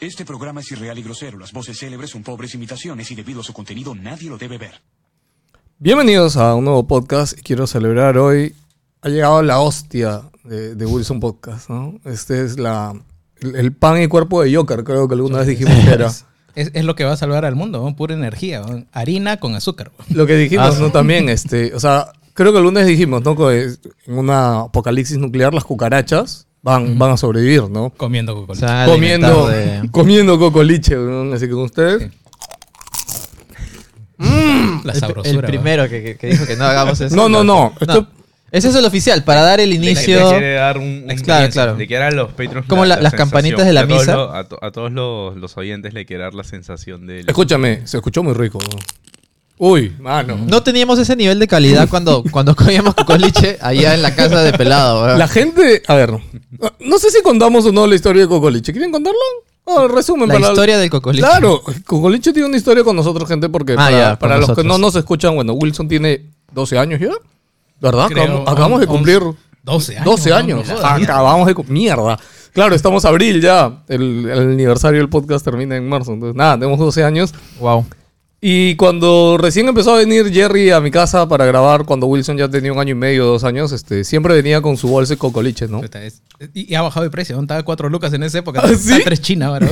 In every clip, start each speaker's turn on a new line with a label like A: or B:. A: Este programa es irreal y grosero. Las voces célebres son pobres imitaciones y debido a su contenido nadie lo debe ver.
B: Bienvenidos a un nuevo podcast y quiero celebrar hoy. Ha llegado la hostia de, de Wilson Podcast, ¿no? Este es la, el, el pan y cuerpo de Joker, creo que alguna vez dijimos que era.
C: Es, es lo que va a salvar al mundo, ¿no? pura energía, ¿no? harina con azúcar. ¿no?
B: Lo que
D: Ah,
B: dijimos, ¿no? También, este, o sea, creo que el lunes dijimos, ¿no? Que en una apocalipsis nuclear las cucarachas van, van a sobrevivir, ¿no?
C: Comiendo coco.
D: O sea,
B: Comiendo,
D: alimentado de-
B: comiendo cocoliche, ¿no? Así que con ustedes.
C: la
D: el-
C: sabrosura.
D: El
C: ¿no?
D: primero que, que- que dijo que no hagamos eso.
B: No, no, no. Esto-
D: Ese es el oficial, para dar el inicio.
E: quiere dar un, un
D: Claro,
E: brindis,
D: claro.
E: Le quiere dar a los Patreons
D: Como la- las
E: sensación.
D: campanitas de la
E: a todos
D: misa.
E: lo- a, to- a todos los, los oyentes le quiere dar la sensación de...
B: Escúchame, se escuchó muy rico. ¿no? Uy, mano.
D: No teníamos ese nivel de calidad cuando, cuando comíamos cocoliche allá en la casa de pelado. weón.
B: La gente, a ver, no sé si contamos o no la historia de Cocoliche. ¿Quieren contarla? Ah, resumen
D: La
B: para
D: historia del cocoliche.
B: Claro, Cocoliche tiene una historia con nosotros, gente, porque
D: Ah,
B: para,
D: ya, con
B: para los que
D: nosotros.
B: no nos escuchan, bueno, Wilson tiene 12 años ya, ¿verdad?
C: Creo,
B: Acabamos, acabamos de
C: once-
B: cumplir
C: 12 años.
B: 12
C: ¿no?
B: años. Ah,
C: Mierda, mierda.
B: Acabamos de cumplir. Mierda. Claro, estamos abril ya. El, el aniversario del podcast termina en marzo. Entonces, nada, tenemos 12 años.
D: Wow.
B: Y cuando recién empezó a venir Jerry a mi casa para grabar, cuando Wilson ya tenía un año y medio, dos años, este, siempre venía con su bolsa de cocoliche, ¿no?
C: Puta, es- Y, y ha bajado de precio, ¿no? estaba 4 lucas en esa época.
B: ¿Ah,
C: está-
B: sí?
C: está tres China, bro.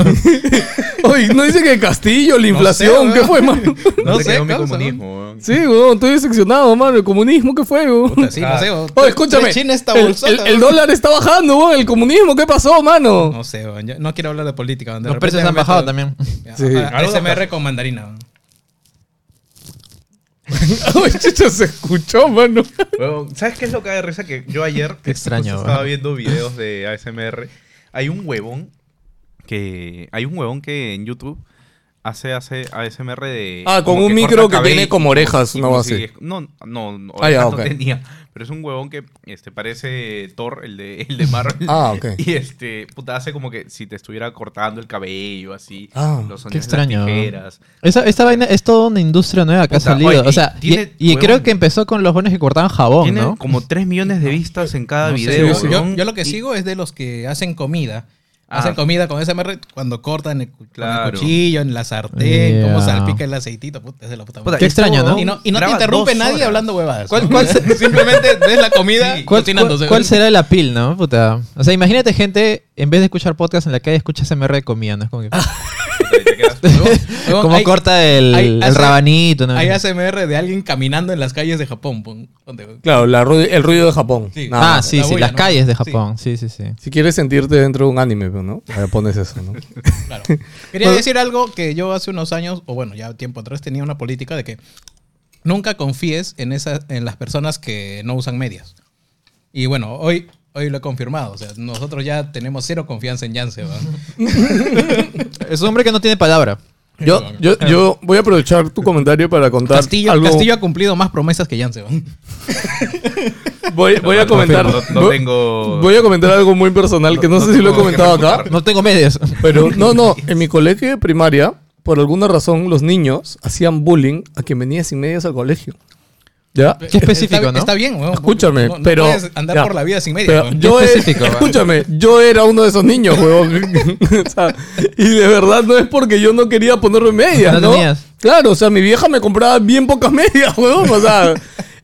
B: Oye, no dice que Castillo, la inflación,
C: sé,
B: ¿qué fue, mano?
E: No
C: sé,
E: sé, mi
C: causa, ¿no?
E: comunismo. weón.
B: Sí, weón, estoy decepcionado, mano. El comunismo, ¿qué fue, weón?
C: Puta, sí, no sé. bro.
B: Oye, escúchame.
C: Tres China esta
B: el,
C: bolsota,
B: el- el
C: bro.
B: dólar está bajando, weón. El comunismo, ¿qué pasó, mano?
C: No sé, bro. Yo no quiero hablar de política.
D: Los precios han bajado también.
B: Sí.
C: SMR con mandarina. bro.
B: Ay, chucha, se escuchó, mano.
E: Weón, ¿Sabes qué es lo que da de risa? Que yo ayer
D: Qué extraño,
E: justo estaba
D: weón.
E: viendo videos de ASMR. Hay un huevón que... Hay un huevón que en YouTube hace, hace ASMR de...
B: Ah, con
E: como
B: un
E: corta
B: micro que
E: cabello
B: tiene como orejas,
E: y
B: una
E: música.
B: base.
E: No, no, no,
B: Ah, ya,
E: orejas
B: ok.
E: no tenía. Pero es un huevón que este, parece Thor, el de, el de Marvel.
B: Ah, ok.
E: Y este, puta, hace como que si te estuviera cortando el cabello, así.
B: Ah,
E: los sonidos
D: qué
E: de las
D: extraño.
E: tijeras.
D: Esa, esta vaina es toda una industria nueva que ha
E: Puta,
D: salido.
E: oye,
D: o sea,
E: y tiene-
D: y, y
E: huevón.
D: creo que empezó con los buenos que cortaban jabón,
E: Tiene
D: ¿no?
E: como 3 millones de vistas en cada
C: No sé,
E: video.
C: yo- yo,
E: weón.
C: yo lo que
E: Y-
C: sigo es de los que hacen comida.
E: Ah.
C: Hacen comida con SMR cuando cortan el, cu- con el
E: Claro.
C: cuchillo, en la sartén,
D: Yeah.
C: cómo salpica el aceitito. Puta, es de la puta
E: Puta,
C: madre.
D: Qué extraño, ¿no?
C: Y no, y no te
E: graba
C: interrumpe
E: dos
C: nadie
E: horas.
C: hablando huevadas.
D: ¿Cuál-
C: ¿no?
D: cuál se-
C: Simplemente ves la comida
E: Sí.
D: ¿Cuál,
C: cocinándose.
D: cuál- cuál será el apil, no? Puta. O sea, imagínate gente, en vez de escuchar podcast en la calle, escucha SMR de comida, ¿no? Es como que-
E: Te quedas-
C: Huevón, Ah, huevón,
D: como
C: hay-
D: corta el,
C: hay-
D: el
C: hace-
D: rabanito, ¿no?
C: Hay ASMR de alguien caminando en las calles de Japón. pon- ponte.
B: Claro, la ru- el ruido de Japón.
C: Sí.
B: Nada.
D: Ah, sí,
C: la
D: sí,
C: bulla,
D: las
C: ¿no?
D: calles de
C: Sí.
D: Japón. Sí, sí, sí.
B: Si quieres sentirte dentro de un anime, pues, ¿no? Ahí pones eso, ¿no?
C: Claro. Quería decir algo que yo hace unos años, o bueno, ya tiempo atrás, tenía una política de que nunca confíes en, esas, en las personas que no usan medias. Y bueno, hoy, hoy lo he confirmado. O sea, nosotros ya tenemos cero confianza en Yance. ¿verdad?
D: Es un hombre que no tiene palabra.
B: Yo, yo, yo voy a aprovechar tu comentario para contar
C: Castillo,
B: algo.
C: Castillo ha cumplido más promesas que Yance. ¿verdad?
B: Voy, voy a
E: No, no
B: comentar.
E: tengo- no
B: voy-
E: tengo-
B: Voy a comentar algo muy personal que no,
E: No-
B: sé
E: no
B: si lo he
E: tengo
B: comentado
E: que
B: acá.
D: No tengo medias.
B: Pero no, no. En mi colegio de primaria, por alguna razón, los niños hacían bullying a quien venía sin medias al colegio. ¿Ya?
D: Qué específico,
C: está,
D: ¿no?
C: Está bien, weón.
B: Escúchame,
C: No- no
B: pero.
C: puedes andar
B: ya.
C: por la vida sin medias.
B: Pero
C: weón.
B: yo
D: Qué
B: es-
D: específico, ¿verdad?
B: escúchame, yo era uno de esos niños, huevón. O sea, y de verdad no es porque yo no quería ponerme medias,
D: No
B: ¿no?
D: tenías.
B: Claro, o sea, mi vieja me compraba bien pocas medias, huevón. O sea,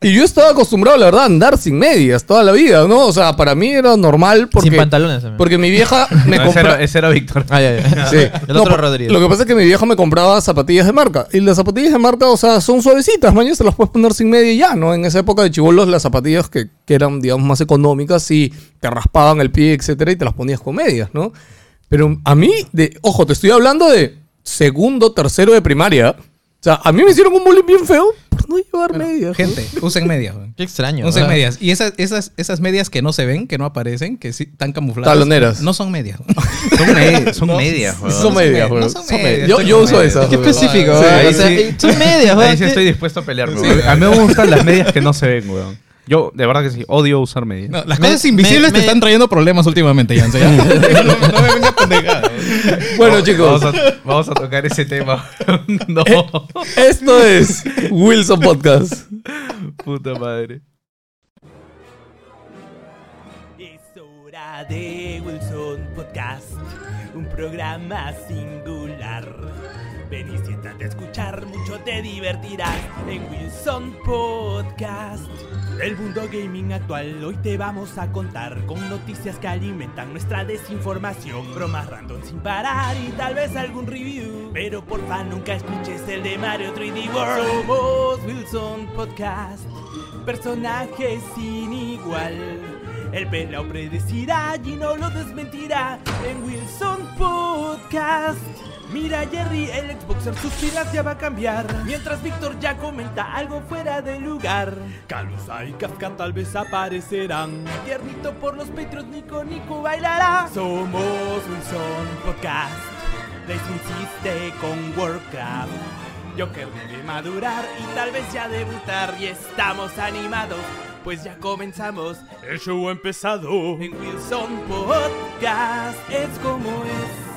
B: y yo estaba acostumbrado, la verdad, a andar sin medias toda la vida, ¿no? O sea, para mí era normal porque.
D: Sin pantalones también.
B: Porque mi vieja me
E: No, ese,
B: compraba.
E: era, ese era Víctor.
D: Ah, ya, ya.
B: Sí.
D: El
B: No,
D: otro
B: por-
D: Rodríguez.
B: Lo que pasa es que mi viejo me compraba zapatillas de marca. Y las zapatillas de marca, o sea, son suavecitas, mañana se las puedes poner sin media y ya, ¿no? En esa época de chibolos, las zapatillas que, que eran, digamos, más económicas y te raspaban el pie, etcétera, y te las ponías con medias, ¿no? Pero a mí, de, ojo, te estoy hablando de segundo, tercero de primaria. O sea, a mí me hicieron un bullying bien feo por no llevar medias. ¿no?
C: Gente, usen medias. weón.
D: Qué extraño.
C: Usen
D: ¿verdad?
C: medias. Y esas, esas, esas medias que no se ven, que no aparecen, que sí, están camufladas.
B: Taloneras.
C: No son medias.
E: Son, me- son medias,
B: Son,
E: weón.
B: medias,
C: medias,
B: weón.
C: no son
B: Son
C: medias,
B: medias. Yo,
C: son
B: yo uso
C: medias.
B: esas.
D: Qué
B: weón.
D: específico,
B: Sí,
D: ¿verdad?
E: ahí
D: O sea,
E: sí.
D: eh, son medias,
E: Ahí
D: ¿verdad?
E: sí estoy
D: Qué-
E: dispuesto a pelear, weón. A mí me gustan las medias que no se ven, weón. Yo, de verdad que sí, odio usar medias.
C: No, las
D: Me-
C: cosas invisibles
D: me-
C: te
D: me-
C: están trayendo problemas últimamente, Jan. ¿sí? no, no me vengas pendejada.
B: Bueno,
E: Vamos-
B: chicos.
E: Vamos a, vamos a tocar ese tema. no,
B: Eh. Esto es Wilson Podcast.
E: puta madre.
F: Es hora Hora de Wilson Podcast, un programa singular. Ven y siéntate a escuchar, mucho te divertirás en Wilson Podcast. El mundo gaming actual hoy te vamos a contar con noticias que alimentan nuestra desinformación, bromas random sin parar y tal vez algún review. Pero porfa nunca escuches el de Mario 3D World. Somos Wilson Podcast, personajes sin igual. El pelao predecirá y no lo desmentirá en Wilson Podcast. Mira Jerry, el Xboxer suspira, ya va a cambiar. Mientras Víctor ya comenta algo fuera de lugar. Calusa y Kafka tal vez aparecerán. Tiernito por los petros, Nico Nico bailará. Somos Wilson Podcast. Les insiste con Warcraft. Joker debe madurar y tal vez ya debutar y estamos animados, pues ya comenzamos. El show ha empezado en Wilson Podcast, es como es.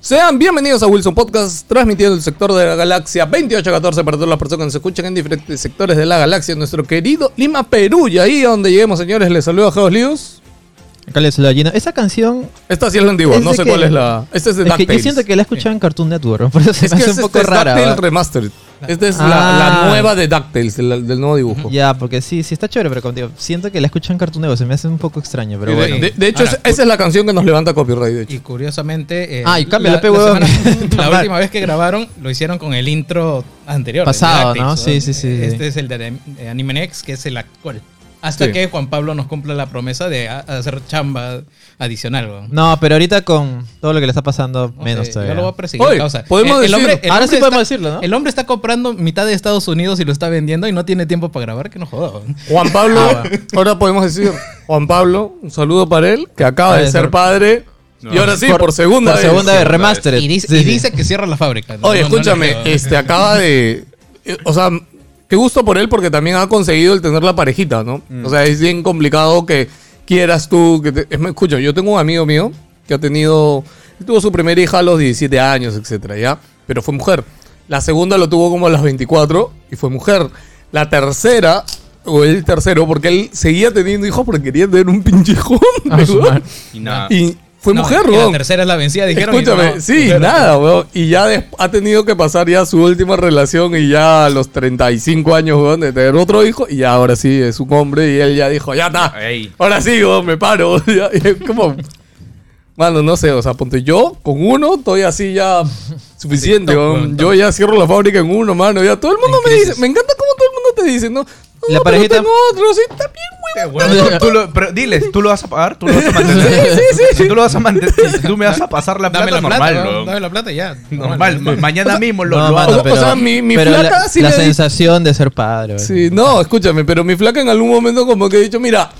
B: Sean bienvenidos a Wilson Podcast, transmitiendo el sector de la galaxia 2814 para todas las personas que nos escuchan en diferentes sectores de la galaxia, en nuestro querido Lima, Perú. Y ahí a donde lleguemos, señores, les saludo a Geos Lius.
D: Acá les la lleno. Esa canción.
B: Esta sí es la antigua,
D: Es
B: no
D: de
B: sé
D: que-
B: cuál es la. Esta es de
D: es que yo
B: DuckTales.
D: siento que la he escuchado en Cartoon Network. Por eso se
B: Es
D: me
B: que este
D: hace
B: es,
D: un poco
B: es
D: rara.
B: DuckTales
D: ¿verdad?
B: Remastered. Esta es la,
D: Ah.
B: la nueva de DuckTales, de la- del nuevo dibujo.
D: Ya, porque sí, sí está chévere, pero contigo. Siento que la escuchan en Cartoon Network. Se me hace un poco extraño, pero
B: Y de,
D: bueno.
B: de- de hecho,
C: Ahora,
B: es- esa es la canción que nos levanta copyright, de hecho.
C: Y curiosamente. eh,
D: Ah, y cámbiala, pe,
C: la,
D: huevón.
C: semana- la
D: Tomar.
C: última vez que grabaron lo hicieron con el intro anterior. de
D: Pasado,
C: Galactic,
D: ¿no? Sí, sí, sí, sí.
C: Este es el de eh, Anime Next, que es el actual. Hasta
B: Sí.
C: que Juan Pablo nos cumpla la promesa de a- hacer chamba adicional, weón.
D: No, pero ahorita con todo lo que le está pasando,
C: No
D: Mm, menos
C: sé,
D: todavía.
C: Yo lo voy a perseguir.
B: Oye,
C: causa. Eh,
B: podemos
C: El- el
B: decir-
C: hombre- el
D: ahora
C: hombre
D: sí podemos
C: está-
D: decirlo, ¿no?
C: El hombre está comprando mitad de Estados Unidos y lo está vendiendo y no tiene tiempo para grabar, que no joda. weón.
B: Juan Pablo,
D: Ah,
B: ahora podemos decir, Juan Pablo, un saludo para él, que acaba de
D: Ah,
B: ser
D: por-
B: padre. Y ahora sí, por, segunda vez.
D: Por segunda vez,
E: Segunda vez.
D: remastered.
C: Y dice,
D: Sí,
C: y
D: sí.
C: dice que cierra la fábrica. No,
B: Oye,
C: no, no
B: escúchame,
C: le creo.
B: este acaba de. eh, O sea, qué gusto por él porque también ha conseguido el tener la parejita, ¿no?
C: Mm.
B: O sea, es bien complicado que quieras tú. Que te- es más, escucha, yo tengo un amigo mío que ha tenido. Tuvo su primera hija a los 17 años, etcétera, ¿ya? Pero fue mujer. La segunda lo tuvo como a los 24 y fue mujer. La tercera. O el tercero, porque él seguía teniendo hijos porque quería tener un pinche hijo.
D: Ah, su madre.
E: Y nada.
B: Y fue
C: No,
B: mujer,
C: y La
B: weón.
C: tercera es la vencida, dijeron. y
B: Escúchame,
C: no,
B: sí,
C: mujer.
B: nada, weón. Y ya des- ha tenido que pasar ya su última relación y ya a los 35 años, weón, de tener otro hijo. Y ya ahora sí, es un hombre y él ya dijo, ya está.
E: Ey.
B: Ahora sí, weón, me paro. Ya, y es como... Mano, no sé, o sea, ponte yo con uno, estoy así ya suficiente,
C: Sí, top,
B: weón.
C: weón,
B: Yo ya cierro la fábrica en uno, mano. Ya todo el mundo
C: En
B: me dice,
C: crisis.
B: me encanta cómo todo el mundo te dice, ¿no? No,
D: La
B: pero
D: parejita-
B: tengo otro, sí, está bien, weón.
E: Eh, bueno, tú- tú lo- pero diles, tú lo vas a pagar, tú lo vas a mantener.
B: Sí, sí, sí.
E: Si tú lo vas a mantener, si tú me vas a pasar la plata
C: Dame la plata,
E: normal,
C: weón,
E: weón.
C: dame la plata y ya.
E: Normal, ma- mañana mismo lo,
D: No,
E: lo
D: mano,
E: hago.
B: o
D: pero,
B: sea, mi- mi
D: pero la-
B: flaca
D: la,
B: sí le-
D: sensación de ser padre. güey.
B: Sí, no, escúchame, pero mi flaca en algún momento como que he dicho, mira,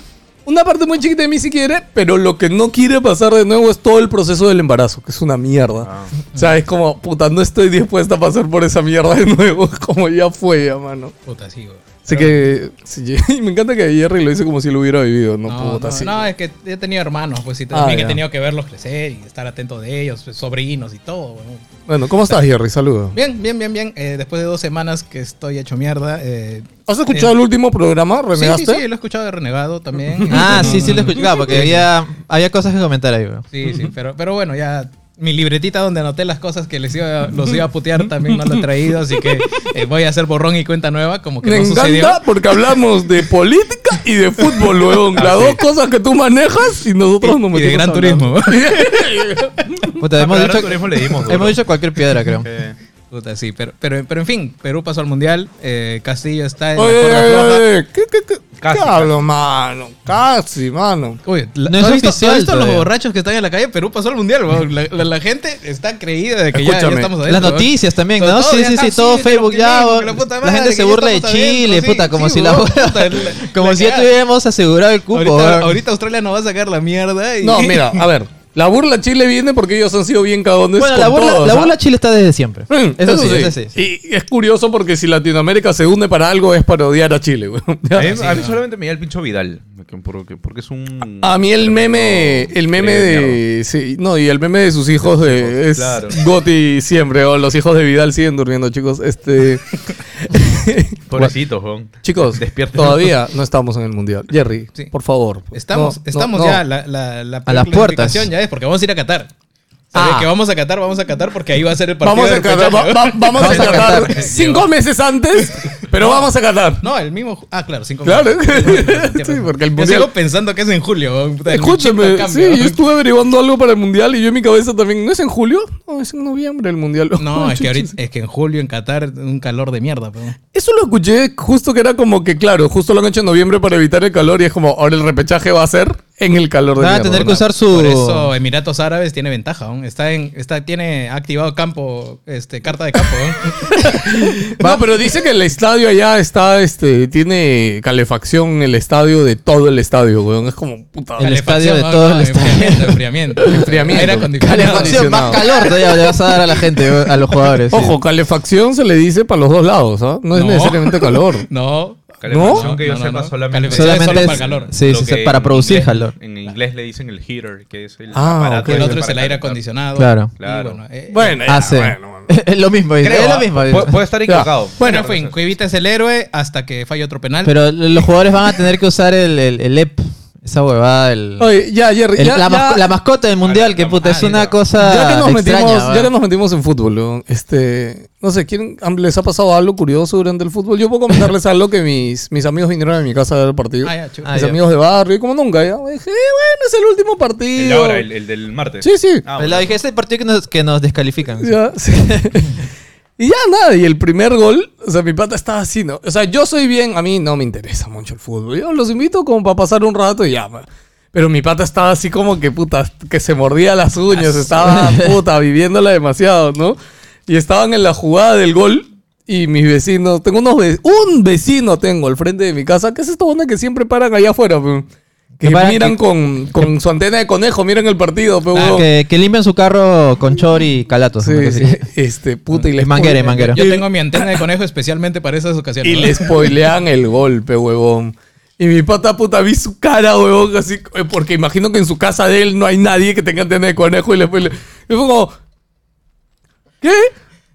B: una parte muy chiquita de mí si quiere, pero lo que no quiere pasar de nuevo es todo el proceso del embarazo, que es una mierda.
C: Ah.
B: O sea, es como, puta, no estoy dispuesta a pasar por esa mierda de nuevo, como ya fue, ya, mano.
C: Puta, sí, weón.
B: Así que, sí, y me encanta que Jerry lo dice como si lo hubiera vivido, ¿no?
C: No,
B: puta,
C: no,
B: sí.
C: no, es que he tenido hermanos, pues sí,
B: Ah,
C: también que
B: ya.
C: he tenido que verlos crecer y estar atento de ellos, pues, sobrinos y todo. weón.
B: Bueno, ¿cómo estás, Jerry? Saludos.
C: Bien, bien, bien, bien. Eh, después de dos semanas que estoy hecho mierda. Eh,
B: ¿Has escuchado el último programa?
C: sí, sí,
B: ¿Renegaste?
C: sí, lo he escuchado de renegado también.
D: Ah,
C: No,
D: sí,
C: no,
D: sí lo
C: no.
D: escuché. Claro, porque había, había cosas que comentar ahí, güey.
C: Sí, sí, pero, pero bueno, ya mi libretita donde anoté las cosas que les iba, los iba a putear también no la he traído, así que eh, voy a hacer borrón y cuenta nueva, como que
B: Me
C: no
B: encanta
C: sucedió.
B: porque hablamos de política y de fútbol, weón. Las dos cosas que tú manejas y nosotros nos
C: Ah, Y de
B: metemos
C: gran
B: a hablar.
C: turismo.
D: Puta,
E: Ah,
D: hemos,
E: pero
D: dicho,
E: ahora turismo le dimos duro.
D: hemos dicho cualquier piedra, creo.
E: Eh,
C: Puta, sí, pero, pero, pero en fin, Perú pasó al mundial, eh, Castillo está en la
B: Oye,
C: cuerda
B: oye,
C: floja.
B: oye, oye, ¿qué, qué, qué?
E: Casi,
B: ¿Qué hablo, mano? Casi, mano.
C: Oye, la-
D: No es
C: ¿tú has visto-
D: oficial
C: ¿tú has visto los
D: todavía.
C: borrachos que están en la calle? Perú pasó al mundial, weón. La, la- la gente está creída de que ya- ya,
B: Escúchame.
C: estamos adentro.
D: Las noticias también,
C: Todo-
D: ¿no?
C: todo
D: sí,
C: ya
D: sí,
C: está
D: sí,
C: así,
D: todo
C: de
D: Facebook
C: lo
D: ya.
C: que
D: bo-
C: mismo, la puta
D: La,
C: madre,
D: gente
C: que
D: se
C: ya
D: burla de
C: estamos adentro,
D: Chile,
C: sí,
D: puta, como
C: sí,
D: si la
C: weón, puta, la-
D: Como
C: la
D: si ya
C: cagada.
D: tuviéramos asegurado el cupo,
C: Ahorita,
D: weón.
C: ahorita Australia no va a sacar la mierda. y-
B: No, mira, a ver. La burla a Chile viene porque ellos han sido bien cagones
D: Bueno,
B: con
D: la burla,
B: todos,
D: la
B: ¿ah?
D: burla Chile está desde siempre.
B: Mm,
D: eso, sí, eso sí.
B: Y es curioso porque si Latinoamérica se une para algo es para odiar a Chile, güey.
E: A mí, Eh, a mí
C: no.
E: solamente me da el pincho Vidal. que- Porque, porque es un.
B: A mí el meme, el meme de, sí, no, y el meme de sus hijos de, es
E: claro.
B: Gotti siempre, o los hijos de Vidal siguen durmiendo, chicos. Este,
E: Pobrecito, Juan.
B: chicos,
E: Despierta.
B: todavía no estamos en el mundial. Jerry,
C: Sí.
B: por favor.
C: Estamos,
B: No, no,
C: estamos
B: no.
C: ya, la, la, la
D: A las
C: clasificación
D: puertas.
C: ya es, porque vamos a ir a Qatar.
D: Ah.
C: Sabes que vamos a Qatar, vamos a Qatar porque ahí va a ser el partido.
B: Vamos
C: de
B: a Qatar, va-
C: repechaje,
B: va- vamos a
D: Vamos a
B: Qatar
D: Qatar.
B: cinco meses antes, pero vamos a Qatar.
C: No, el mismo. ju- Ah, claro, cinco
B: Claro.
C: minutos.
B: Sí, porque el
C: Yo
B: mundial-
C: sigo pensando que es en julio. weón. Puta, mi
B: Escúchame,
C: chip no
B: sí,
C: cambia,
B: yo
C: weón.
B: estuve averiguando algo para el mundial y yo en mi cabeza también, ¿no es en julio? No, es en noviembre el mundial.
C: No, es que
B: Chuchis.
C: ahorita, es que en julio en Qatar un calor de mierda, weón.
B: Eso lo escuché justo que era como que, claro, justo lo han hecho en noviembre para evitar el calor y es como, ahora el repechaje va a ser en el calor de
D: Van a
B: mierda,
D: tener que
B: ¿no?
D: usar su.
C: Por eso Emiratos Árabes tiene ventaja, weón. está en, está, tiene activado campo, este, carta de campo, weón.
B: Va, pero dice que el estadio allá está, este, tiene calefacción el estadio de todo el estadio, weón. Es como, puta.
D: El estadio
C: Calefacción,
D: de
C: weón,
D: todo
C: no,
D: el estadio.
C: Enfriamiento, enfriamiento.
B: Enfriamiento.
C: Aire acondicionado.
B: Calefacción.
D: Calefacción, más calor todavía le vas a dar a la gente, a los jugadores. sí.
B: Ojo, calefacción se le dice para los dos lados, ¿ah? No es
C: No.
B: necesariamente calor.
C: No.
E: Calefacción
B: ¿No?
E: que yo
C: No, no,
E: sepa
C: no.
E: solamente.
C: Calefacción.
D: Solamente
C: solo
D: es-
C: para calor.
D: Sí,
E: lo
D: sí,
E: que
D: sí, para
E: en
D: producir
E: inglés-
D: calor.
E: En inglés le dicen el heater, que es el
B: Ah, ok.
E: aparato.
C: El otro
E: para
C: es el aire
E: calentar.
C: acondicionado.
D: Claro.
C: Y
E: Claro.
C: bueno, eh,
B: Bueno, ya,
D: Hace.
B: bueno, bueno.
D: Ah, es lo mismo, dice,
E: Creo,
D: es
E: ah,
D: lo mismo. dice.
E: Puede, puede estar equivocado.
C: Bueno, fue, Cuevita es el héroe hasta que falle otro penal.
D: Pero los jugadores van a tener que usar el, el, el EP, esa huevada, el,
B: Oye, ya, Jerry,
D: el-
B: ya, ya-
D: la, masco- la mascota del mundial, que puta, es
C: ah,
D: una
C: ya.
D: cosa
B: ya que nos
D: extraña.
B: metimos,
D: va.
B: ya que nos metimos en fútbol, weón, este, no sé, ¿quieren, am- ¿les ha pasado algo curioso durante el fútbol? Yo puedo comentarles algo que mis, mis amigos vinieron a mi casa a ver el partido.
C: Ah, ya, chulo.
D: Ah,
B: mis
D: ya.
B: amigos de barrio, y como nunca, ya. Dije, "Eh, bueno, es el último
E: El de
B: partido.
E: ahora, el, el del martes.
B: Sí, sí.
D: Pero
E: Ah,
D: la
E: bueno.
D: dije, es el partido que nos, que nos descalifican.
B: Ya, sí. y ya nada, y el primer gol, o sea, mi pata estaba así, ¿no? O sea, yo soy bien, a mí no me interesa mucho el fútbol. Yo los invito como para pasar un rato y ya. pa. Pero mi pata estaba así como que puta, que se mordía las uñas, estaba puta, viviéndola demasiado, ¿no? Y estaban en la jugada del gol. Y mis vecinos, tengo unos ve- un vecino tengo al frente de mi casa, que es esta onda que siempre paran allá afuera, pe? que
D: Que paran-
B: miran
D: que-
B: con, con su antena de conejo, miran el partido, pe,
D: Ah,
B: huevón.
D: que, que limpian su carro con chori y calatos. una
B: Sí,
D: cosa
B: sí.
D: así.
B: Este, puta, y les
D: Manguera,
B: spoile-
D: manguera.
C: Yo tengo mi antena de conejo especialmente para esas ocasiones.
B: Y
C: ¿no?
B: le spoilean el golpe, huevón. Y mi pata puta vi su cara, huevón, así, eh, porque imagino que en su casa de él no hay nadie que tenga antena de conejo y le spoile- Y fue como, ¿qué?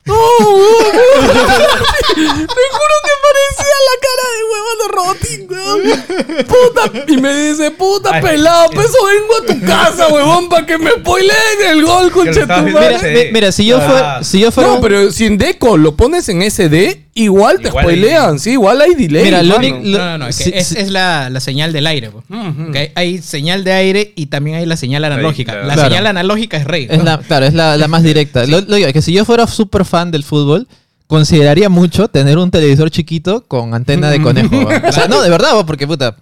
B: No, huevón, huevón. Te juro que parecía la cara de huevón de Robotín, huevón. Puta. Y me dice, puta
E: Ay,
B: pelado, pues eso vengo a tu casa, huevón, para que me spoileen el gol,
E: estabas
B: conchetumare.
E: viendo
D: Mira,
E: Sí.
D: mi- mira, si yo fuera.
E: Ah.
D: Si yo fuera
B: No, pero sin deco lo pones en SD, igual te
E: Igual
B: spoilean, sí, igual hay delay.
D: Mira, lo
B: mano.
C: No,
D: único-
C: no, no. Es, que
D: Sí,
C: es,
D: sí.
C: es la, la señal del aire. po.
B: Mm,
C: Ok, Hay señal de aire y también hay la señal analógica.
E: claro.
C: La
D: Claro.
C: señal analógica es rey. pues.
D: Es
C: ¿no?
D: la, claro, es la, la más directa. Lo, lo digo, que si yo fuera súper fan del fútbol, consideraría mucho tener un televisor chiquito con antena
B: Mm.
D: de conejo. ¿va? O sea, no, de verdad, ¿va? porque puta.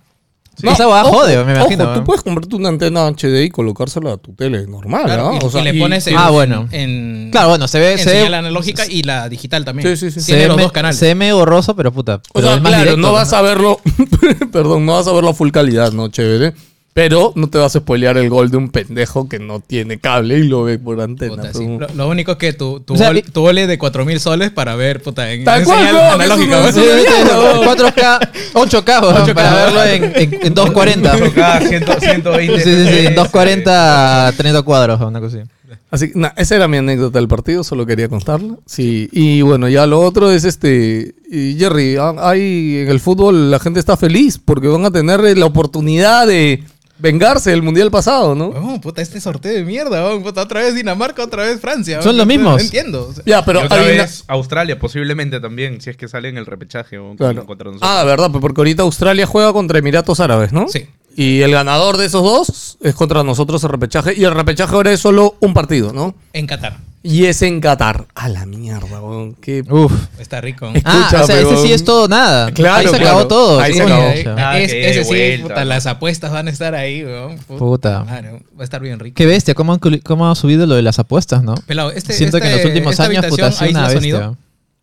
B: No,
D: esa va
B: ojo,
D: jode, me
B: ojo,
D: imagino. ¿va?
B: tú puedes comprarte una antena HDI y colocársela a tu tele normal,
C: Claro,
B: ¿no?
C: y,
B: O sea,
C: y le
B: y-
C: pones en,
D: Ah, bueno.
C: en-
D: Claro, bueno, se ve-
C: en
D: se ve-
C: señal analógica y la digital también.
B: Sí, sí, sí.
D: se
C: Tiene los
D: me-
C: dos canales.
D: Se me borroso, pero puta.
B: O
D: pero
B: sea,
D: es más
B: claro,
D: directo,
B: no vas a verlo, perdón, no vas a verlo a full calidad, ¿no? Chévere. Pero no te vas a spoilear el gol de un pendejo que no tiene cable y lo ve por antena.
C: Puta,
B: pero-
C: sí. lo, lo único es que tu, tu,
D: O sea,
C: bol-
D: y-
C: tu bol es de 4000 soles para ver puta, en,
B: Tal
C: en
B: cual,
C: señal
B: no, que
C: analógica. pues.
B: eso
C: ¿no?
B: no
D: Sí,
B: Sí,
D: ahorita
B: mierda,
D: tengo
B: weón.
D: 4K, 8K, weón,
C: 8K,
D: para
C: weón.
D: verlo en, en- en 240.
E: 4K, 100, 120.
D: Sí, sí, sí, en
E: FPS.
D: 240 a 30 cuadros, una cosa así.
B: Así que, nah, esa era mi anécdota del partido, solo quería contarla. Sí, y bueno, ya lo otro es este. y Jerry, ah, hay en el fútbol la gente está feliz porque van a tener eh, la oportunidad de vengarse del mundial pasado,
E: Ah,
B: ¿no?
C: Huevón, puta, este sorteo de mierda. huevón, puta, otra vez Dinamarca, otra vez Francia.
D: Son
C: huevón,
D: los
C: no-
D: mismos.
C: No entiendo. o sea,
B: Ya,
E: Pero
B: pero.
E: otra
B: hay una-
E: vez Australia, posiblemente también, si es que sale en el repechaje o
B: Claro.
E: contra nosotros.
B: Ah, verdad, pues porque ahorita Australia juega contra Emiratos Árabes, ¿no?
C: Sí.
B: Y el ganador de esos dos es contra nosotros el repechaje. Y el repechaje ahora es solo un partido, ¿no?
C: En Qatar.
B: Y es en Qatar. A la mierda, weón. Qué
E: Uh.
D: Uf.
C: Está rico.
D: Ah, o sea,
B: Escúchame,
D: ese sí
B: weón.
D: es todo nada.
B: Claro,
D: Ahí se
B: claro.
D: acabó todo.
B: Ahí se
D: Coño,
B: acabó.
D: o sea.
E: Ah,
C: es,
E: qué
C: ese sí,
E: vuelta,
C: puta,
E: ¿no?
C: las apuestas van a estar ahí, weón. Puta.
D: Puta.
C: Claro, va a estar bien rico.
D: Qué bestia, cómo han, culi- cómo ha subido lo de las apuestas, ¿no?
C: Pelado, este,
D: Siento que en los
C: este-
D: últimos
C: esta
D: años, puta, ha
C: habitación
D: sido una
C: aísla
D: bestia.
C: sonido.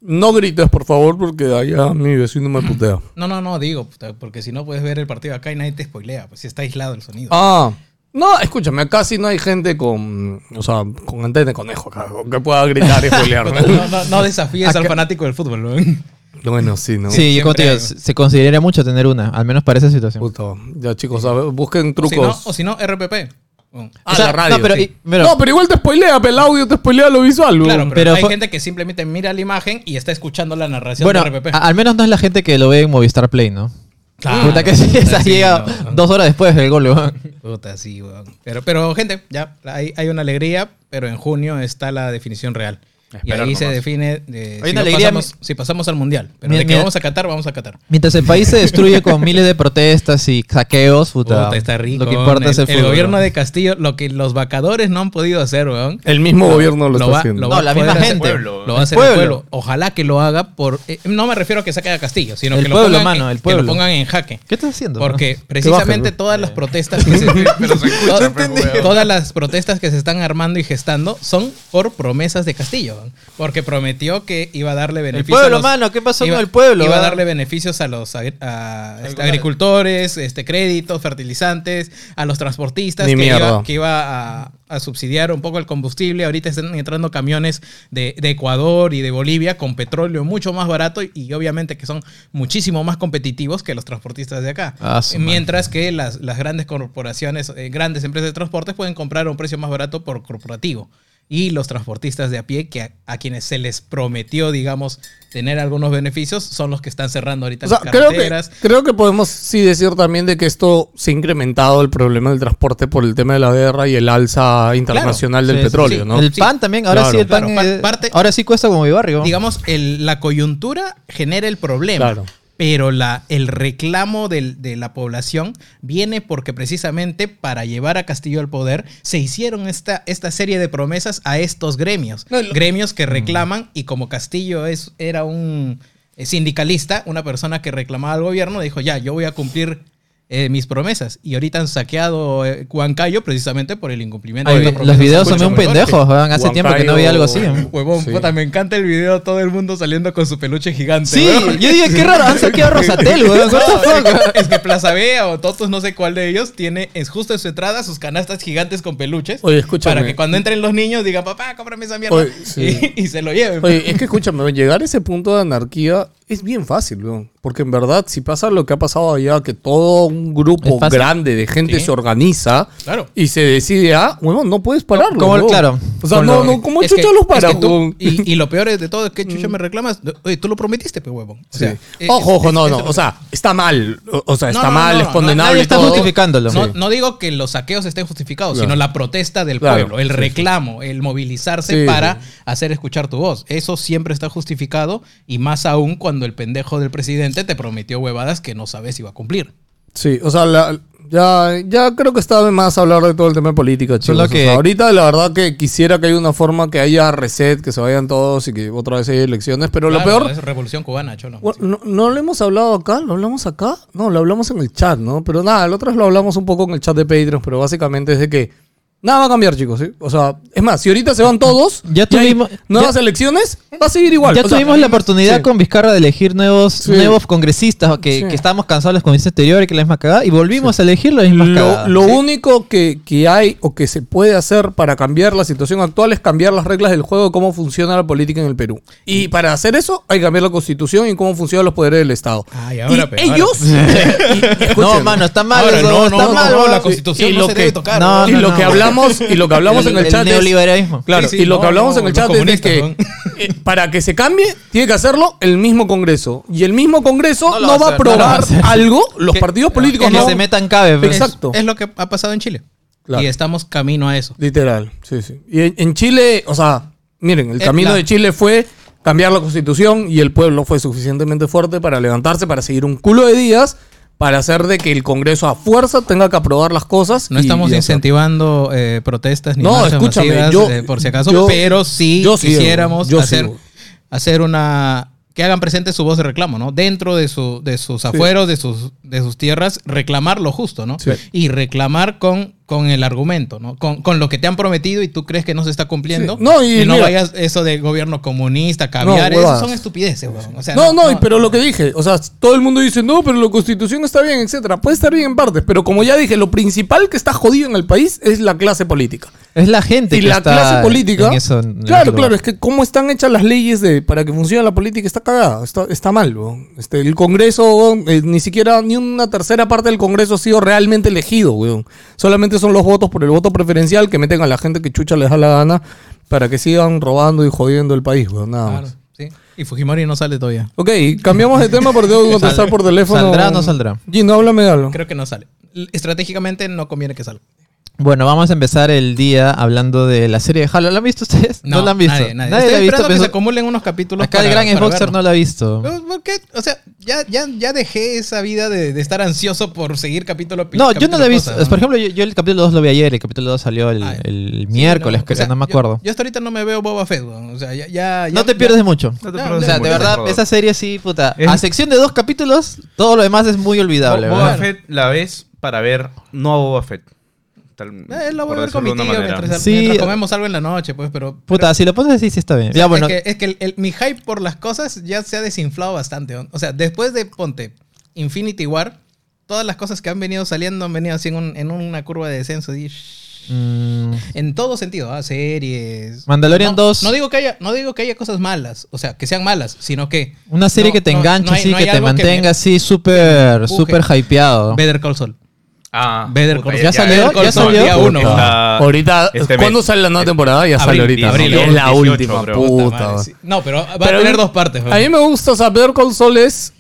B: No grites, por favor, porque allá mi vecino me putea.
C: No, no, no, digo, puta, porque si no puedes ver el partido acá y nadie te spoilea, pues si está aislado el sonido.
B: Ah, No, escúchame, acá sí no hay gente con, o sea, con antena de conejo acá, con que pueda gritar y pelear.
C: No, no, no desafíes al fanático del fútbol, weón.
B: Bueno, sí, ¿no?
D: Sí, yo como te digo,
C: siempre-
D: se se consideraría mucho tener una, al menos para esa situación.
B: Puta, ya chicos, a ver, busquen
C: O si no,
B: trucos.
C: o si no, RPP. Weón.
B: Ah,
D: O sea,
B: la radio,
D: no, pero-
B: sí.
D: y- pero-
B: no, pero igual te spoilea, pero el audio te spoilea lo visual. weón.
C: Claro, pero,
D: Pero
C: hay
D: fue-
C: gente que simplemente mira la imagen y está escuchando la narración
D: Bueno,
C: de RPP.
D: a- al menos no es la gente que lo ve en Movistar Play, ¿no?
C: Claro.
D: Puta que sí, esa
C: Sí,
D: llega
C: no, no.
D: dos horas después del gol, weón.
C: Puta, sí, weón. Pero, pero gente, ya, hay, hay una alegría, pero en junio está la definición real. Y
E: Esperar
C: ahí se
E: nomás.
C: define eh, si,
D: Hay una
C: no
D: alegría,
C: pasamos, si pasamos al mundial. Pero
D: Mira,
C: de que
D: mira.
C: vamos a Qatar, vamos a Qatar.
D: Mientras el país se destruye con miles de protestas y saqueos, puta,
C: Puta, está rico.
D: lo que importa
C: weón.
D: es el,
C: el
D: fútbol,
C: gobierno
D: weón.
C: de Castillo, lo que los vacadores no han podido hacer, weón.
B: El mismo gobierno lo, está
C: va-
B: haciendo.
C: lo va
D: No,
C: a
D: la
C: poder
D: misma
C: hacer-
D: gente.
E: Pueblo,
C: Lo va a
D: el
C: hacer el pueblo.
D: pueblo.
C: Ojalá que lo haga por. eh, no me refiero a que saquen a Castillo, sino
D: El
C: que,
D: pueblo,
C: lo pongan,
D: mano, el
C: que lo
D: pueblo.
C: pongan en jaque.
D: ¿Qué estás haciendo?
C: Porque
B: bajen,
C: precisamente
B: güey.
C: todas las protestas que se,
E: Pero se escucha,
C: Todas-
E: pues, weón.
C: todas las protestas que se están armando y gestando son por promesas de Castillo, ¿no? porque prometió que iba a darle beneficios.
D: pueblo,
C: a los-
D: mano, ¿qué pasó con el pueblo,
C: Iba a
D: ah?
C: darle beneficios a los agri- a, este, agricultores, este créditos, fertilizantes, a los transportistas
B: Ni
C: que
B: mierda.
C: iba, que iba a, a subsidiar un poco el combustible. Ahorita están entrando camiones de, de Ecuador y de Bolivia con petróleo mucho más barato y, y obviamente que son muchísimo más competitivos que los transportistas de acá.
D: Ah, su madre.
C: Mientras Mientras que las, las grandes corporaciones, eh, grandes empresas de transportes pueden comprar a un precio más barato por corporativo. Y los transportistas de a pie, que a, a quienes se les prometió, digamos, tener algunos beneficios, son los que están cerrando ahorita
B: O sea,
C: las
B: creo que,
C: carreteras.
B: creo que podemos sí decir también de que esto se ha incrementado el problema del transporte por el tema de la guerra y el alza internacional
D: Sí,
B: del
D: sí,
B: petróleo,
C: sí.
B: ¿no?
D: El
C: Sí.
D: pan también, ahora
B: Claro.
D: sí el pan
C: Claro, pa-
D: eh,
C: parte-
D: ahora sí cuesta como mi barrio.
C: Digamos, el- la coyuntura genera el problema.
B: Claro.
C: Pero la, el reclamo del- de la población viene porque precisamente para llevar a Castillo al poder se hicieron esta, esta serie de promesas a estos gremios. gremios
D: Mm.
C: que reclaman y como Castillo es, era un eh, sindicalista, una persona que reclamaba al gobierno, dijo, ya, yo voy a cumplir eh, mis promesas. Y ahorita han saqueado eh, Huancayo precisamente por el incumplimiento
D: Ay,
C: de las
D: los
C: promesas.
D: videos son
C: Escucha,
D: bien
C: muy fuerte.
D: pendejos, weón. hace
B: Huancayo-
D: tiempo que no había algo así. weón.
C: Huevón,
B: Sí.
C: puta, me encanta el video, todo el mundo saliendo con su peluche gigante.
D: Sí,
C: weón.
D: yo dije, qué raro, han saqueado a Rosatel, weón. What the fuck, weón?
C: Es que Plaza Vea o Totos, no sé cuál de ellos, tiene es justo en su entrada sus canastas gigantes con peluches.
B: Oye, escúchame.
C: Para que cuando entren los niños digan, papá, cómprame esa mierda.
B: Oye, sí.
C: y, y se lo lleven.
B: Oye, es que escúchame, llegar a ese punto de anarquía es bien fácil, weón. Porque en verdad, si pasa lo que ha pasado allá, que todo un grupo
D: Es fácil.
B: grande de gente
C: Sí.
B: se organiza
C: Claro.
B: y se decide, ah, weón, no puedes pararlo.
D: como-
B: weón.
D: claro.
B: O sea,
D: Con
B: no,
D: lo-
B: no, ¿cómo
C: Es
B: chucha
C: que-
B: los Mm.
C: es
B: paras,
C: que tú-
B: weón?
C: y, y lo peor es de todo es que chucha me reclamas. Oye, tú lo prometiste, pe huevón. O sea,
B: Sí.
C: eh,
B: Ojo, ojo,
C: es-
B: no,
C: es-
B: no. O sea, está mal. O, o sea,
C: No,
B: está
C: no,
B: mal,
C: no,
B: es
C: no,
B: condenable.
D: nadie está
B: todo.
D: justificándolo.
C: No,
D: Sí.
C: no digo que los saqueos estén justificados,
B: Claro.
C: sino la protesta del
B: Claro,
C: pueblo, el
B: sí, sí.
C: reclamo, el movilizarse
B: Sí,
C: para hacer escuchar tu voz. Eso siempre está justificado y más aún cuando el pendejo del presidente te prometió huevadas que no sabes si va a cumplir.
B: Sí, o sea, la- ya, ya creo que está de más hablar de todo el tema de política, chicos.
D: Solo
B: O
D: que-
B: sea, ahorita la verdad que quisiera que haya una forma que haya reset, que se vayan todos y que otra vez haya elecciones, pero
C: Claro,
B: lo peor...
C: Es revolución cubana, cholo.
B: Bueno, No, no lo hemos hablado acá, lo hablamos acá, no, lo hablamos en el chat, ¿no? Pero nada, el otro lo hablamos un poco en el chat de Patreon, pero básicamente es de que nada va a cambiar, chicos, ¿sí? O sea, es más, si ahorita se van todos,
D: Ya
B: y hay
D: tuvimos-
B: nuevas
D: ya-
B: elecciones, va a seguir igual.
D: Ya
B: O sea,
D: tuvimos la oportunidad
B: sí.
D: con Vizcarra de elegir nuevos,
B: Sí.
D: nuevos congresistas que,
B: Sí.
D: que estábamos cansados de los congresistas anteriores, que la misma cagada, y volvimos a elegir las mismas
B: Lo,
D: cagadas.
B: lo único que, que hay o que se puede hacer para cambiar la situación actual es cambiar las reglas del juego de cómo funciona la política en el Perú. Y
D: Mm.
B: para hacer eso hay que cambiar la constitución y cómo funcionan los poderes del Estado.
C: Ay, ahora,
B: Y
C: pero ahora.
B: ellos... y- y
D: No,
B: escúchenme.
D: mano, está mal.
C: Ahora,
D: eso,
C: no, no,
D: está
C: no,
D: mal.
C: no,
D: weón.
C: la constitución
B: Y
C: no
B: lo
C: se
B: que-
C: debe tocar.
D: no,
C: weón.
B: y lo que
D: no.
B: hablamos y lo que hablamos
D: El-
B: en el,
D: el
B: chat es-
D: neoliberalismo.
B: claro
C: Sí, sí,
B: y lo
C: no,
B: que hablamos
C: no,
B: en el
C: los
B: chat es de
C: comunistas,
B: que
C: weón.
B: eh, para que se cambie tiene que hacerlo el mismo Congreso y el mismo Congreso no,
D: No lo va a
B: va a
D: hacer, no lo va a
B: aprobar
D: hacer.
B: algo los
D: Que-
B: partidos políticos
D: que
B: no
D: se metan cabe. pues.
B: Exacto.
C: Es lo que ha pasado en Chile.
B: Claro.
C: Y estamos camino a eso.
B: Literal, sí, sí. Y en, en Chile, o sea, miren, el
C: Eh,
B: camino
C: la-
B: de Chile fue cambiar la constitución y el pueblo fue suficientemente fuerte para levantarse, para seguir un culo de días, para hacer de que el Congreso a fuerza tenga que aprobar las cosas.
C: No
B: y-
C: estamos
B: y hacer.
C: incentivando eh, protestas ni
B: No,
C: marchas
B: escúchame,
C: masivas,
B: yo-
C: eh, por si acaso,
B: yo-
C: pero sí
B: yo sigo,
C: quisiéramos
B: yo
C: hacer,
B: sigo.
C: hacer una que hagan presente su voz de reclamo, ¿no? Dentro de, su, de sus afueros, de, sus, de sus tierras, reclamar lo justo, ¿no?
B: Sí.
C: Y reclamar con con el argumento, ¿no? Con, con lo que te han prometido y tú crees que no se está cumpliendo.
B: Sí. No, y
C: no
B: mira-
C: vayas eso de gobierno comunista, caviar,
B: No,
C: eso
B: huevadas.
C: son estupideces, weón. O sea,
B: No, no, y- pero lo que dije, o sea, todo el mundo dice, no, pero la constitución está bien, etcétera. Puede estar bien en partes, pero como ya dije, lo principal que está jodido en el país es la clase política.
D: Es la gente
B: Y
D: que
B: la
D: está
B: clase política.
D: en eso, en ese
B: claro,
D: lugar.
B: claro, es que cómo están hechas las leyes de para que funcione la política está cagada, está, está mal. weón. Este, el Congreso, weón, eh, ni siquiera ni una tercera parte del Congreso ha sido realmente elegido. weón. Solamente son los votos por el voto preferencial que meten a la gente que chucha les da la gana para que sigan robando y jodiendo el país. weón, nada más.
C: Claro, sí. Y Fujimori no sale todavía.
B: Ok, cambiamos de tema porque tengo que contestar por teléfono.
D: ¿Saldrá o no saldrá?
B: Gino, háblame de algo.
C: Creo que no sale. L- Estratégicamente no conviene que salga.
D: Bueno, vamos a empezar el día hablando de la serie de Halo. ¿La han visto ustedes? No, la han visto.
C: Nadie, nadie. Estoy
D: la ha visto.
C: esperando que
D: pero-
C: se acumulen unos capítulos.
D: Acá el
C: para-
D: gran
C: para
D: Xboxer
C: verlo.
D: no la ha visto.
C: No, ¿por qué? O sea, ya, ya, ya dejé esa vida de, de estar ansioso por seguir capítulo
D: No, yo no la he visto.
C: capítulo, cosa,
D: Por ejemplo, yo, yo el capítulo 2 lo vi ayer. El capítulo 2 salió el,
C: Ah,
D: el
C: Sí,
D: miércoles,
C: o
D: creo,
C: sea,
D: no me
C: yo-
D: acuerdo.
C: Yo, hasta ahorita no me veo Boba Fett, weón. O sea, ya. ya-
D: no
C: ya-
D: te
C: ya-
D: pierdes de mucho.
E: No te
C: No,
E: pierdas
C: o
D: O
E: de
D: sea, de
E: mucho,
D: verdad,
E: por favor.
D: esa serie sí, puta.
E: Es-
D: A sección de dos capítulos, todo lo demás es muy olvidable.
E: Bo- Boba
D: ¿verdad?
E: Fett la ves para ver no a Boba Fett. Tal-
C: Eh, lo voy
E: por
C: a ver con mi
E: decirlo de
C: tío
E: una manera.
C: mientras,
D: Sí. eh,
C: mientras comemos algo en la noche, pues, pero.
D: Puta, si lo pones así, sí está bien.
C: pero-
D: Ya, bueno.
C: Es que, es que el- el- mi hype por las cosas ya se ha desinflado bastante. weón. O sea, después de Ponte Infinity War, todas las cosas que han venido saliendo han venido así en, un- en una curva de descenso. y-
D: mm,
C: en todo sentido, ah, series.
D: Mandalorian
C: no,
D: 2.
C: No digo, que haya, no digo que haya cosas malas, o sea, que sean malas, sino que.
D: Una serie
C: no-
D: que te
C: no-
D: enganche,
C: no hay-
D: sí,
C: no hay
D: que te
C: algo me-
D: mantenga así súper,
C: empuje.
D: súper hypeado.
C: Better Call Saul.
E: Ah,
C: Better
E: puta,
C: Call
D: ¿Ya salió?
E: Better Call
D: ¿Ya
E: Saul,
D: salió?
E: día
D: Puta.
E: uno, está-
B: ahorita,
E: este
B: ¿cuándo
E: mes.
B: sale la nueva temporada? Ya sale
E: Abril,
B: ahorita.
E: abril,
B: es la
E: 18,
B: última,
E: bro.
B: puta.
C: Puta madre,
B: bro.
C: sí. No, pero va
B: Pero
C: a tener
B: mí-
C: dos partes. weón.
B: A mí me gusta saber con soles.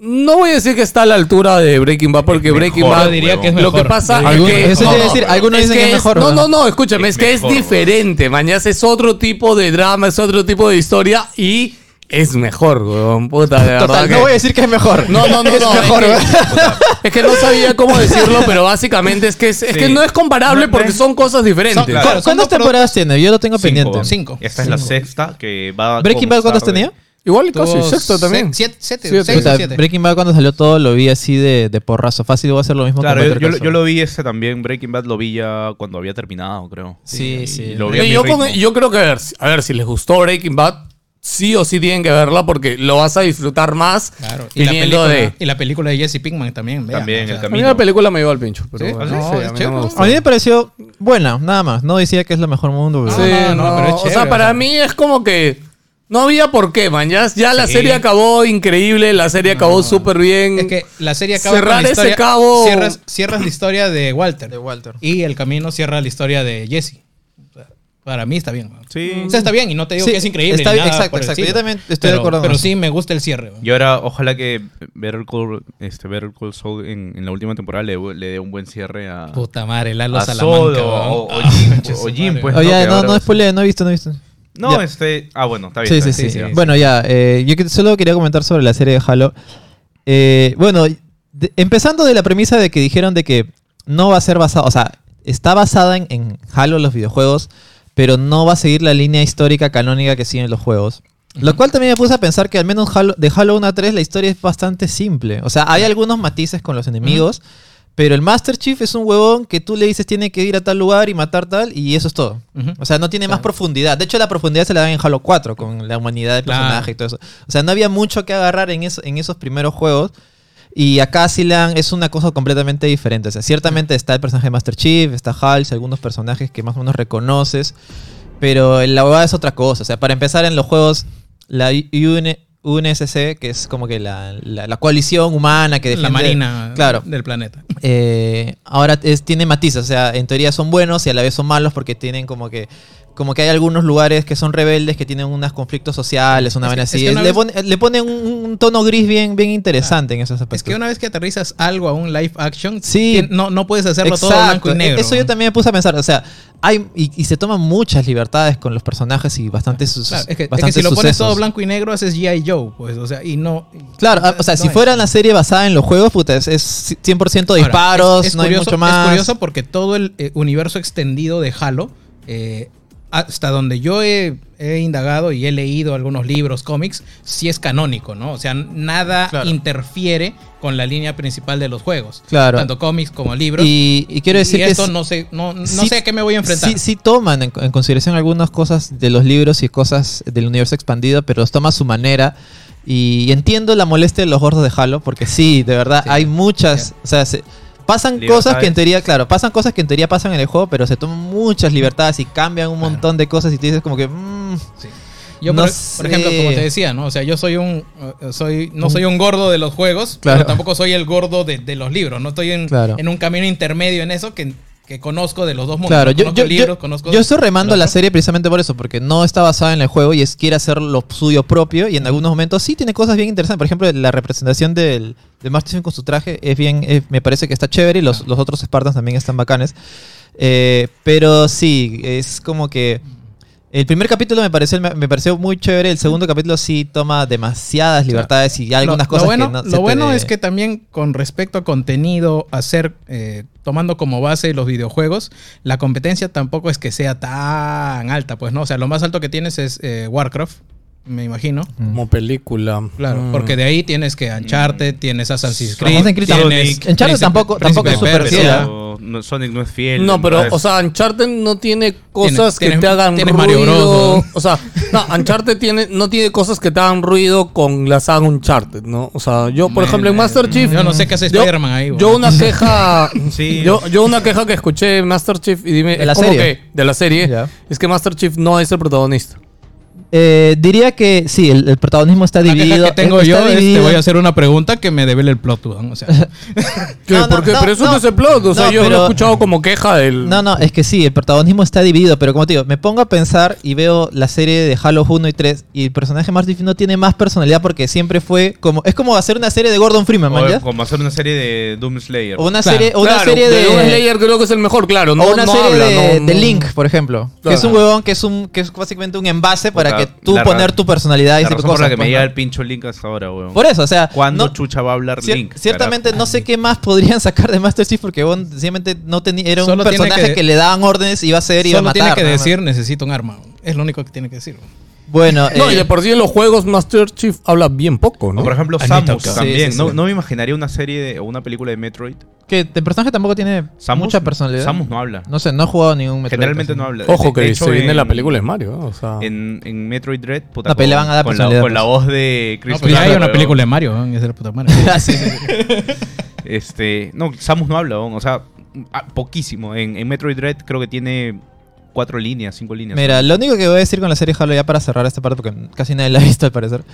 B: No voy a decir que está a la altura de Breaking Bad, porque
E: Es
B: Breaking
E: mejor,
B: Bad.
E: Yo diría que es
B: Lo que
C: mejor.
B: pasa es
D: Algunos-
B: que.
D: eso
B: no,
D: quiere
B: no,
D: decir, algunos dicen que es mejor,
B: No,
D: ¿verdad?
B: no, no, escúchame, es,
E: Es
B: que
E: mejor,
B: es
E: ¿verdad?
B: diferente, mañana es otro tipo de drama, es otro tipo de historia y es mejor, weón. Puta, de verdad.
D: Total,
B: que-
D: no voy a decir que es mejor.
B: no, no, no,
D: Es
B: no,
D: mejor,
B: es,
D: ¿verdad?
B: que, es que no sabía cómo decirlo, pero básicamente es que, es, es
E: Sí.
B: que no es comparable
E: No,
B: porque
E: no es-
B: son cosas diferentes.
C: Son- claro.
D: ¿Cu- ¿Cuántas
C: dos pro-
D: temporadas tiene? Yo lo tengo pendiente.
E: Cinco.
C: Cinco.
E: Esta es la sexta que va a
D: ¿Breaking Bad cuántas
E: comenzar de-
D: tenía?
B: Igual
C: Tuvo
B: casi, sexto también.
C: se- Siete, siete,
B: Siete.
C: seis o
D: Puta,
C: siete.
D: Breaking Bad cuando salió todo lo vi así de, de porrazo. Fácil, voy a hacer lo mismo
E: Claro,
D: con
E: yo,
D: Better
E: yo lo-
D: Call Saul.
E: yo lo vi ese también, Breaking Bad lo vi ya cuando había terminado, creo.
D: Sí,
E: Y-
D: sí.
E: y lo vi a
B: Yo,
E: mi
B: yo con-
E: ritmo.
B: yo creo que a ver, si- a ver, si les gustó Breaking Bad, sí o sí tienen que verla porque lo vas a disfrutar más
C: Claro. Y la,
B: viniendo
C: película,
B: de.
C: y la película de Jesse Pinkman también. vean,
E: También,
C: o sea,
E: el
B: A
E: camino.
B: mí la película me llevó al pincho, pero
C: ¿Sí?
B: bueno,
C: No,
B: sí,
C: es
B: a mí no
C: chévere,
B: me
C: ¿no?
B: gustó.
D: A mí me pareció buena, nada más. No decía que es lo mejor mundo.
B: Ah. Sí,
C: no,
D: ¿verdad?
C: no,
B: no,
C: pero es
B: o
C: chévere,
B: sea,
C: o
B: para
C: sea.
B: mí es como que no había por qué, man. Ya, ya la serie acabó increíble, la serie acabó súper bien.
C: Es que la serie acaba
B: Cerrar
C: con la
B: ese
C: historia-
B: cabo.
C: Cierras, cierras la historia de Walter.
D: De Walter.
C: Y el camino cierra la historia de Jesse. O sea, Para mí está bien. weón.
E: Sí.
C: O sea, está bien y no te digo
D: Sí,
C: que es increíble.
D: está
C: ni
D: bien,
C: nada
D: exacto,
C: por el
D: exacto.
C: estilo.
D: Yo también estoy de
C: Pero-
D: acuerdo en
C: Pero
D: eso.
C: sí me gusta el cierre. weón.
E: Y ahora, ojalá que Better Call, este, Better Call Saul en, en la última temporada le, le dé un buen cierre a,
C: Puta madre, Lalo
E: a
C: Salamanca.
E: Solo o,
C: weón.
E: o
C: Ah,
E: Jim,
C: concha
E: o
C: su
E: Jim,
C: madre.
E: pues.
D: Oye,
E: que
D: no,
E: ahora-
D: no spoileé, no he visto, no he visto.
E: No,
D: Ya.
E: este. Ah, bueno, está bien.
D: Sí,
E: está
D: sí,
E: bien.
D: sí,
C: sí, sí.
D: Bueno, ya, eh, yo que- solo quería comentar sobre la serie de Halo. Eh, bueno, de- empezando de la premisa de que dijeron de que no va a ser basada, o sea, está basada en, en Halo, los videojuegos, pero no va a seguir la línea histórica canónica que siguen los juegos. Lo cual también me puse a pensar que al menos Halo- de Halo 1 a 3 la historia es bastante simple. O sea, hay algunos matices con los enemigos, pero el Master Chief es un huevón que tú le dices tiene que ir a tal lugar y matar tal, y eso es todo.
C: Ujú.
D: O sea, no tiene más profundidad. De hecho, la profundidad se la dan en Halo 4, con la humanidad del
C: Claro.
D: personaje y todo eso. O sea, no había mucho que agarrar en, eso, en esos primeros juegos. Y acá sí le dan- es una cosa completamente diferente. O sea, ciertamente está el personaje de Master Chief, está Hals, algunos personajes que más o menos reconoces. Pero la huevada es otra cosa. O sea, para empezar en los juegos, la UN UNSC, que es como que la, la- la coalición humana que
C: La
D: defiende...
C: marina
D: Claro.
C: del planeta.
D: Eh, ahora es- tiene matices, o sea, en teoría son buenos y a la vez son malos porque tienen como que como que hay algunos lugares que son rebeldes que tienen unos conflictos sociales, una
C: Es que-
D: vaina
C: es
D: así.
C: que una vez-
D: le,
C: Ah,
D: pone- le ponen un, un tono gris bien, bien interesante en esos aspectos.
C: Es que una vez que aterrizas algo a un live action,
D: Sí.
C: tien- no, no puedes hacerlo todo blanco y negro.
D: e- Eso yo también me puse a pensar, o sea, hay y, y se toman muchas libertades con los personajes y bastantes sus
C: Ah, Claro, es que, es que
D: bastantes
C: si lo pones
D: sucesos.
C: todo blanco y negro, haces G.I. Joe, pues, o sea, y no.
D: Claro, ah, o sea,
C: no
D: si
C: hay.
D: fuera una serie basada en los juegos, puta, es, es 100%
C: Ahora,
D: disparos,
C: es- es
D: no hay
C: curioso-
D: mucho más.
C: Es curioso porque todo el eh, universo extendido de Halo eh, hasta donde yo he, he indagado y he leído algunos libros, cómics, sí es canónico, ¿no? O sea, nada
D: Claro.
C: interfiere con la línea principal de los juegos.
D: Claro.
C: Tanto cómics como libros.
D: Y, y quiero decir
C: y
D: que
C: esto
D: sí-
C: no sé, no, no
D: sí-
C: sé a qué me voy a enfrentar.
D: Sí, sí toman en, en consideración algunas cosas de los libros y cosas del universo expandido, pero los toma a su manera. Y entiendo la molestia de los gordos de Halo, porque sí, de verdad,
C: Sí.
D: hay muchas. O sea, se- pasan
E: Libertades.
D: cosas que en teoría, claro, pasan cosas que en teoría pasan en el juego, pero se toman muchas libertades y cambian un montón de cosas. Y te dices, como que. mm,
C: Sí. Yo,
D: No
C: por, por
D: sé.
C: ejemplo, como te decía, ¿no? O sea, yo soy un. eh, soy No soy un gordo de los juegos,
D: Claro.
C: pero tampoco soy el gordo de, de los libros. No estoy en,
D: Claro.
C: en un camino intermedio en eso que, que conozco de los dos mundos.
D: Claro, yo,
C: Conozco
D: yo,
C: libros,
D: yo-
C: conozco.
D: yo estoy remando
C: el
D: la
C: otro.
D: serie precisamente por eso, porque no está basada en el juego y es quiere hacer lo suyo propio y en algunos momentos sí tiene cosas bien interesantes. Por ejemplo, la representación del, de Master Chief con su traje es bien, es- me parece que está chévere y los, los otros Spartans también están bacanes. Eh, pero sí, es como que... El primer capítulo me pareció, me pareció muy chévere, el segundo capítulo sí toma demasiadas libertades y
C: Lo-
D: algunas
C: lo,
D: cosas
C: bueno,
D: que no se
C: lo
D: te
C: bueno
D: de-
C: es que también con respecto a contenido, hacer, eh, tomando como base los videojuegos, la competencia tampoco es que sea tan alta, pues, ¿no? O sea, lo más alto que tienes es eh, Warcraft, me imagino.
B: Como película.
C: Claro,
B: Mm.
C: porque de ahí tienes que Uncharted,
E: Mm.
C: tienes Assassin's
E: Pero
C: Creed.
D: Assassin's Creed tampoco-
C: tienes
D: Uncharted tampoco- tampoco es
C: de
D: súper
C: Persia,
D: fiel, ¿ah?
E: Pero no- Sonic no es fiel.
B: No, pero,
E: entonces-
B: o sea, Uncharted no tiene cosas que
C: tienes-
B: te hagan
C: tienes
B: ruido.
C: Mario Bros, ¿no?
B: O sea, no, Uncharted tiene, no tiene cosas que te hagan ruido con la saga Uncharted, ¿no? O sea, yo, por ejemplo, en Master Chief.
C: Yo no sé qué hace
B: yo-
C: Spider-Man ahí,
B: Yo
C: weón.
B: una queja.
E: Sí.
B: yo, yo una queja que escuché en Master Chief y dime.
D: De
B: es
D: la
B: como
D: serie.
B: que- de la serie.
D: Ya.
B: Es que Master Chief no es el protagonista.
D: Eh, diría que sí, el, el protagonismo está
C: La queja
D: dividido.
C: que tengo
D: está
C: yo es, te
D: dividido.
C: voy a hacer una pregunta que me devele el plot, weón, o sea,
B: ¿Qué?
D: No, no,
B: ¿Por qué?
D: no,
B: pero eso no,
D: no.
B: es el plot. O sea,
D: No,
B: yo lo
D: pero-
B: he escuchado como queja del.
D: No, no, es que sí, el protagonismo está dividido, pero como te digo, me pongo a pensar y veo la serie de Halo 1 y 3 y el personaje Marty no tiene más personalidad porque siempre fue como es como hacer una serie de Gordon Freeman, man,
E: O
D: ¿ya?
E: como hacer una serie de Doom Slayer.
D: O una
C: Claro,
D: serie, o una
B: Claro,
D: serie de,
B: Demon Slayer creo que es el mejor, claro. No,
D: o una
B: no
D: serie
B: habla,
D: de,
B: no-
D: de
B: no-
D: Link, por ejemplo, que es un
B: Claro.
D: huevón que es un que es básicamente un envase para
E: la-
D: que tú
E: la ra-
D: poner tu personalidad y
E: la
D: ese tipo de
E: razón por
D: cosas.
E: la que me
D: pues,
E: llega
D: ¿no?
E: el pincho Link hasta ahora, weón.
D: Por eso, o sea,
E: ¿Cuándo
D: no-
E: chucha va a hablar
D: Cier-
E: Link?
D: ciertamente
E: carajo?
D: no sé qué más podrían sacar de Master Chief porque bon, sencillamente no tenía era un
C: Solo tiene
D: personaje que,
C: que-
D: le daban órdenes iba a ser iba a
C: solo
D: matar.
C: tiene que
D: nada más.
C: decir necesito un arma, weón. es lo único que tiene que decir. weón.
D: Bueno,
B: No,
D: eh,
B: y de por sí en los juegos Master Chief habla bien poco, ¿no?
E: O por ejemplo,
C: Anita
E: Samus
C: Ocampo.
E: también.
D: Sí, sí,
E: no,
D: sí.
E: no me imaginaría una serie de- o una película de Metroid.
D: que el personaje tampoco tiene
E: Samus,
D: mucha personalidad.
E: Samus no habla.
D: No sé, no he jugado ningún Metroid,
E: Generalmente
D: así.
E: no habla.
B: Ojo
E: De-
B: que
E: de hecho,
B: se viene
E: en-
B: la película de Mario, ¿no? o sea.
E: En, en Metroid Dread, puta,
D: No, pero le van a dar
E: con, la,
D: personalidad,
E: con la voz de Chris
C: No, pues ya
E: Pratt,
C: hay una
E: weón.
C: película de Mario, weón, es de la puta madre.
D: Ah, sí, sí, sí.
E: Este, no, Samus no habla, weón, o sea, ah, poquísimo. En, en Metroid Dread creo que tiene cuatro líneas, cinco líneas.
D: Mira, lo único que voy a decir con la serie Halo ya para cerrar esta parte porque casi nadie la ha visto al parecer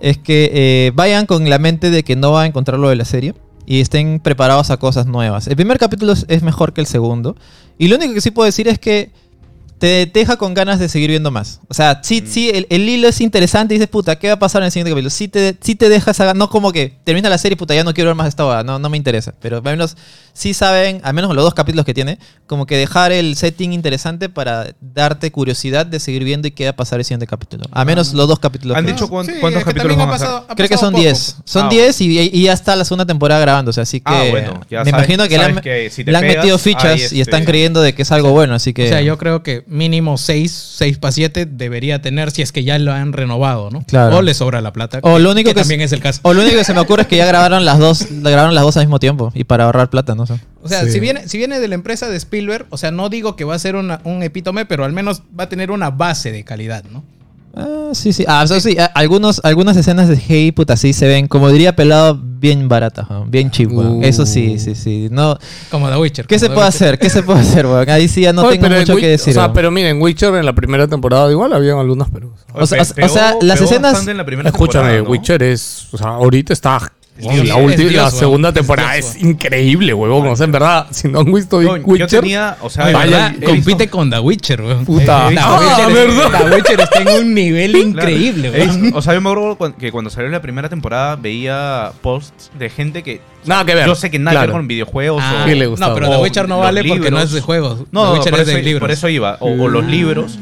D: es que eh, vayan con la mente de que no va a encontrar lo de la serie y estén preparados a cosas nuevas. El primer capítulo es- es mejor que el segundo y lo único que sí puedo decir es que te deja con ganas de seguir viendo más. O sea, sí, sí, el, el hilo es interesante y dices, puta, ¿qué va a pasar en el siguiente capítulo? Sí te, sí te deja esa- No como que termina la serie, puta, ya no quiero ver más esta hora, no, no me interesa. Pero al menos sí saben, al menos los dos capítulos que tiene, como que dejar el setting interesante para darte curiosidad de seguir viendo y qué va a pasar en el siguiente capítulo. Al menos los dos capítulos.
E: ¿Han
D: que-
E: dicho cuán-
C: Sí,
E: cuántos
C: es que
E: capítulos
C: también
E: van a
C: ha
E: hacer?
C: pasado- ha
D: Creo que
C: pasado
D: son
C: poco.
D: 10. Son
E: Ah,
D: 10 y, y ya está la segunda temporada grabándose, así que
E: Ah, bueno, ya
D: me
E: sabes-
D: imagino que le han,
E: sabes que si te
D: le han
E: pegas,
D: metido
E: ahí
D: fichas y
E: este-
D: están creyendo de que es algo bueno, así que...
C: O sea, yo creo que mínimo 6, 6 para 7 debería tener si es que ya lo han renovado, ¿no?
D: Claro.
C: O le sobra la plata.
D: O lo único que es-
C: también es el caso.
D: O lo único que se me ocurre es que ya grabaron las dos, la grabaron las dos al mismo tiempo y para ahorrar plata, no sé.
C: O sea,
B: Sí.
C: si, viene, si viene de la empresa de Spielberg, o sea, no digo que va a ser una- un epítome, pero al menos va a tener una base de calidad, ¿no?
D: Ah, sí, sí. Ah, eso sí, ah, algunos, algunas escenas de Hey puta sí se ven, como diría pelado, bien baratas, ¿no? bien cheap, weón.
B: Uh.
D: Eso sí, sí, sí. No,
C: Como The Witcher.
D: ¿Qué
C: como
D: se
C: The
D: puede
C: Witcher.
D: hacer? ¿Qué se puede hacer, weón? Ahí sí ya no
B: Oye,
D: tengo
B: en
D: mucho que
B: Witch-
D: decir.
B: O sea,
D: weón.
B: pero miren, Witcher en la primera temporada igual habían algunas, pero. o sea,
E: Oye,
D: o sea,
E: pe-
D: o sea, las
E: pegó
D: escenas-
E: bastante en la primera
B: Escúchame,
E: temporada, ¿no?
B: Witcher es. O sea, ahorita está.
C: Es
B: Wow,
C: Dios,
B: la
C: es
B: ulti-
C: Dios,
B: la
C: weón.
B: segunda
C: Es
B: temporada
C: Dios,
B: es, increíble, huevón. O sea, en verdad, si no han visto
E: No, yo
B: Witcher.
E: tenía, o sea,
C: Ay,
E: de
B: Vaya,
E: verdad,
C: ¿verdad?
E: he
C: compite
E: visto-
C: con The Witcher, weón. Eh,
B: Puta.
C: The,
B: Ah,
C: Witcher es-
B: ¿verdad?
C: The Witcher está en un nivel
E: Claro.
C: increíble,
E: He
C: weón.
E: visto- O sea, yo me acuerdo cuan- que cuando salió la primera temporada veía posts de gente que.
B: Nada que ver.
E: Yo sé que nada que
B: Claro.
E: ver con videojuegos
C: Ah,
E: o.
B: ¿Qué le
C: no,
B: gustaba?
C: pero The
E: o
C: Witcher no
E: los
C: vale porque no
E: libros.
C: es de juegos.
E: No,
C: The
E: no,
C: Witcher
E: por,
C: es de
B: Mm.
E: eso,
C: libros.
E: por eso iba. O, o los libros.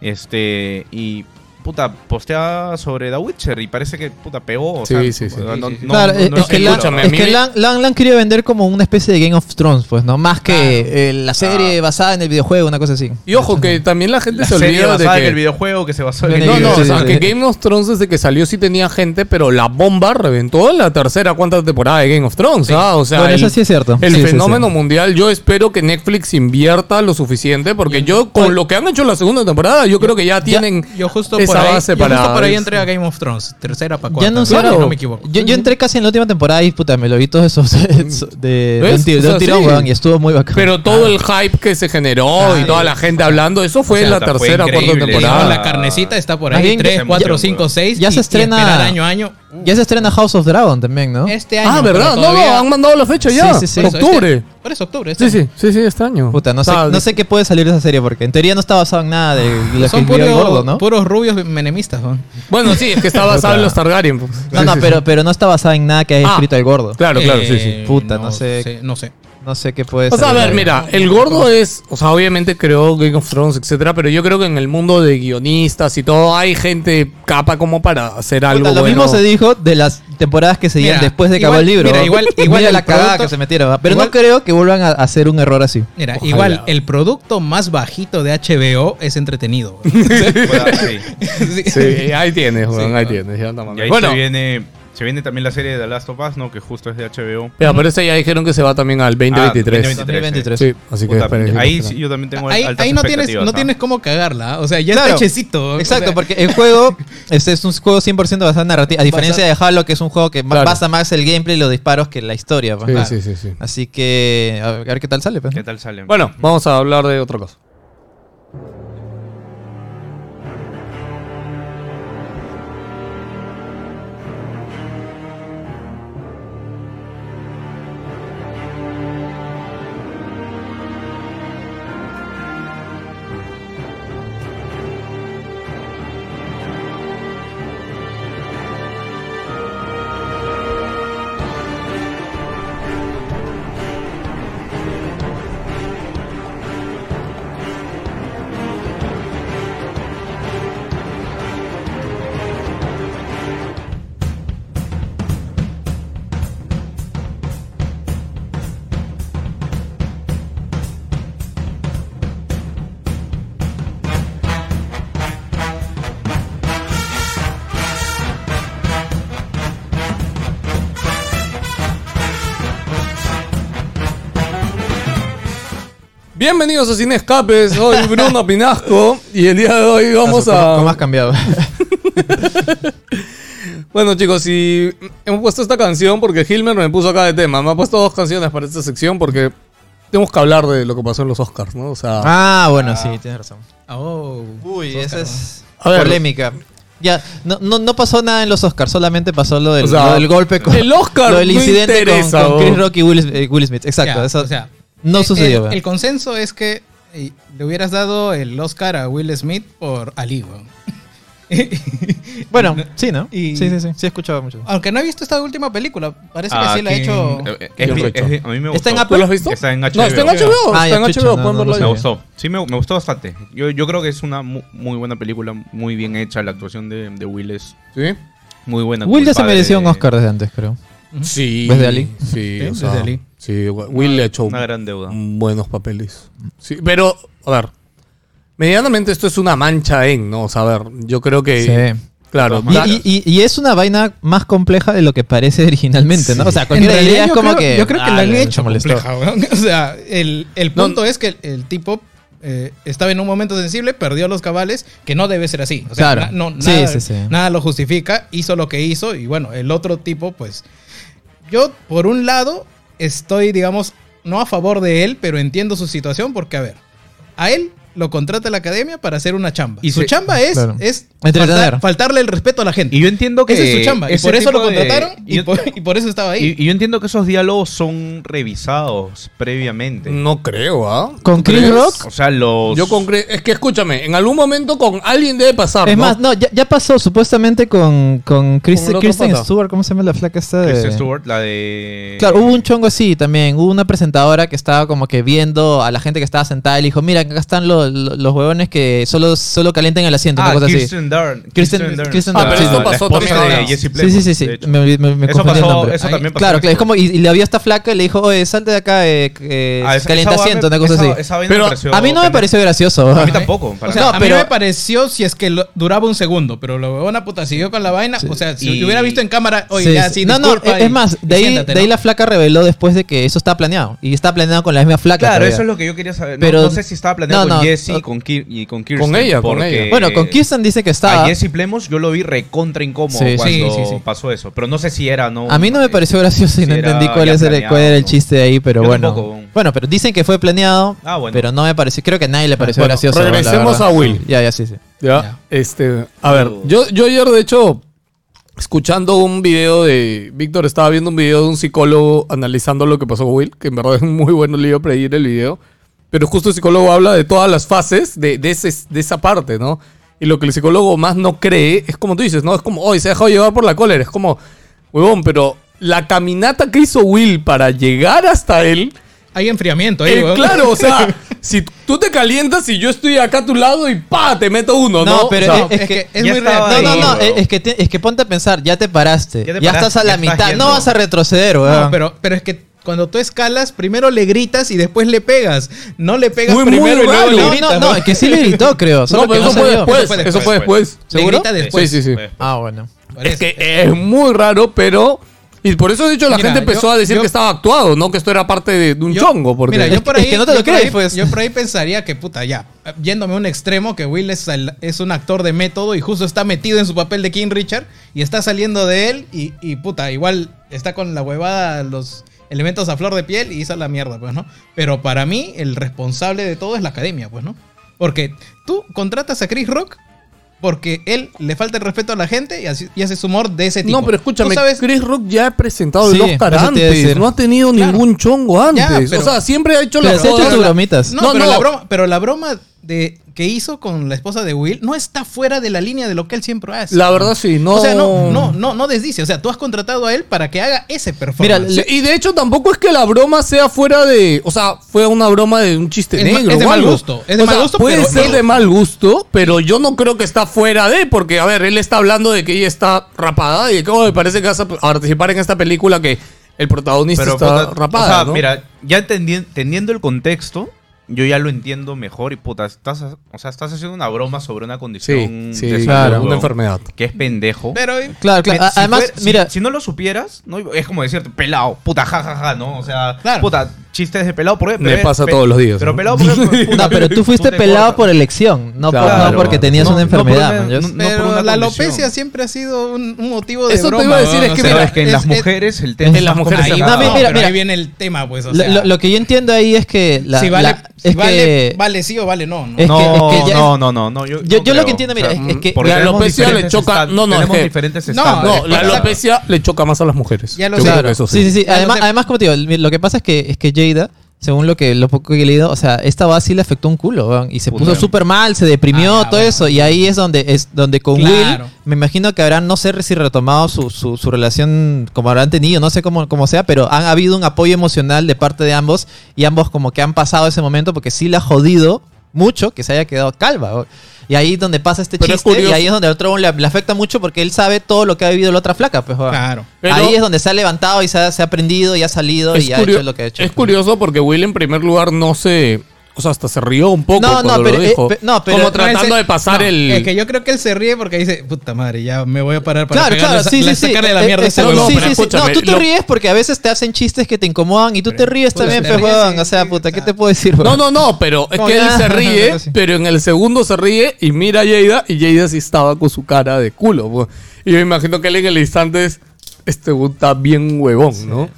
E: Este. Y puta, postea sobre The Witcher y parece que, puta, pegó. O sea,
B: Sí, sí, sí.
E: No, no-
C: Sí, sí, sí.
E: no-
D: claro,
E: no
D: es, es
E: es
D: que
E: seguro,
D: la,
E: ¿no?
B: escúchame, a
D: es
B: mí
D: que
B: me-
D: la- la- la han querido vender como una especie de Game of Thrones, pues, ¿no? Más que eh, la
B: Ah.
D: serie basada en el videojuego, una cosa así.
B: Y ojo, que también la gente
E: La
B: se
E: serie
B: olvida de
E: basada en el
B: que...
E: videojuego que se basó en
D: No,
E: el
B: No, no,
D: Sí,
B: o
D: sí,
B: sea,
D: sí.
B: que Game of Thrones desde que salió sí tenía gente, pero la bomba reventó en la tercera cuarta temporada de Game of Thrones, ¿ah? O sea,
D: Bueno,
B: el,
D: eso sí es cierto.
B: el
D: Sí, sí,
B: fenómeno
D: sí.
B: mundial, yo espero que Netflix invierta lo suficiente, porque yo,
D: Pues,
B: con lo que han hecho en la segunda temporada, yo creo que ya tienen
C: Yo justo
B: esa
C: por ahí,
B: base
C: yo
B: para...
C: justo por ahí entré
B: entrega
C: a Game of Thrones, tercera para cuarta.
D: Ya no sé.
B: claro.
C: si no me equivoco.
D: Yo, yo entré casi en la última temporada y puta, me lo vi todos esos esos de, de
B: ¿Ves?
D: un, tiro- de
B: O sea,
D: un tirón,
B: sí.
D: weón, y estuvo muy bacán.
B: Pero todo el hype que se generó y toda la gente hablando, eso fue
E: O sea,
B: en la
E: hasta fue
B: tercera o cuarta
E: increíble.
C: No,
B: temporada.
C: la carnecita está por
D: Más
C: ahí,
D: bien que
C: 3,
E: se
C: 4,
E: murieron,
C: 5,
E: weón.
C: 6.
D: Ya se estrena-
C: año a año.
D: Ah. ya se estrena House of Dragon también, ¿no?
C: Este año.
B: ah, ¿verdad? No,
C: pero
B: no,
C: todavía-
B: han mandado la fecha ya.
D: Sí, sí, sí.
C: por eso,
B: Octubre.
C: este- por eso, octubre. este
B: Sí, sí,
C: año.
B: sí, sí, extraño.
D: Puta, no sé,
B: Ah,
D: no sé qué puede salir de esa serie porque en teoría no está basado en nada de lo que
C: Son
D: escribió el
C: puros-
D: gordo, ¿no?
C: puros rubios menemistas. weón.
B: Bueno, sí, es que está basado en los Targaryen. pues.
D: No,
B: Sí,
D: no,
B: sí,
D: pero, pero no está basada en nada que haya
B: Ah,
D: escrito el gordo.
B: Claro, claro, sí, sí.
C: Eh,
D: Puta, no sé.
C: No sé.
D: No sé qué puede
B: O sea, a
D: salir
B: ver,
D: de-
B: mira, el gordo es, o sea, obviamente creó Game of Thrones, etcétera, pero yo creo que en el mundo de guionistas y todo hay gente capa como para hacer
D: Puta,
B: algo
D: lo
B: bueno.
D: mismo se dijo de las temporadas que seguían
C: Mira,
D: después de que acabó
C: igual-
D: el libro.
C: mira, igual- igual
D: Mira
C: el
D: la cagada
C: producto-
D: que se metieron. ¿va? Pero
C: igual-
D: no creo que vuelvan a hacer un error así.
C: Mira,
B: Ojalá.
C: igual el producto más bajito de HBO es entretenido. weón.
E: Puta, sí.
C: Sí.
B: Sí, ahí tienes, weón,
C: Sí,
B: ahí
C: claro.
B: tienes. ya está mal.
E: Y ahí
B: bueno,
E: se, viene, se viene también la serie de The Last of Us, ¿no? Que justo es de HBO.
B: mira, pero ese ya dijeron que se va también al 2023.
E: 2023.
D: 2023.
B: Sí, así que
E: Puta,
B: esperen.
E: ahí sí, yo también tengo
C: Ahí,
E: altas
C: ahí no tienes,
E: expectativas,
C: no
E: ¿ah?
C: tienes cómo cagarla. O sea, ya
D: Claro.
C: está hechecito.
D: Exacto,
C: o sea,
D: porque el juego es, es un juego 100% basado en narrativa. A diferencia de Halo, que es un juego que ma-
B: Claro.
D: basa más el gameplay y los disparos que la historia. pues.
B: Sí,
D: Claro.
B: sí, sí, sí.
D: Así que a ver, a ver qué tal sale. pues, ¿no?
E: ¿Qué tal sale?
B: Bueno, vamos a hablar de otra cosa. Bienvenidos a Sin Escapes, soy Bruno Pinasco y el día de hoy vamos
D: ¿Cómo-
B: a...
D: ¿Cómo has cambiado?
B: Bueno chicos, y hemos puesto esta canción porque Hilmer me puso acá de tema. Me ha puesto dos canciones para esta sección porque tenemos que hablar de lo que pasó en los Oscars, ¿no? O sea,
D: ah, bueno, sí, tienes razón.
C: Oh.
D: Uy, esa es
B: A ver.
D: polémica. Ya, no, no, no pasó nada en los Oscars, solamente pasó lo del,
B: O sea,
D: lo del golpe con.
B: el Oscar
D: Lo del
B: no
D: incidente con-
B: interesa,
D: con, Chris
B: vos.
D: Rock y Will, eh, Will Smith. Exacto,
C: Ya,
D: eso
C: o sea,
D: no
C: el-
D: sucedió.
C: El,
D: ¿verdad?
C: el consenso es que eh, le hubieras dado el Oscar a Will Smith por Ali, weón.
D: bueno, sí, ¿no?
C: y-
D: sí, sí, sí. Sí, he escuchado mucho.
C: Aunque no he visto esta última película. Parece
E: Ah,
C: que sí la ha
E: ¿quién?
C: hecho.
E: Eh, eh,
B: Yo lo he
E: es- es- a mí me gustó.
D: Está en
B: ¿tú
D: Apple.
B: lo has visto?
E: Está en
B: No, está en HBO,
D: Ah,
B: está en
D: ya, chucha,
B: HBO,
D: no,
B: pueden verlo
D: no, no
B: ahí.
E: Me
D: sabía.
E: gustó. Sí, me, me gustó bastante. Yo, yo creo que es una mu- muy buena película, muy bien hecha. La actuación de, de Will es
B: ¿Sí?
E: muy buena. como
D: Will
E: el
D: ya se
E: padre
D: mereció un
E: de-
D: Oscar desde antes, creo.
B: Sí.
D: ¿Desde Ali?
B: Sí, o
C: desde
B: sea,
C: Ali.
B: Sí, Will ha hecho
E: Una gran deuda.
B: buenos papeles. Sí, pero, a ver, medianamente esto es una mancha en, ¿no? O sea, a ver, yo creo que...
D: Sí.
B: Claro,
D: Y,
B: da-
D: y- y- y es una vaina más compleja de lo que parece originalmente, ¿no? O sea, cualquiera
C: realidad
D: diría es
C: yo
D: como
C: creo-
D: que.
C: Yo creo que
D: "Ah,
C: la han
D: se
C: hecho
D: molestó".
C: compleja, weón. O sea, el, el
B: No.
C: punto es que el, el tipo eh, estaba en un momento sensible, perdió los cabales, que no debe ser así. O sea,
D: Claro.
C: na- no,
D: Sí,
C: nada,
D: sí, sí.
C: nada lo justifica, hizo lo que hizo y bueno, el otro tipo, pues. Yo, por un lado, estoy, digamos, no a favor de él, pero entiendo su situación porque, a ver, a él lo contrata la academia para hacer una chamba. Y
E: Y
C: su
E: se-
C: chamba es,
D: Claro.
C: es
D: Entretener.
C: faltar- faltarle el respeto a la gente.
E: Y yo entiendo que.
C: Esa es su chamba. Y
E: ese
C: por eso
E: tipo
C: lo
E: de-
C: contrataron y,
E: y, yo-
C: por, y por eso estaba ahí.
E: y- y yo entiendo que esos diálogos son revisados previamente.
B: No creo, ¿ah?
D: ¿Con
B: ¿Tú
D: Chris
B: crees?
D: Rock?
E: O sea, los.
B: Yo con Chris- Es que escúchame, en algún momento con alguien debe pasar,
D: Es
B: ¿no?
D: más, no, ya, ya pasó supuestamente con, con, Chris-
B: Con el otro
D: Kristen
B: pata.
D: Stewart, ¿cómo se llama la flaca esta? De...
E: Kristen Stewart, la de.
D: Eh. Claro, hubo un chongo así también. Hubo una presentadora que estaba como que viendo a la gente que estaba sentada y le dijo, mira, acá están los, lo- lo- los huevones que solo, solo calientan el asiento, una
E: Ah,
D: cosa así.
E: Kirsten Dunst.
D: Kirsten- Kirsten Dunst. Ah, pero
E: la-
D: eso
E: la
B: pasó
E: esposa
B: también
E: de
B: ahora.
E: Jesse
D: Sí,
E: Plemons,
D: sí, sí, sí.
E: de hecho.
D: Me, me, me
E: Eso
D: confundí el
E: pasó-
D: nombre.
E: eso
D: Ahí-
E: también pasó
D: claro,
E: en
D: claro. Es como,
E: Ecuador.
D: y, y la vio a esta flaca y le dijo, oye, salte de acá, eh, eh,
E: Ah, esa-
D: calienta
E: esa vaina-
D: asiento, una cosa
E: esa-
D: así.
E: esa vaina
B: Pero
D: a mí no me
E: pendeja.
D: pareció gracioso.
E: A mí tampoco. para
C: O sea,
E: nada.
D: No,
C: a
D: pero-
C: mí me pareció si es que lo- duraba un segundo, pero la huevona puta siguió con la vaina. O sea, si
E: Y-
C: lo hubiera visto en cámara, oye,
D: Sí,
C: ya
D: sí.
C: sí,
D: no, no,
C: disculpa
D: es
C: y-
D: más,
C: y
D: de ahí,
C: siéntate,
D: de ahí
C: ¿no?
D: la flaca reveló después de que eso estaba planeado. Y estaba planeado con la misma flaca.
E: Claro,
D: todavía.
E: eso es lo que yo quería saber. No,
D: Pero-
E: no sé si estaba planeado
D: no,
E: con
D: no,
E: Jesse
D: no.
E: y con, Ki- y con Kirsten.
B: ella, con
E: porque-
B: ella.
D: Bueno, con Kirsten dice que
E: A
D: estaba...
E: Jesse Plemons yo lo vi recontra incómodo
D: Sí, sí,
E: cuando
C: sí, sí.
E: pasó eso. Pero no sé si era no. Eh,
D: A mí no me pareció gracioso y
E: si
D: no
E: era
D: entendí cuál,
E: ya
D: es el,
E: planeado,
D: cuál era el
E: ¿no?
D: chiste ahí, pero
E: Yo
D: bueno.
E: tampoco.
D: Bueno, pero dicen que fue planeado,
E: Ah, bueno.
D: pero no me pareció. Creo que a nadie le pareció
B: Bueno,
D: gracioso. la
B: regresemos
D: verdad.
B: a Will.
D: Ya, ya, sí, sí.
B: Ya,
C: Ya.
B: este, a ver, yo, yo ayer de hecho, escuchando un video de, Víctor estaba viendo un video de un psicólogo analizando lo que pasó con Will, que en verdad es un muy bueno, le iba a pedir el video, pero justo el psicólogo habla de todas las fases de, de, ese- de esa parte, ¿no? Y lo que el psicólogo más no cree es como tú dices, ¿no? Es como, hoy se ha dejado llevar por la cólera, es como, huevón, pero la caminata que hizo Will para llegar hasta él...
C: Hay enfriamiento ahí,
B: Eh,
C: huevón.
B: claro, o sea, si tú te calientas y yo estoy acá a tu lado y pa, te meto uno, ¿no?
D: No, pero
B: O sea,
D: eh, es
C: es
D: que-
C: que es
E: ya
C: muy
E: estaba
D: No,
C: reactivo.
D: no, no, eh,
E: Sí,
D: es que, te- es que ponte a pensar, ya te paraste. Ya,
E: Ya te paraste,
D: estás a la
E: ya estás
D: mitad,
E: yendo.
D: no vas a retroceder, weón.
C: No, pero, pero es que cuando tú escalas, primero le gritas y después le pegas. No le pegas
B: Muy, muy
C: primero y luego
B: raro.
C: le
D: no,
C: gritas.
D: no, no,
C: ¿no?
D: es que sí le gritó, creo. solo
B: No,
D: que
B: pero eso
D: no
B: fue
D: salió.
B: después,
E: Eso fue
B: eso fue
E: después.
B: después.
C: Le grita después.
B: Sí, sí, sí.
D: Ah, bueno.
C: Por
B: Es
C: eso.
B: que es muy raro, pero... Y por eso, de hecho, la
C: Mira,
B: gente empezó
C: yo-
B: a decir
C: yo-
B: que estaba actuado, no que esto era parte de, de un
C: Yo-
B: chongo. Porque...
C: Mira, yo por ahí,
D: es que no te lo
C: yo por
D: crees,
C: ahí-
D: pues.
C: Yo por ahí pensaría que, puta, ya, yéndome a un extremo, que Will es, al- es un actor de método y justo está metido en su papel de King Richard y está saliendo de él y, y, puta, igual está con la huevada, los elementos a flor de piel y hizo la mierda, pues, ¿no? Pero para mí, el responsable de todo es la academia, pues, ¿no? Porque tú contratas a Chris Rock porque él le falta el respeto a la gente y, así- y haces humor de ese tipo.
B: No, pero escúchame,
C: pues. Tú sabes-
B: Chris Rock ya ha presentado
D: Sí,
B: el Oscar
D: eso te iba a
B: antes,
D: decir.
B: no ha tenido
C: Claro.
B: ningún chongo antes.
C: pero-
B: o sea, siempre ha hecho
D: Pero
B: la
D: se ha hecho
B: joda.
D: sus bromitas.
C: No,
B: No,
C: pero,
B: no.
C: La broma, pero la broma de, que hizo con la esposa de Will no está fuera de la línea de lo que él siempre hace.
B: La verdad sí, no...
C: O sea, no, no, no, no desdice. O sea, tú has contratado a él para que haga ese
D: Mira,
C: performance.
D: le-
B: Sí, y de hecho tampoco es que la broma sea fuera de, o sea, fue una broma de un chiste
C: Es ma-
B: negro.
C: es de
B: o
C: mal
B: algo.
C: gusto, es de
B: O
C: mal
B: sea,
C: gusto,
B: puede
C: pero-
B: ser
C: no.
B: de mal gusto, pero yo no creo que está fuera de, porque a ver, él está hablando de que ella está rapada y de que oh, me parece que vas a participar en esta película que el protagonista
E: Pero,
B: está
E: puta,
B: rapada.
E: O sea,
B: ¿no?
E: mira, ya entendi- entendiendo el contexto, yo ya lo entiendo mejor y puta, estás, o sea, estás haciendo una broma sobre una
B: sí,
E: condición
B: sí,
E: de salud,
B: claro,
E: weón,
B: una enfermedad.
E: Que es pendejo.
C: pero eh,
D: Claro, claro.
E: Me-
D: a-
E: si
D: Además,
E: fuera- si-
D: mira,
E: Si, no lo supieras, no, es como decirte, pelado, puta, jajaja, ¿no? O sea,
C: Claro.
E: puta, chistes de pelado por
B: Me pasa todos los días,
E: Pero
B: ¿no?
E: pelado porque, puta,
D: no, pero tú fuiste
E: te
D: pelado
E: cortas.
D: por elección, no, por-
B: Claro.
D: no porque tenías
E: No,
D: una
E: no por
D: enfermedad.
E: una-
D: ¿no?
E: no-
C: pero
E: por una
C: la
E: condición.
C: alopecia siempre ha sido un, un motivo de
B: Eso te
C: broma,
B: iba a decir,
C: weón.
B: es que
C: O sea,
E: Pero es que en
C: es-
E: las
C: es-
E: mujeres el tema
B: en las
E: es más
B: mujeres
C: Ahí,
E: complicado.
C: va,
D: mira,
C: pero
D: mira.
C: ahí viene el tema, pues. o
D: Lo-
C: sea,
D: lo, lo que yo entiendo ahí es que la,
C: si vale,
D: la-
C: si
D: es
C: vale,
D: que-
C: vale sí o vale no. ¿no?
D: Es que-
E: no,
D: es que ya
E: no,
D: es-
E: no, no, no, Yo,
D: yo-
E: no
D: yo lo
E: creo.
D: que entiendo, mira, es- es que
E: porque
B: la
E: tenemos
B: alopecia le
E: diferentes
B: choca-
E: estan-
B: no, no, es
E: Tenemos
B: que-
E: diferentes
C: No,
E: estándares.
D: eh,
B: No, la
C: Claro.
B: alopecia le choca más a las mujeres.
C: Ya lo
B: Yo
C: sé.
B: creo
D: Claro.
B: que eso
D: sí, sí, sí.
C: Ya lo
D: Además,
C: sé.
D: además, como te digo, lo que pasa es que, es que Jada, según lo que, lo poco que he leído, o sea, esta va sí le afectó un culo, weón, y se
E: Puta.
D: puso súper mal, se deprimió,
C: Ah, ya,
D: todo
C: bueno.
D: eso. Y ahí es donde, es donde con
C: Claro.
D: Will, me imagino que habrán, no sé si retomado su, su, su relación como habrán tenido, no sé cómo, cómo sea, pero han habido un apoyo emocional de parte de ambos, y ambos como que han pasado ese momento porque sí la ha jodido mucho que se haya quedado calva. weón. Y ahí es donde pasa este
B: Pero es
D: chiste, y
B: curioso.
D: ahí es donde el otro weón le, le afecta mucho porque él sabe todo lo que ha vivido la otra flaca, pues, weón.
C: Claro.
B: Pero-
D: Ahí es donde se ha levantado y se ha, se ha aprendido y ha salido y ha
B: curio-
D: hecho lo que ha hecho.
B: es curioso porque Will en primer lugar no se... O sea, hasta se rió un poco
D: No, no,
B: cuando
D: pero,
B: lo
D: eh,
B: dijo.
D: pe- no, pero-
B: como
C: No, él
B: tratando
C: se-
B: de pasar
C: no,
B: el...
C: Es que yo creo que él se ríe porque dice, puta madre, ya me voy a parar para
D: Claro,
C: pegarle
D: claro,
C: esa-
D: sí,
C: la-
D: sí, sí.
C: sacarle la
D: Eh,
C: mierda a
D: eh,
C: este
D: sí,
B: huevón.
C: huevón.
D: sí,
B: No, pero
D: sí, sí. No,
B: escúchame,
D: tú te
B: lo-
D: ríes porque a veces te hacen chistes que te incomodan y tú te ríes
C: puta,
D: también,
C: se
D: pues,
C: ríe,
D: huevón.
C: sí,
D: O sea,
C: sí,
D: puta, ¿qué
C: sí.
D: te puedo decir,
B: No,
D: huevón?
B: no, no, pero es
D: No,
B: que él
D: ya.
B: se ríe,
D: Sí.
B: pero en el segundo se ríe y mira a Yeida y Yeida sí estaba con su cara de culo. po. Y yo imagino que él en el instante es, este güey está bien huevón, ¿no?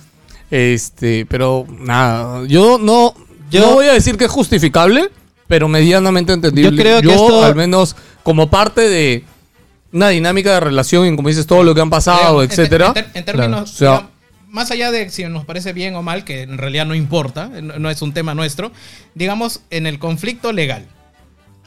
B: Este, pero nada, yo no,
D: Yo-
B: no voy a decir que es justificable, pero medianamente entendible.
D: Yo creo que esto-
B: al menos como parte de una dinámica de relación y como dices todo lo que han pasado,
C: Creo, en-
B: etcétera.
C: En, ter- en términos,
B: Claro. O sea-
C: digamos, más allá de si nos parece bien o mal, que en realidad no importa, no, no es un tema nuestro, digamos, en el conflicto legal,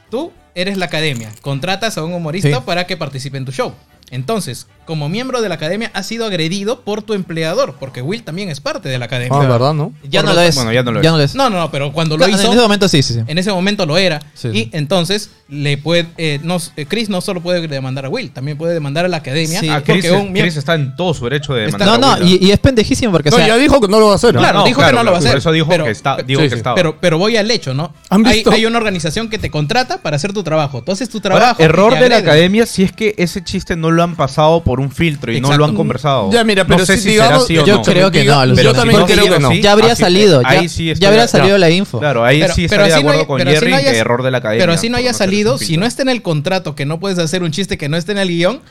C: tú eres la academia, contratas a un humorista
D: Sí.
C: para que participe en tu show. Entonces, como miembro de la academia has sido agredido por tu empleador, porque Will también es parte de la academia.
B: Ah, ¿verdad, no?
D: Ya
E: Por
D: no
E: lo-
D: lo es.
E: bueno, ya no lo es.
C: No, no, no, pero cuando lo
D: Claro,
C: hizo,
D: En ese momento sí, sí, sí.
C: momento lo era.
D: Sí.
C: Y entonces le puede, eh, no, eh, Chris no solo puede demandar a Will, también puede demandar a la academia.
D: Sí.
E: Ah,
C: porque
E: Chris,
C: un miembro-
E: Chris está en todo su derecho de demandar.
D: No,
E: a
D: no,
E: Willa.
D: y, y es pendejísimo porque, o
B: No,
D: sea,
B: ya dijo que no lo va a hacer. ¿eh? ¿no?
C: Claro, dijo que no lo va a hacer,
E: Por eso dijo
C: pero-
E: que, está, dijo
B: sí, sí.
E: que estaba.
C: Pero, pero voy al hecho, ¿no?
B: ¿Han
C: Hay,
B: visto?
C: hay una organización que te contrata para hacer tu trabajo. Tú haces tu
E: Ahora,
C: trabajo. y
E: error
C: te
E: de la
C: agreden.
E: academia si es que ese chiste no lo han pasado por un filtro y no lo
C: Exacto.
E: han conversado.
B: Ya, mira, pero
E: no sé
B: si
E: si
B: digamos-
E: será sí o
D: yo
E: no.
D: creo que no. alucina.
B: Yo también
D: Porque
B: creo que no.
E: sí,
D: Ya habría
E: así-
D: salido, ya,
E: ahí sí
D: ya
E: estoy
D: habría
E: de-
D: salido la info.
E: Claro, ahí sí
C: pero
E: estoy de
C: así no
E: acuerdo
C: hay-
E: con
C: pero así
E: Jerry
C: no
E: en que
C: hayas-
E: error de la academia.
C: Pero si no
E: por
C: haya
E: hacer un
C: salido, si
E: filtro.
C: no está en el contrato que no puedes hacer un chiste que no esté en el guión,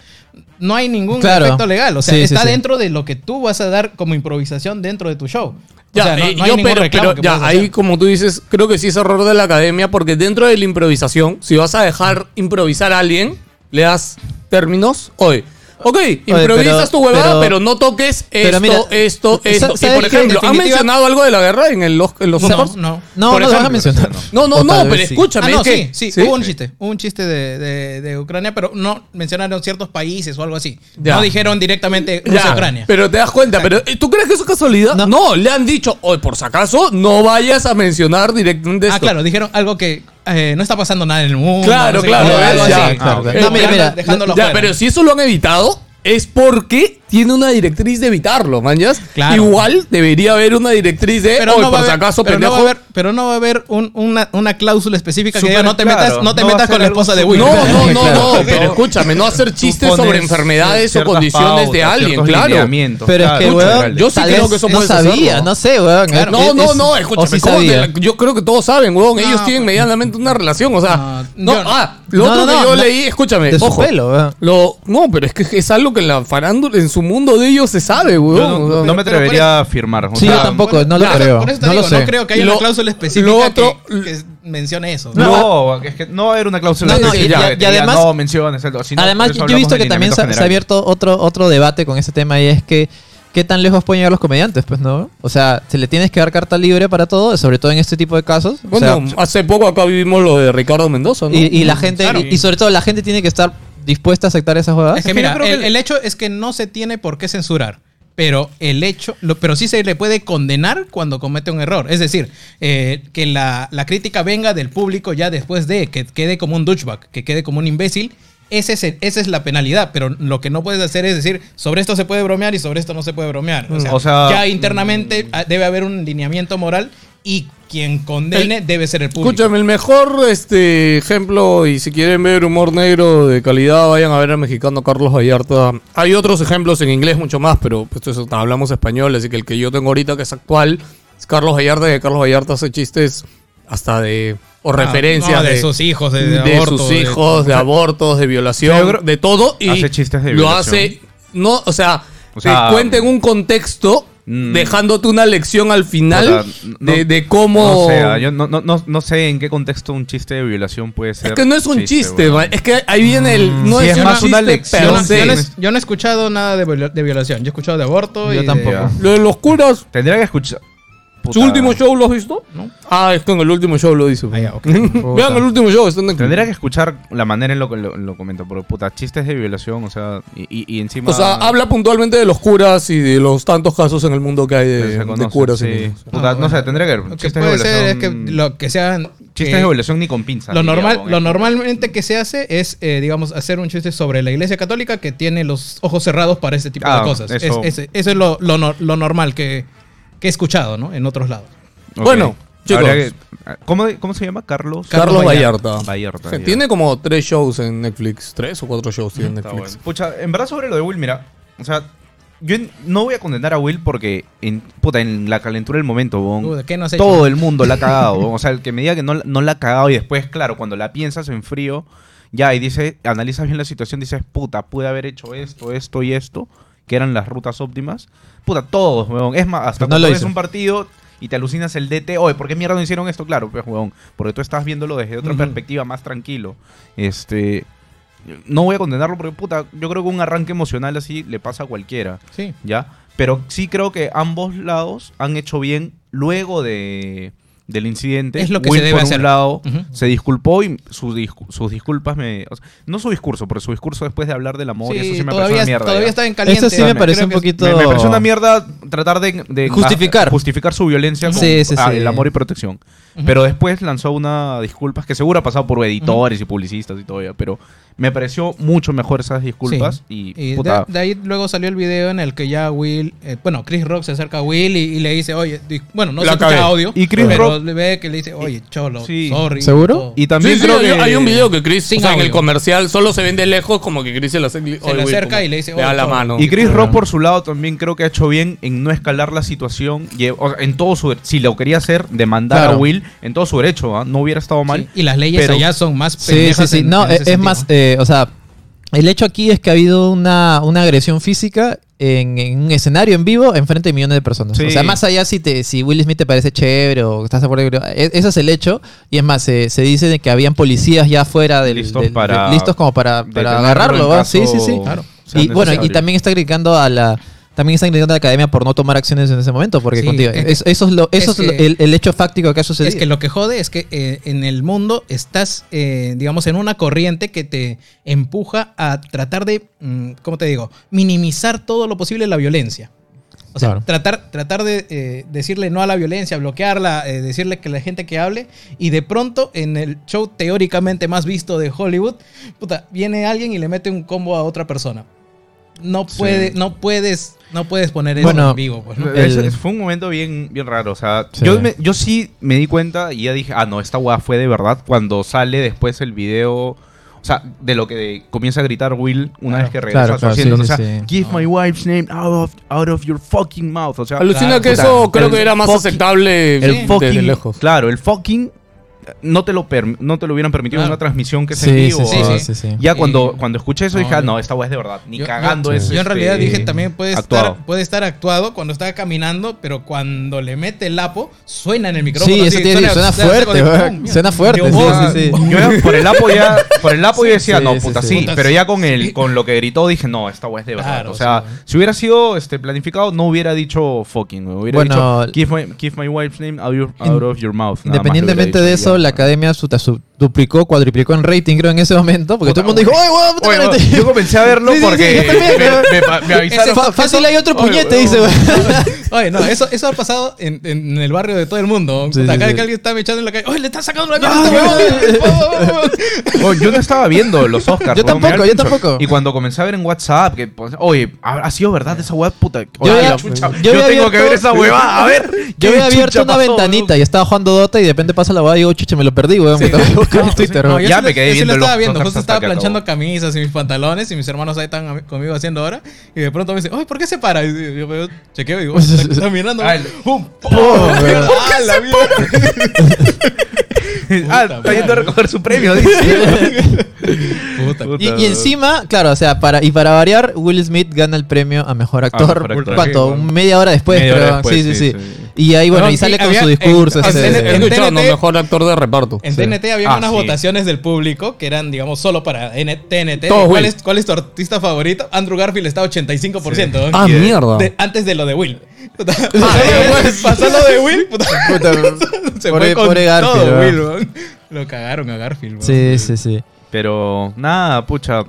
C: no hay ningún
D: Claro.
C: efecto legal. O sea,
D: Sí, sí,
C: está
D: sí.
C: dentro de lo que tú vas a dar como improvisación dentro de tu show.
B: Ya,
C: o sea,
B: eh, yo, pero, pero
C: que
B: ya,
C: puedas
B: ahí
C: hacer.
B: como tú dices, creo que sí es error de la academia, porque dentro de la improvisación, si vas a dejar improvisar a alguien, le das términos hoy. Ok, improvisas
D: pero-
B: tu huevada, pero,
D: pero-
B: no toques
D: pero
B: esto,
D: mira,
B: esto,
D: sa-
B: esto. Y
D: ¿sabes
B: por
D: qué?
B: ejemplo, ¿han
D: Definitiva-
B: mencionado algo de la guerra en, el, en los Oscars?
C: No,
D: No,
B: Por
D: no lo vas a
B: ejemplo,
D: mencionar.
B: No, no,
D: O
B: no,
D: tal
B: pero
D: vez sí.
B: escúchame.
C: Ah, no,
B: es que,
C: sí, sí, hubo un chiste, hubo un chiste de, de- de Ucrania, pero no mencionaron ciertos países o algo así.
B: Ya.
C: No dijeron directamente
B: Ya,
C: Rusia-Ucrania.
B: pero te das cuenta, pero eh, ¿tú crees que eso es casualidad? No,
D: No.
B: le han dicho, hoy por si acaso, no vayas a mencionar directamente esto.
C: Ah, claro, dijeron algo que eh, no está pasando nada en el mundo.
B: Claro,
C: no sé
B: claro,
C: cómo,
B: ¿ves?
C: algo
B: Ya,
C: así.
E: claro, claro.
C: Eh,
D: No, mira, mira,
C: dejándolo
B: Ya,
C: fuera.
B: pero si eso lo han evitado, es porque tiene una directriz de evitarlo, manjas.
C: Claro.
B: Igual debería haber una directriz de,
C: pero
B: "Oye,
C: no va
B: por
C: a
B: si
C: haber,
B: acaso,
C: pero no
B: pendejo.
C: va a haber, pero no va a haber un- una, una cláusula específica que
E: Súper
C: diga no te
E: claro,
C: metas, no te
E: no va a
C: metas
E: ser
C: con la
E: algo
C: esposa de
E: súper
C: Will.
B: no, no, no,
D: Claro.
B: no, pero escúchame, no hacer chistes
E: Tú
B: sobre
E: pones
B: enfermedades o
E: ciertas
B: condiciones de
E: pautas,
B: alguien,
E: ciertos
B: claro.
E: lineamientos,
D: Pero es
E: claro,
D: que,
E: son
D: weón,
E: legales.
B: yo sí
D: tal
B: creo
D: vez
B: que eso
D: no
B: puedes hacerlo.
D: sabía, no sé, weón.
C: Claro.
B: No,
D: Es-
B: no,
D: es-
B: no,
D: o Ah,
B: escúchame,
D: sí
B: ¿cómo te
D: sabía.
B: la- yo creo que todos saben, weón, ellos
C: No,
B: tienen medianamente una relación, o sea, no,
C: No, yo no.
B: ah, lo
D: No,
B: otro
D: no,
B: que
D: no,
B: yo
D: no.
B: leí, escúchame,
D: De su
B: Eh, ojo,
D: pelo, weón.
B: lo, no, pero es que es algo que en la farándula, en su mundo de ellos se sabe,
E: Yo
B: weón. o
E: no,
B: sea.
E: no me
C: pero-
E: atrevería a firmar. o
D: uh, Sí,
E: sea,
D: yo tampoco,
C: Bueno,
D: no lo
C: por eso-
D: creo.
C: por eso te
D: No
C: digo,
D: lo sé.
C: No creo que haya
B: Lo-
C: una cláusula específica
B: lo otro-
C: que, que mencione eso.
E: No, es que no era una cláusula.
D: No, no,
E: específica
D: y- y-
E: que
D: y
E: tenía,
D: además-
E: no menciones algo, sino
D: Además,
E: por eso
D: yo he visto
E: hablamos
D: que
E: de
D: también se,
E: lineamientos
D: se ha abierto otro, otro debate con ese tema y es que qué tan lejos pueden llegar los comediantes, pues, ¿no? O sea, se le tienes que dar carta libre para todo, sobre todo en este tipo de casos. O sea,
B: Bueno, mm, hace poco acá vivimos lo de Ricardo Mendoza, ¿no?
D: y, y la gente,
C: Claro.
D: y, y sobre todo la gente tiene que estar dispuesta a aceptar esas
C: Es
D: jugadas.
C: que
E: que yo
C: mira,
E: creo
C: el,
E: que-
C: el hecho es que no se tiene por qué censurar. Pero el hecho, lo- pero sí se le puede condenar cuando comete un error. Es decir, eh, que la, la crítica venga del público ya después de, que quede como un douchebag, que quede como un imbécil. Ese es el- esa es la penalidad, pero lo que no puedes hacer es decir, sobre esto se puede bromear y sobre esto no se puede bromear. O sea,
E: Mm, O sea,
C: ya internamente ah, debe haber un lineamiento moral y quien condene debe ser el público.
B: Escúchame, el mejor este ejemplo, y si quieren ver humor negro de calidad, vayan a ver al mexicano Carlos Vallarta. Hay otros ejemplos en inglés mucho más, pero pues, eso, hablamos español, así que el que yo tengo ahorita que es actual es Carlos Vallarta, que Carlos Vallarta hace chistes hasta de... o
C: Ah,
B: referencias
C: no, de,
B: de,
C: sus hijos, de,
B: de
C: aborto,
B: sus
C: de-
B: hijos, de, abortos, de violación,
E: Yo creo-
B: de todo. Y
E: Hace chistes de
B: Lo
E: violación.
B: hace, no, o sea,
E: O sea,
B: te cuenta en un contexto,
E: mm.
B: dejándote una lección al final
E: O sea, no-
B: de, de
E: No,
B: cómo.
E: sé, ah, yo no, no, no, no sé en qué contexto un chiste de violación puede ser.
B: es que no es un chiste,
E: weón.
B: va, es que ahí viene
C: Mm.
B: el. No
E: Sí,
B: es,
E: es
B: un
E: más una
B: chiste
E: lección
B: per se.
C: Yo no, yo no he- yo no he escuchado nada de, viol- de violación. Yo he escuchado de aborto
D: Yo
C: y
D: tampoco.
C: de-
B: Lo de los curas,
E: Tendría que escuchar. Puta.
B: ¿su último show lo has visto?
C: No.
B: Ah, es que en el último show lo hizo.
C: Ah, ya, ok.
B: Vean el último show, están aquí.
E: Tendría que escuchar la manera en lo que lo, lo comento, pero puta, chistes de violación, o sea, y, y- y encima.
B: O sea, habla puntualmente de los curas y de los tantos casos en el mundo que hay
E: se
B: de, de
E: conoce,
B: curas. y Ah,
E: sí.
B: cosas.
E: Puta, no sé, tendría que ver.
C: Lo que
E: chistes
C: puede
E: de
C: ser es
E: violación.
C: que lo que sean.
E: chistes
C: que
E: de violación ni con pinzas.
C: Lo,
E: diría,
C: normal,
E: weón.
C: lo normalmente que se hace es, eh, digamos, hacer un chiste sobre la iglesia católica que tiene los ojos cerrados para ese tipo
E: Ah,
C: de cosas. Es-
E: eso.
C: es- eso es lo, lo no- lo normal que, que he escuchado, ¿no? En otros lados.
E: Ok.
B: Bueno, chicos.
E: Habría que- ah, ¿cómo, ¿Cómo se llama? Carlos.
B: Carlos
C: Carlos
B: Vallarta.
E: Vallarta,
B: Sí,
E: ya.
B: Tiene como tres shows en Netflix, tres o cuatro shows tiene en
E: Está
B: Netflix.
E: bueno. Pucha, en verdad sobre lo de Will, mira, o sea, yo en- no voy a condenar a Will porque en, puta, en la calentura del momento, bon,
C: Uy, ¿qué no has hecho?
E: todo el mundo la ha cagado, bon. o sea, el que me diga que no, la- no la ha cagado y después, claro, cuando la piensas en frío, ya, y dice, analizas bien la situación, dices, puta, pude haber hecho esto, esto y esto, que eran las rutas óptimas, puta, todos, weón, es más, hasta
D: No
E: cuando
D: lo
E: ves
D: hizo.
E: un partido... Y te alucinas el DT, oye, ¿por qué mierda no hicieron esto? Claro, pues, weón, porque tú estás viéndolo desde otra
C: Ujú.
E: perspectiva más tranquilo. Este, no voy a condenarlo porque, puta, yo creo que un arranque emocional así le pasa a cualquiera,
C: Sí.
E: ¿ya? Pero sí creo que ambos lados han hecho bien luego de, del incidente.
C: Es lo que
E: Will,
C: se debe
E: por
C: hacer.
E: un lado,
C: Ujú.
E: se disculpó y sus, discu- sus disculpas me... o sea, no su discurso, pero su discurso después de hablar del amor, y eso sí me pareció
C: todavía,
E: una mierda.
C: todavía
E: ya.
C: está en caliente.
D: Eso sí me pareció
C: Creo
D: un
C: que es-
D: poquito...
E: Me, me pareció una mierda tratar de, de-
D: Justificar.
E: ah, justificar su violencia con
D: Sí, sí,
E: ah,
D: sí.
E: el amor y protección. Pero después lanzó una disculpas que seguro ha pasado por editores y publicistas y todo ya, pero me pareció mucho mejor esas disculpas
C: Sí.
E: y,
C: de-
E: puta,
C: De, ahí luego salió el video en el que ya Will, eh, bueno, Chris Rock se acerca a Will y, y le dice, oye, di- bueno, no
B: La
C: se escucha
B: cagué.
C: audio.
E: Y Chris
C: pero
E: Rock-
C: le ve que le dice, oye, cholo,
E: Sí.
C: sorry.
D: ¿Seguro?
C: todo.
E: y también
B: Sí, sí,
E: creo
B: hay,
E: que
B: hay un video que Chris,
C: Sin
B: o sea, en el
C: audio.
B: comercial solo se vende lejos, como que Chris se, la- oye,
C: le
B: güey,
C: acerca
B: como
C: y le dice,
B: da
C: oye,
B: la
C: todo.
B: mano.
E: Y Chris Rock, por su lado, también creo que ha hecho bien en no escalar la situación. lle- o sea, en todo su, si lo quería hacer, demandar
D: Claro.
E: a Will, en todo su derecho, ¿ah? no hubiera estado mal.
C: Sí, y las leyes
E: Pero-
C: allá son más
D: Sí, sí,
C: pendejas
D: sí.
C: en-
D: No,
C: en
D: es,
C: ese
D: es
C: sentido.
D: más, eh, o sea, el hecho aquí es que ha habido una, una agresión física en, en un escenario en vivo enfrente de millones de personas.
E: Sí.
D: O sea, más allá si, te, si Will Smith te parece chévere o estás de acuerdo, creo, e- ese es el hecho. Y es más, eh, se dice de que habían policías ya afuera del,
E: Listos
D: del-
E: para-
D: del- listos como para, para
E: detenerlo
D: agarrarlo.
E: en
D: ¿va?
E: caso
D: Sí, sí, sí.
E: Claro. sea
D: Y bueno, y
E: necesario.
D: también está criticando a la... También está criticando a la academia por no tomar acciones en ese momento, porque
C: Sí,
D: contigo,
C: es que-
D: es- eso es, lo, eso
C: es
D: es lo-
C: que-
D: el, el hecho fáctico que ha sucedido.
C: Es que lo que jode es que eh, en el mundo estás, eh, digamos, en una corriente que te empuja a tratar de, mm, ¿cómo te digo?, minimizar todo lo posible la violencia. O sea,
D: Claro.
C: tratar, tratar de eh, decirle no a la violencia, bloquearla, eh, decirle que la gente que hable, y de pronto en el show teóricamente más visto de Hollywood, puta, viene alguien y le mete un combo a otra persona. No, puede, no, puedes, no puedes poner eso
D: Bueno, eh,
C: en vivo. Pues, ¿no?
E: Ese-
D: El-
E: ese fue un momento bien, bien raro. O sea,
D: Sí.
E: Yo, me- yo sí me di cuenta y ya dije, ah, no, esta weá fue de verdad cuando sale después el video. O sea, de lo que comienza a gritar Will una vez que regresa
D: Claro,
E: a su
D: claro, sí,
E: asiento.
D: sí,
E: o sea,
D: sí.
E: give my wife's name out of, out of your fucking mouth. O sea,
B: Alucina
C: Claro,
B: que
E: puta,
B: eso creo
E: el
B: que era más
E: fucking-
B: aceptable
E: el
B: desde
E: fucking
B: lejos.
E: claro el fucking eh, no te lo perm- no te lo hubieran permitido en
C: Claro.
E: una transmisión que es
D: Ah. Sí,
E: en vivo
D: sí,
E: ah.
C: sí,
D: sí, sí.
E: ya
C: Y-
E: cuando cuando escuché eso dije
C: No,
E: ah,
C: no.
E: no esta weá es de verdad ni
C: Yo-
E: cagando
C: yo-
E: es
C: Yo en
E: este,
C: realidad dije también puede
E: actuado.
C: estar, puede estar actuado cuando está caminando, pero cuando le mete el lapo, suena en el micrófono.
D: Sí,
C: así,
D: eso te iba a decir, suena fuerte,
C: como "Oh, de,
D: ¿verdad?
C: ¡pum!
D: Suena fuerte,
C: Dios,
D: sí,
C: ah,
D: sí, sí.
E: Yo ya por el apo ya, por el apo yo decía,
D: Sí,
E: no,
D: sí,
E: puta,
D: sí.
E: sí.
D: Puta,
E: Pero ya con el, con lo que gritó dije, no, esta weá es de verdad.
C: Claro,
E: o sea,
C: sí.
E: si hubiera sido este planificado, no hubiera dicho fucking, güey. Hubiera
D: Bueno,
E: dicho, give my, give my wife's name out, your- out of your mouth. nada más le hubiera
D: Independientemente
E: dicho,
D: de
E: y
D: eso,
E: ya.
D: la academia su, su- duplicó, cuadriplicó en rating, creo, en ese momento. Porque todo el mundo dijo, ¡ay, guau! puta
E: Oye,
D: madre,
E: no,
D: este-".
E: yo comencé a verlo
D: Sí, sí, sí,
E: porque
D: yo también,
E: me-
D: ¿no?
E: me, pa- me avisaron.
D: Fa- Fácil hay otro puñete, dice, güey.
C: Oye, no, eso, eso ha pasado en, en el barrio de todo el mundo.
D: Sí,
C: Acá
D: sí,
C: que
D: sí. Ah,
C: alguien está echando en la calle. ¡Oye, le está sacando la cara! a este huevón!
E: Oh, yo no estaba viendo los Oscars.
D: Yo
E: weón, me da
D: tampoco,
E: el
D: yo
E: pincho.
D: tampoco.
E: Y cuando comencé a ver en WhatsApp, que, pues, oye, ha, ha sido verdad esa weá, puta. Oye,
D: había-
E: chucha,
D: yo
E: yo,
D: había
E: tengo que ver
D: abierto-
E: esa huevada, a ver.
D: Yo
E: ¿qué
D: había abierto
E: chucha
D: una
E: pasó,
D: ventanita
E: weón?
D: y estaba jugando Dota y de repente pasa la boda y digo, chucha, me lo perdí, güey. Me tengo que buscar en Twitter,
C: No,
D: güey.
C: yo
E: Ya
C: sí
E: me
C: lo-
E: quedé
C: yo sí lo
E: viendo
C: estaba
E: los
C: viendo.
E: Oscars
C: Justo
E: hasta
C: estaba
E: que acabó.
C: planchando camisas y mis pantalones y mis hermanos ahí están a- conmigo haciendo ahora. Y de pronto me dice, oye, ¿por qué se para? Y yo, yo veo, chequeo y digo, está, está mirando.
E: Ah, el-
C: ¡Pum!
D: ¡Pum!
C: ¡Ah, la mierda!
E: Ah,
C: Puta
E: está yendo a
C: madre.
E: recoger su premio, dice.
C: Puta.
D: Y, y encima, claro, o sea, para, y para variar, Will Smith gana el premio a mejor actor.
E: Ah, mejor actor.
D: ¿Cuánto?
E: Sí, bueno.
D: Media hora después,
E: Media hora
D: creo.
E: después,
D: sí, sí, sí,
E: sí, sí.
D: Y ahí, bueno,
C: Perdón,
D: y sale
C: y
D: con
C: había-
D: su discurso.
C: en-
D: ese
C: en-
D: de-
B: He escuchado, no,
C: TNT.
B: mejor actor de reparto.
C: En
D: Sí.
C: TNT había
E: Ah,
C: unas
E: sí.
C: votaciones del público que eran, digamos, solo para N- TNT.
B: Todo
C: ¿Cuál
B: Will.
C: es, ¿Cuál es tu artista favorito? Andrew Garfield está 85%. ¿no?
B: Ah,
C: Y de-
B: mierda.
C: de- antes de lo de Will. Puta,
D: ya,
C: pasó,
D: pues.
C: pasó lo de Will. puta,
D: Puta,
C: se
D: pobre-
C: fue con
D: pobre Garfield,
C: todo
D: ¿verdad?
C: Will. weón. Lo cagaron a Garfield. weón.
D: Sí, sí, sí.
E: Pero nada, pucha,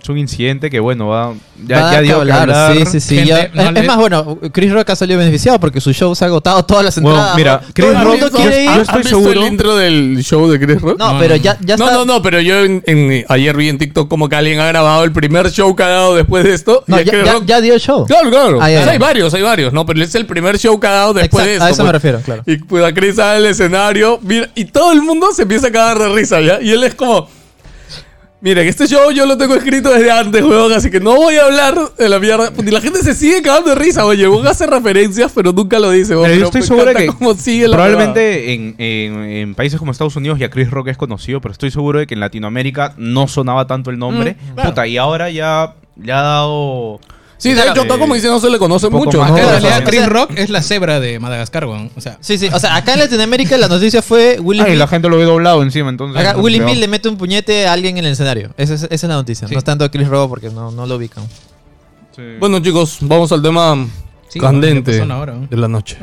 E: es un incidente que bueno, va. Ya,
D: Va a
E: ya dio que
D: hablar,
E: hablar.
D: Sí, sí, sí.
C: Gente,
D: ya-
C: no
D: es,
C: le-
D: es más, bueno, Chris Rock ha salido beneficiado porque su show se ha agotado todas las
E: Bueno,
D: entradas.
E: mira,
D: Todo
E: Chris
D: el mundo
E: Rock-
D: quiere ir.
E: yo estoy
B: ¿Has visto
E: seguro-
B: el intro del show de Chris Rock?
D: No,
C: No,
D: pero
C: no,
D: ya, ya
B: no,
D: está.
B: no, no, pero yo en- en- ayer vi en TikTok como que alguien ha grabado el primer show que ha dado después de esto.
D: No,
B: y es
D: ya,
B: Chris
D: ya-
B: Rock.
D: ya dio el show.
B: Claro, claro.
D: Ah, ya,
B: O sea,
D: ya.
B: Hay varios, hay varios, ¿no? Pero es el primer show que ha dado después de
D: Exacto,
B: esto.
D: a eso me
B: pues.
D: refiero, claro.
B: Y pues a Chris sale al escenario, mira, y todo el mundo se empieza a cagar de risa, ¿ya? Y él es como. Miren, este show yo lo tengo escrito desde antes, weón, así que no voy a hablar de la mierda. Pues, Y la gente se sigue cagando de risa, oye, weón hace referencias, pero nunca lo dice, weón.
E: Pero yo
B: Pero
E: estoy
B: me
E: seguro
B: encanta
E: que
B: cómo sigue la huevada.
E: probablemente en, en- en países como Estados Unidos ya Chris Rock es conocido, pero estoy seguro de que en Latinoamérica no sonaba tanto el nombre.
B: Mm,
C: claro.
E: Puta, y ahora ya le ha dado.
B: Sí, de hecho, acá como dice, no se le conoce
E: Un poco
B: mucho,
E: más
B: ¿no?
C: En
E: de
B: O sea,
E: la-
C: realidad,
E: o sea,
C: Chris Rock es la cebra de Madagascar. weón. O sea,
D: Sí, sí. O sea, acá en Latinoamérica la noticia fue Will
E: Ay,
D: Smith.
E: la gente lo ve doblado encima, entonces.
D: acá Will
E: peor.
D: Smith le mete un puñete a alguien en el escenario. Esa es, esa es la noticia.
C: Sí.
D: No es tanto a Chris Rock porque no, no lo ubican.
E: Sí.
B: Bueno, chicos, vamos al tema
C: Sí,
B: candente
C: ¿qué pasó ahora, weón?
B: de la noche.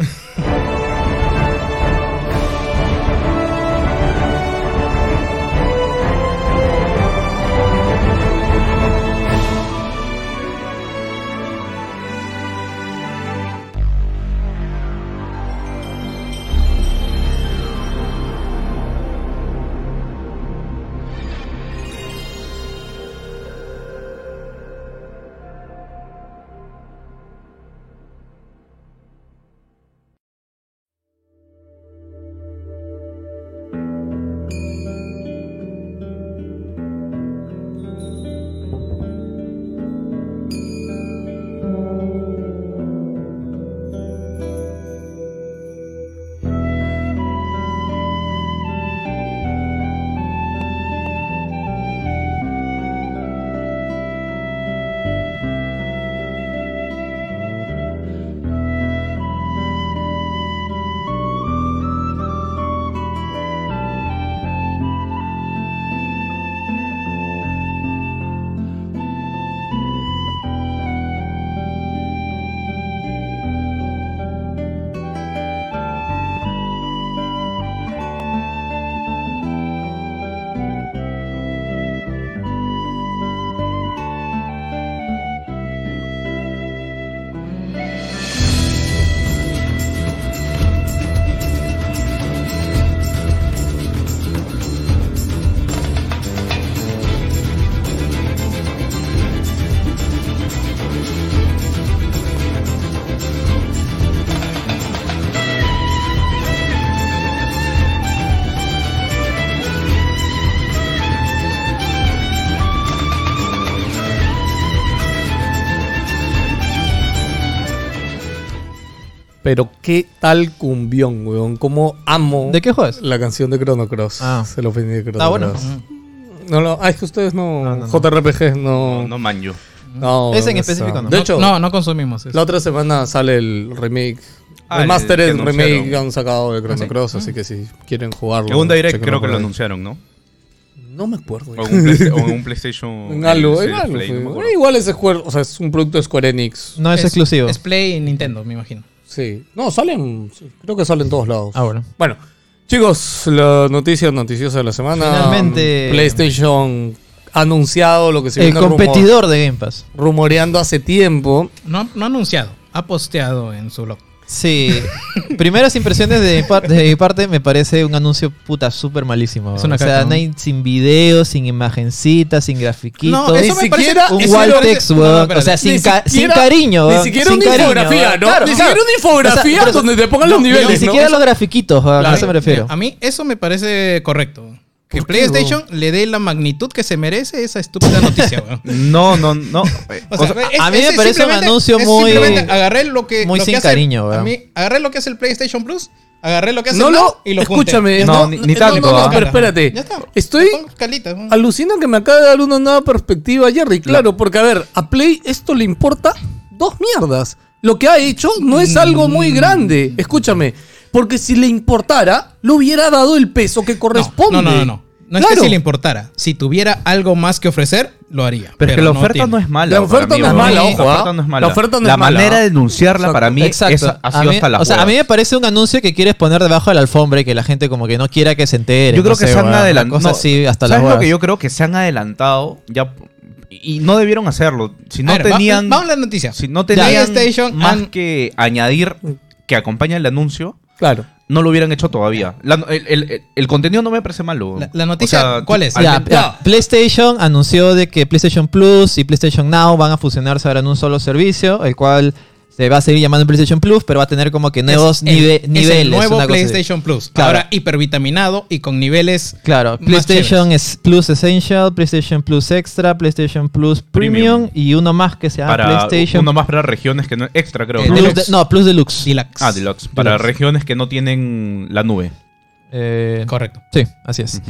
B: Pero qué tal cumbión, weón. Cómo amo
D: ¿De qué juegas?
B: la canción de Chrono Cross.
D: Ah.
B: Se lo ofendí de Chrono
D: Ah, bueno.
B: Cross. No, no, ah, es que ustedes no.
D: No, no, no.
B: JRPG
E: No,
B: no.
E: no manjo.
B: no,
D: Ese en
B: eso.
D: específico no.
B: De hecho,
C: no, no consumimos eso.
B: la otra semana sale el remake.
E: Ah,
B: el master
E: el que
B: el remake que
E: anunciaron.
B: han sacado de Chrono
C: Ah, sí.
B: Cross,
D: Mm.
B: así que si quieren jugarlo.
E: Segunda direct
B: chéquenlo
E: creo que
B: por
E: lo
B: ahí.
E: anunciaron, ¿no?
B: No me acuerdo.
E: O en un, Playsta- o en un PlayStation.
B: En algo,
E: eh,
B: en algo.
E: Play,
B: fue.
E: no me acuerdo.
B: Igual es Square, o sea, es un producto de Square Enix.
D: No es, exclusivo.
C: Es Play y Nintendo, me imagino.
B: Sí. No, salen, sí, creo que salen todos lados.
D: Ah, bueno.
B: Bueno, chicos, la noticia noticiosa de la semana. Mm,
D: Finalmente.
B: PlayStation ha anunciado lo que se
D: el
B: viene rumor-
D: competidor de Game Pass.
B: rumoreando hace tiempo.
C: No, ha- no ha anunciado, ha posteado en su blog.
D: Sí. Primeras impresiones de mi, par- de mi parte me parece un anuncio puta súper malísimo.
C: Es una
D: o sea,
C: caca, ¿no?
D: no hay- sin video, sin imagencita, sin grafiquitos.
C: No,
B: Ni
C: eso me parece-
B: siquiera
D: un
C: eso me
D: wall
C: parece-
D: text,
C: no, no,
D: weón.
C: espérate.
D: o sea, sin,
B: Ni
D: ca- sin
B: siquiera-
D: cariño,
B: Ni
D: weón.
B: siquiera
D: Sin
B: una
D: cariño,
B: infografía,
D: weón.
B: ¿no? ni
D: Claro, claro.
B: siquiera una
D: O sea,
B: infografía
D: pero-
B: donde te pongan los
D: ni
B: niveles. ¿no?
D: siquiera los grafiquitos, weón, a
C: Claro.
D: eso me refiero.
C: A mí eso me parece correcto. Que
B: ¿Por qué, weón?
C: PlayStation le dé la magnitud que se merece esa estúpida noticia, weón.
E: No, no, no. eh,
C: O sea, es-
D: a mí me
C: ese
D: parece un
C: simplemente-
D: anuncio
C: es
D: muy-
C: simplemente agarré lo que
D: muy
C: lo que
D: sin
C: hace-
D: cariño, weón.
C: A mí agarré lo que hace el PlayStation Plus, agarré lo que hace
B: No
C: el
B: lo,
C: Now y lo junté.
B: escúchame,
E: No,
B: no,
E: ni- ni
B: no,
E: tanto,
B: no, no,
E: ¿ah?
B: pero espérate.
C: Ya está.
B: Estoy
C: Son calitas, weón.
B: alucinando que me acaba de dar una nueva perspectiva, Jerry. Claro, porque a ver, a Play esto le importa dos mierdas. Lo que ha hecho no es algo
C: Mm.
B: muy grande. Escúchame, porque si le importara, le hubiera dado el peso que corresponde.
C: No, no, no, no. No es
B: Claro.
C: que si le importara. Si tuviera algo más que ofrecer, lo haría.
E: Pero es que la oferta
C: tiene.
E: no es mala.
B: La oferta
E: para mí,
B: no es
E: weón.
B: mala,
E: La
B: ojo,
E: oferta
B: ¿ah?
E: no es mala.
B: La oferta no es mala,
E: manera
B: ¿ah?
E: de denunciarla
B: Exacto.
E: para mí es, ha
D: A
E: sido
D: mí-
E: hasta la
D: o sea, a mí me parece un anuncio que quiere poner debajo de la alfombra y que la gente como que no quiera que se entere.
E: Yo creo
D: no
E: que
D: sé,
E: se han
D: weón, una
E: adelantado.
D: cosa así hasta las
E: ¿Sabes lo
D: huevas.
E: que yo creo que se han adelantado? Ya y y no debieron hacerlo. Si
C: A
E: no
C: ver, va-
E: tenían
C: vamos a la noticia.
E: si no tenían
C: PlayStation Mm.
E: más
C: han-
E: que añadir que acompaña el anuncio,
B: Claro.
E: no lo hubieran hecho todavía. La- el, el- el- el contenido no me parece malo.
C: La- la noticia, ¿cuál es?
E: al-
D: Ya,
C: Al-
D: ya.
C: ya.
D: PlayStation anunció de que PlayStation Plus y PlayStation Now van a fusionarse ahora en un solo servicio, el cual se va a seguir llamando PlayStation Plus, pero va a tener como que nuevos
C: el-
D: nive-
C: es
D: niveles.
C: El nuevo
D: una cosa así.
C: PlayStation Plus.
D: Claro.
C: Ahora hipervitaminado y con niveles.
D: Claro,
C: más
D: PlayStation
C: chéveres.
D: es Plus Essential, PlayStation Plus Extra, PlayStation Plus Premium,
E: Premium.
D: y uno más que se llama
E: para
D: PlayStation
E: uno más para regiones que no extra creo.
C: Eh,
E: ¿no?
D: Plus
C: Deluxe.
D: de- no, Plus Deluxe.
C: Deluxe.
E: Ah, deluxe. Para
D: Deluxe.
E: regiones que no tienen la nube.
D: Eh,
C: Correcto.
D: Sí, así es.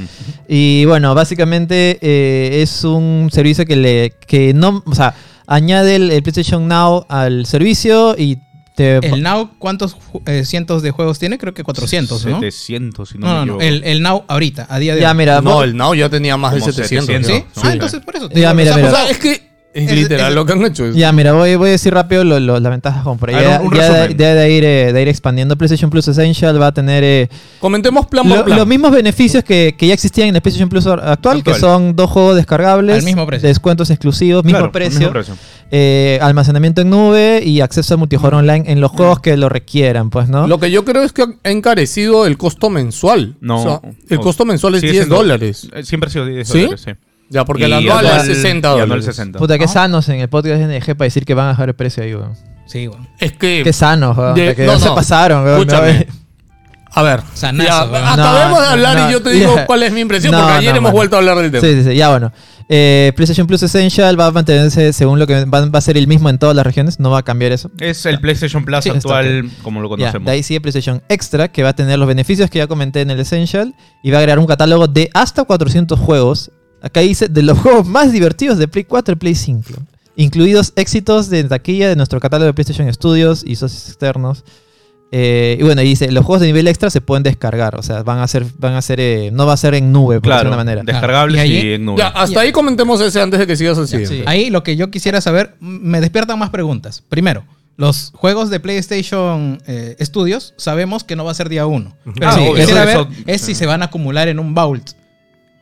D: Y bueno, básicamente eh, es un servicio que le que no, o sea, añade el, el PlayStation Now al servicio y te
C: El Now, ¿cuántos ju- eh, cientos de juegos tiene? Creo que 400, ¿no?
E: 700, si
C: No,
E: no, me
C: no, no.
E: equivoco.
C: El, el Now ahorita, a día de
D: ya
C: hoy.
D: mira,
B: No,
D: vos-
B: el Now ya tenía más de
E: Como
B: 700.
E: 700,
B: ¿no?
C: ¿Sí?
E: Sí.
C: Ah, entonces por eso.
D: Ya, mira,
C: O sea,
D: mira.
B: O sea, es que es
C: Es-
B: literal
C: es-
B: lo que han hecho. es-
D: ya mira, voy, voy a decir rápido lo- lo- las ventajas como por ahí.
E: A ver,
D: Ya,
E: un- un
D: ya de,
E: resumen.
D: ya de ir, eh, de ir expandiendo PlayStation Plus Essential va a tener eh,
B: Comentemos plan
D: lo-
B: por plan.
D: los mismos beneficios que, que ya existían en el PlayStation Plus actual, que
E: Actual.
D: son dos juegos descargables,
C: Al mismo precio.
D: descuentos exclusivos, mismo
E: Claro,
D: precio.
E: mismo precio.
D: eh, almacenamiento en nube y acceso al multijugador online en los juegos que lo requieran, pues, ¿no?
B: Lo que yo creo es que ha encarecido el costo mensual.
E: No.
B: O sea, el
E: o-
B: costo mensual es
E: sigue
B: 10
E: siendo-
B: dólares.
E: eh, Siempre ha sido 10
B: ¿Sí?
E: dólares, sí.
B: Ya, porque
E: Y
B: la anual
E: anual-
B: es 60
E: y anual
B: dólares.
E: 60.
D: Puta, qué sanos en el podcast de NG para decir que van a bajar el precio ahí, weón.
C: Sí, bueno.
B: Es que.
D: Qué sanos, weón.
B: De-
D: de que
B: no,
D: no, se
B: no.
D: pasaron, weón.
B: Escúchame. A ver.
C: Sanazo,
B: ya,
C: weón.
B: acabemos de
D: No,
B: hablar
D: no,
B: y yo te digo
D: ya.
B: cuál es mi impresión,
D: No,
B: porque ayer
D: no,
B: hemos
D: bueno.
B: vuelto a hablar del tema.
D: Sí, sí, sí, ya bueno. Eh, PlayStation Plus Essential va a mantenerse según lo que va, va a ser el mismo en todas las regiones, no va a cambiar eso.
E: Es el PlayStation Plus
D: Sí, está
E: actual como lo
D: Ya,
E: conocemos.
D: de ahí sigue PlayStation Extra, que va a tener los beneficios que ya comenté en el Essential y va a agregar un catálogo de hasta 400 juegos. Acá dice de los juegos más divertidos de Play 4 y Play 5, incluidos éxitos de taquilla de nuestro catálogo de PlayStation Studios y socios externos. Eh, y bueno, y dice, los juegos de nivel extra se pueden descargar, o sea, van a ser, van a ser, eh, no va a ser en nube, por
E: claro,
D: decirlo de alguna manera.
E: descargables
C: Claro.
E: y,
C: Y ahí-
E: en nube.
B: Ya, ah, hasta ahí comentemos ese antes de que sigas así.
D: sí.
C: Ahí lo que yo quisiera saber, m- me despiertan más preguntas. Primero, los juegos de PlayStation eh, Studios sabemos que no va a ser día uno. Pero
E: Ah,
C: lo que
E: obvio.
C: quisiera
E: Eso-
C: ver
E: eso-
C: es si se van a acumular en un vault.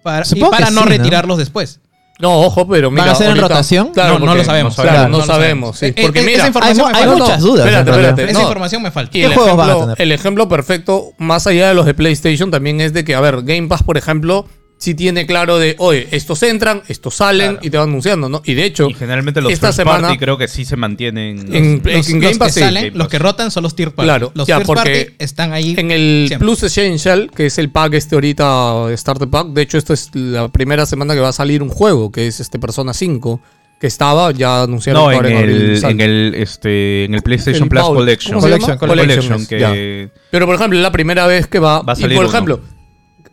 C: Para, y
D: Supongo
C: para
D: que
C: no
D: sí, ¿no?
C: retirarlos después.
B: No, ojo, pero mira.
D: a hacer en
B: ahorita-
D: rotación?
B: Claro,
C: no, no
B: porque-
C: lo sabemos.
E: no sabemos.
B: Claro, no,
C: lo
B: sabemos. sí.
C: Eh,
B: Porque
C: eh,
B: mira,
C: esa
D: Hay,
C: información
D: mu-
C: me
D: hay
C: falta.
D: muchas dudas.
B: Espérate,
D: en realidad.
B: espérate.
C: Esa
B: No.
C: información me falta.
B: Y
D: ¿Qué
B: el
D: juegos van a
B: ejemplo,
D: tener?
B: el ejemplo perfecto, más allá de los de PlayStation, también es de que, a ver, Game Pass, por ejemplo, sí tiene claro de, oye, estos entran, estos salen y te van anunciando, ¿no? Y de hecho,
E: Y generalmente los
B: esta
E: first
B: semana,
E: party creo que sí se mantienen.
B: En-
C: Los, los
B: en Game
C: que
B: Pass, sí.
C: salen,
E: Game Pass.
C: los que rotan son los tier party.
B: Claro,
C: los
B: ya,
C: tier
B: porque
C: party están ahí.
B: en el
C: siempre.
B: Plus Essential, que es el pack este ahorita, Starter Pack, de hecho, esta es la primera semana que va a salir un juego, que es este Persona 5, que estaba, ya anunciaron
E: No,
B: que
E: en
B: ahora
E: el,
B: sale.
E: en el, este, en el PlayStation
B: El
E: Plus
B: Paul-
E: Collection.
B: ¿cómo se llama?
E: Collection,
B: Collection,
E: que
B: Pero por ejemplo, la primera vez que va,
E: Va a
B: y
E: salir
B: por
E: uno.
B: ejemplo,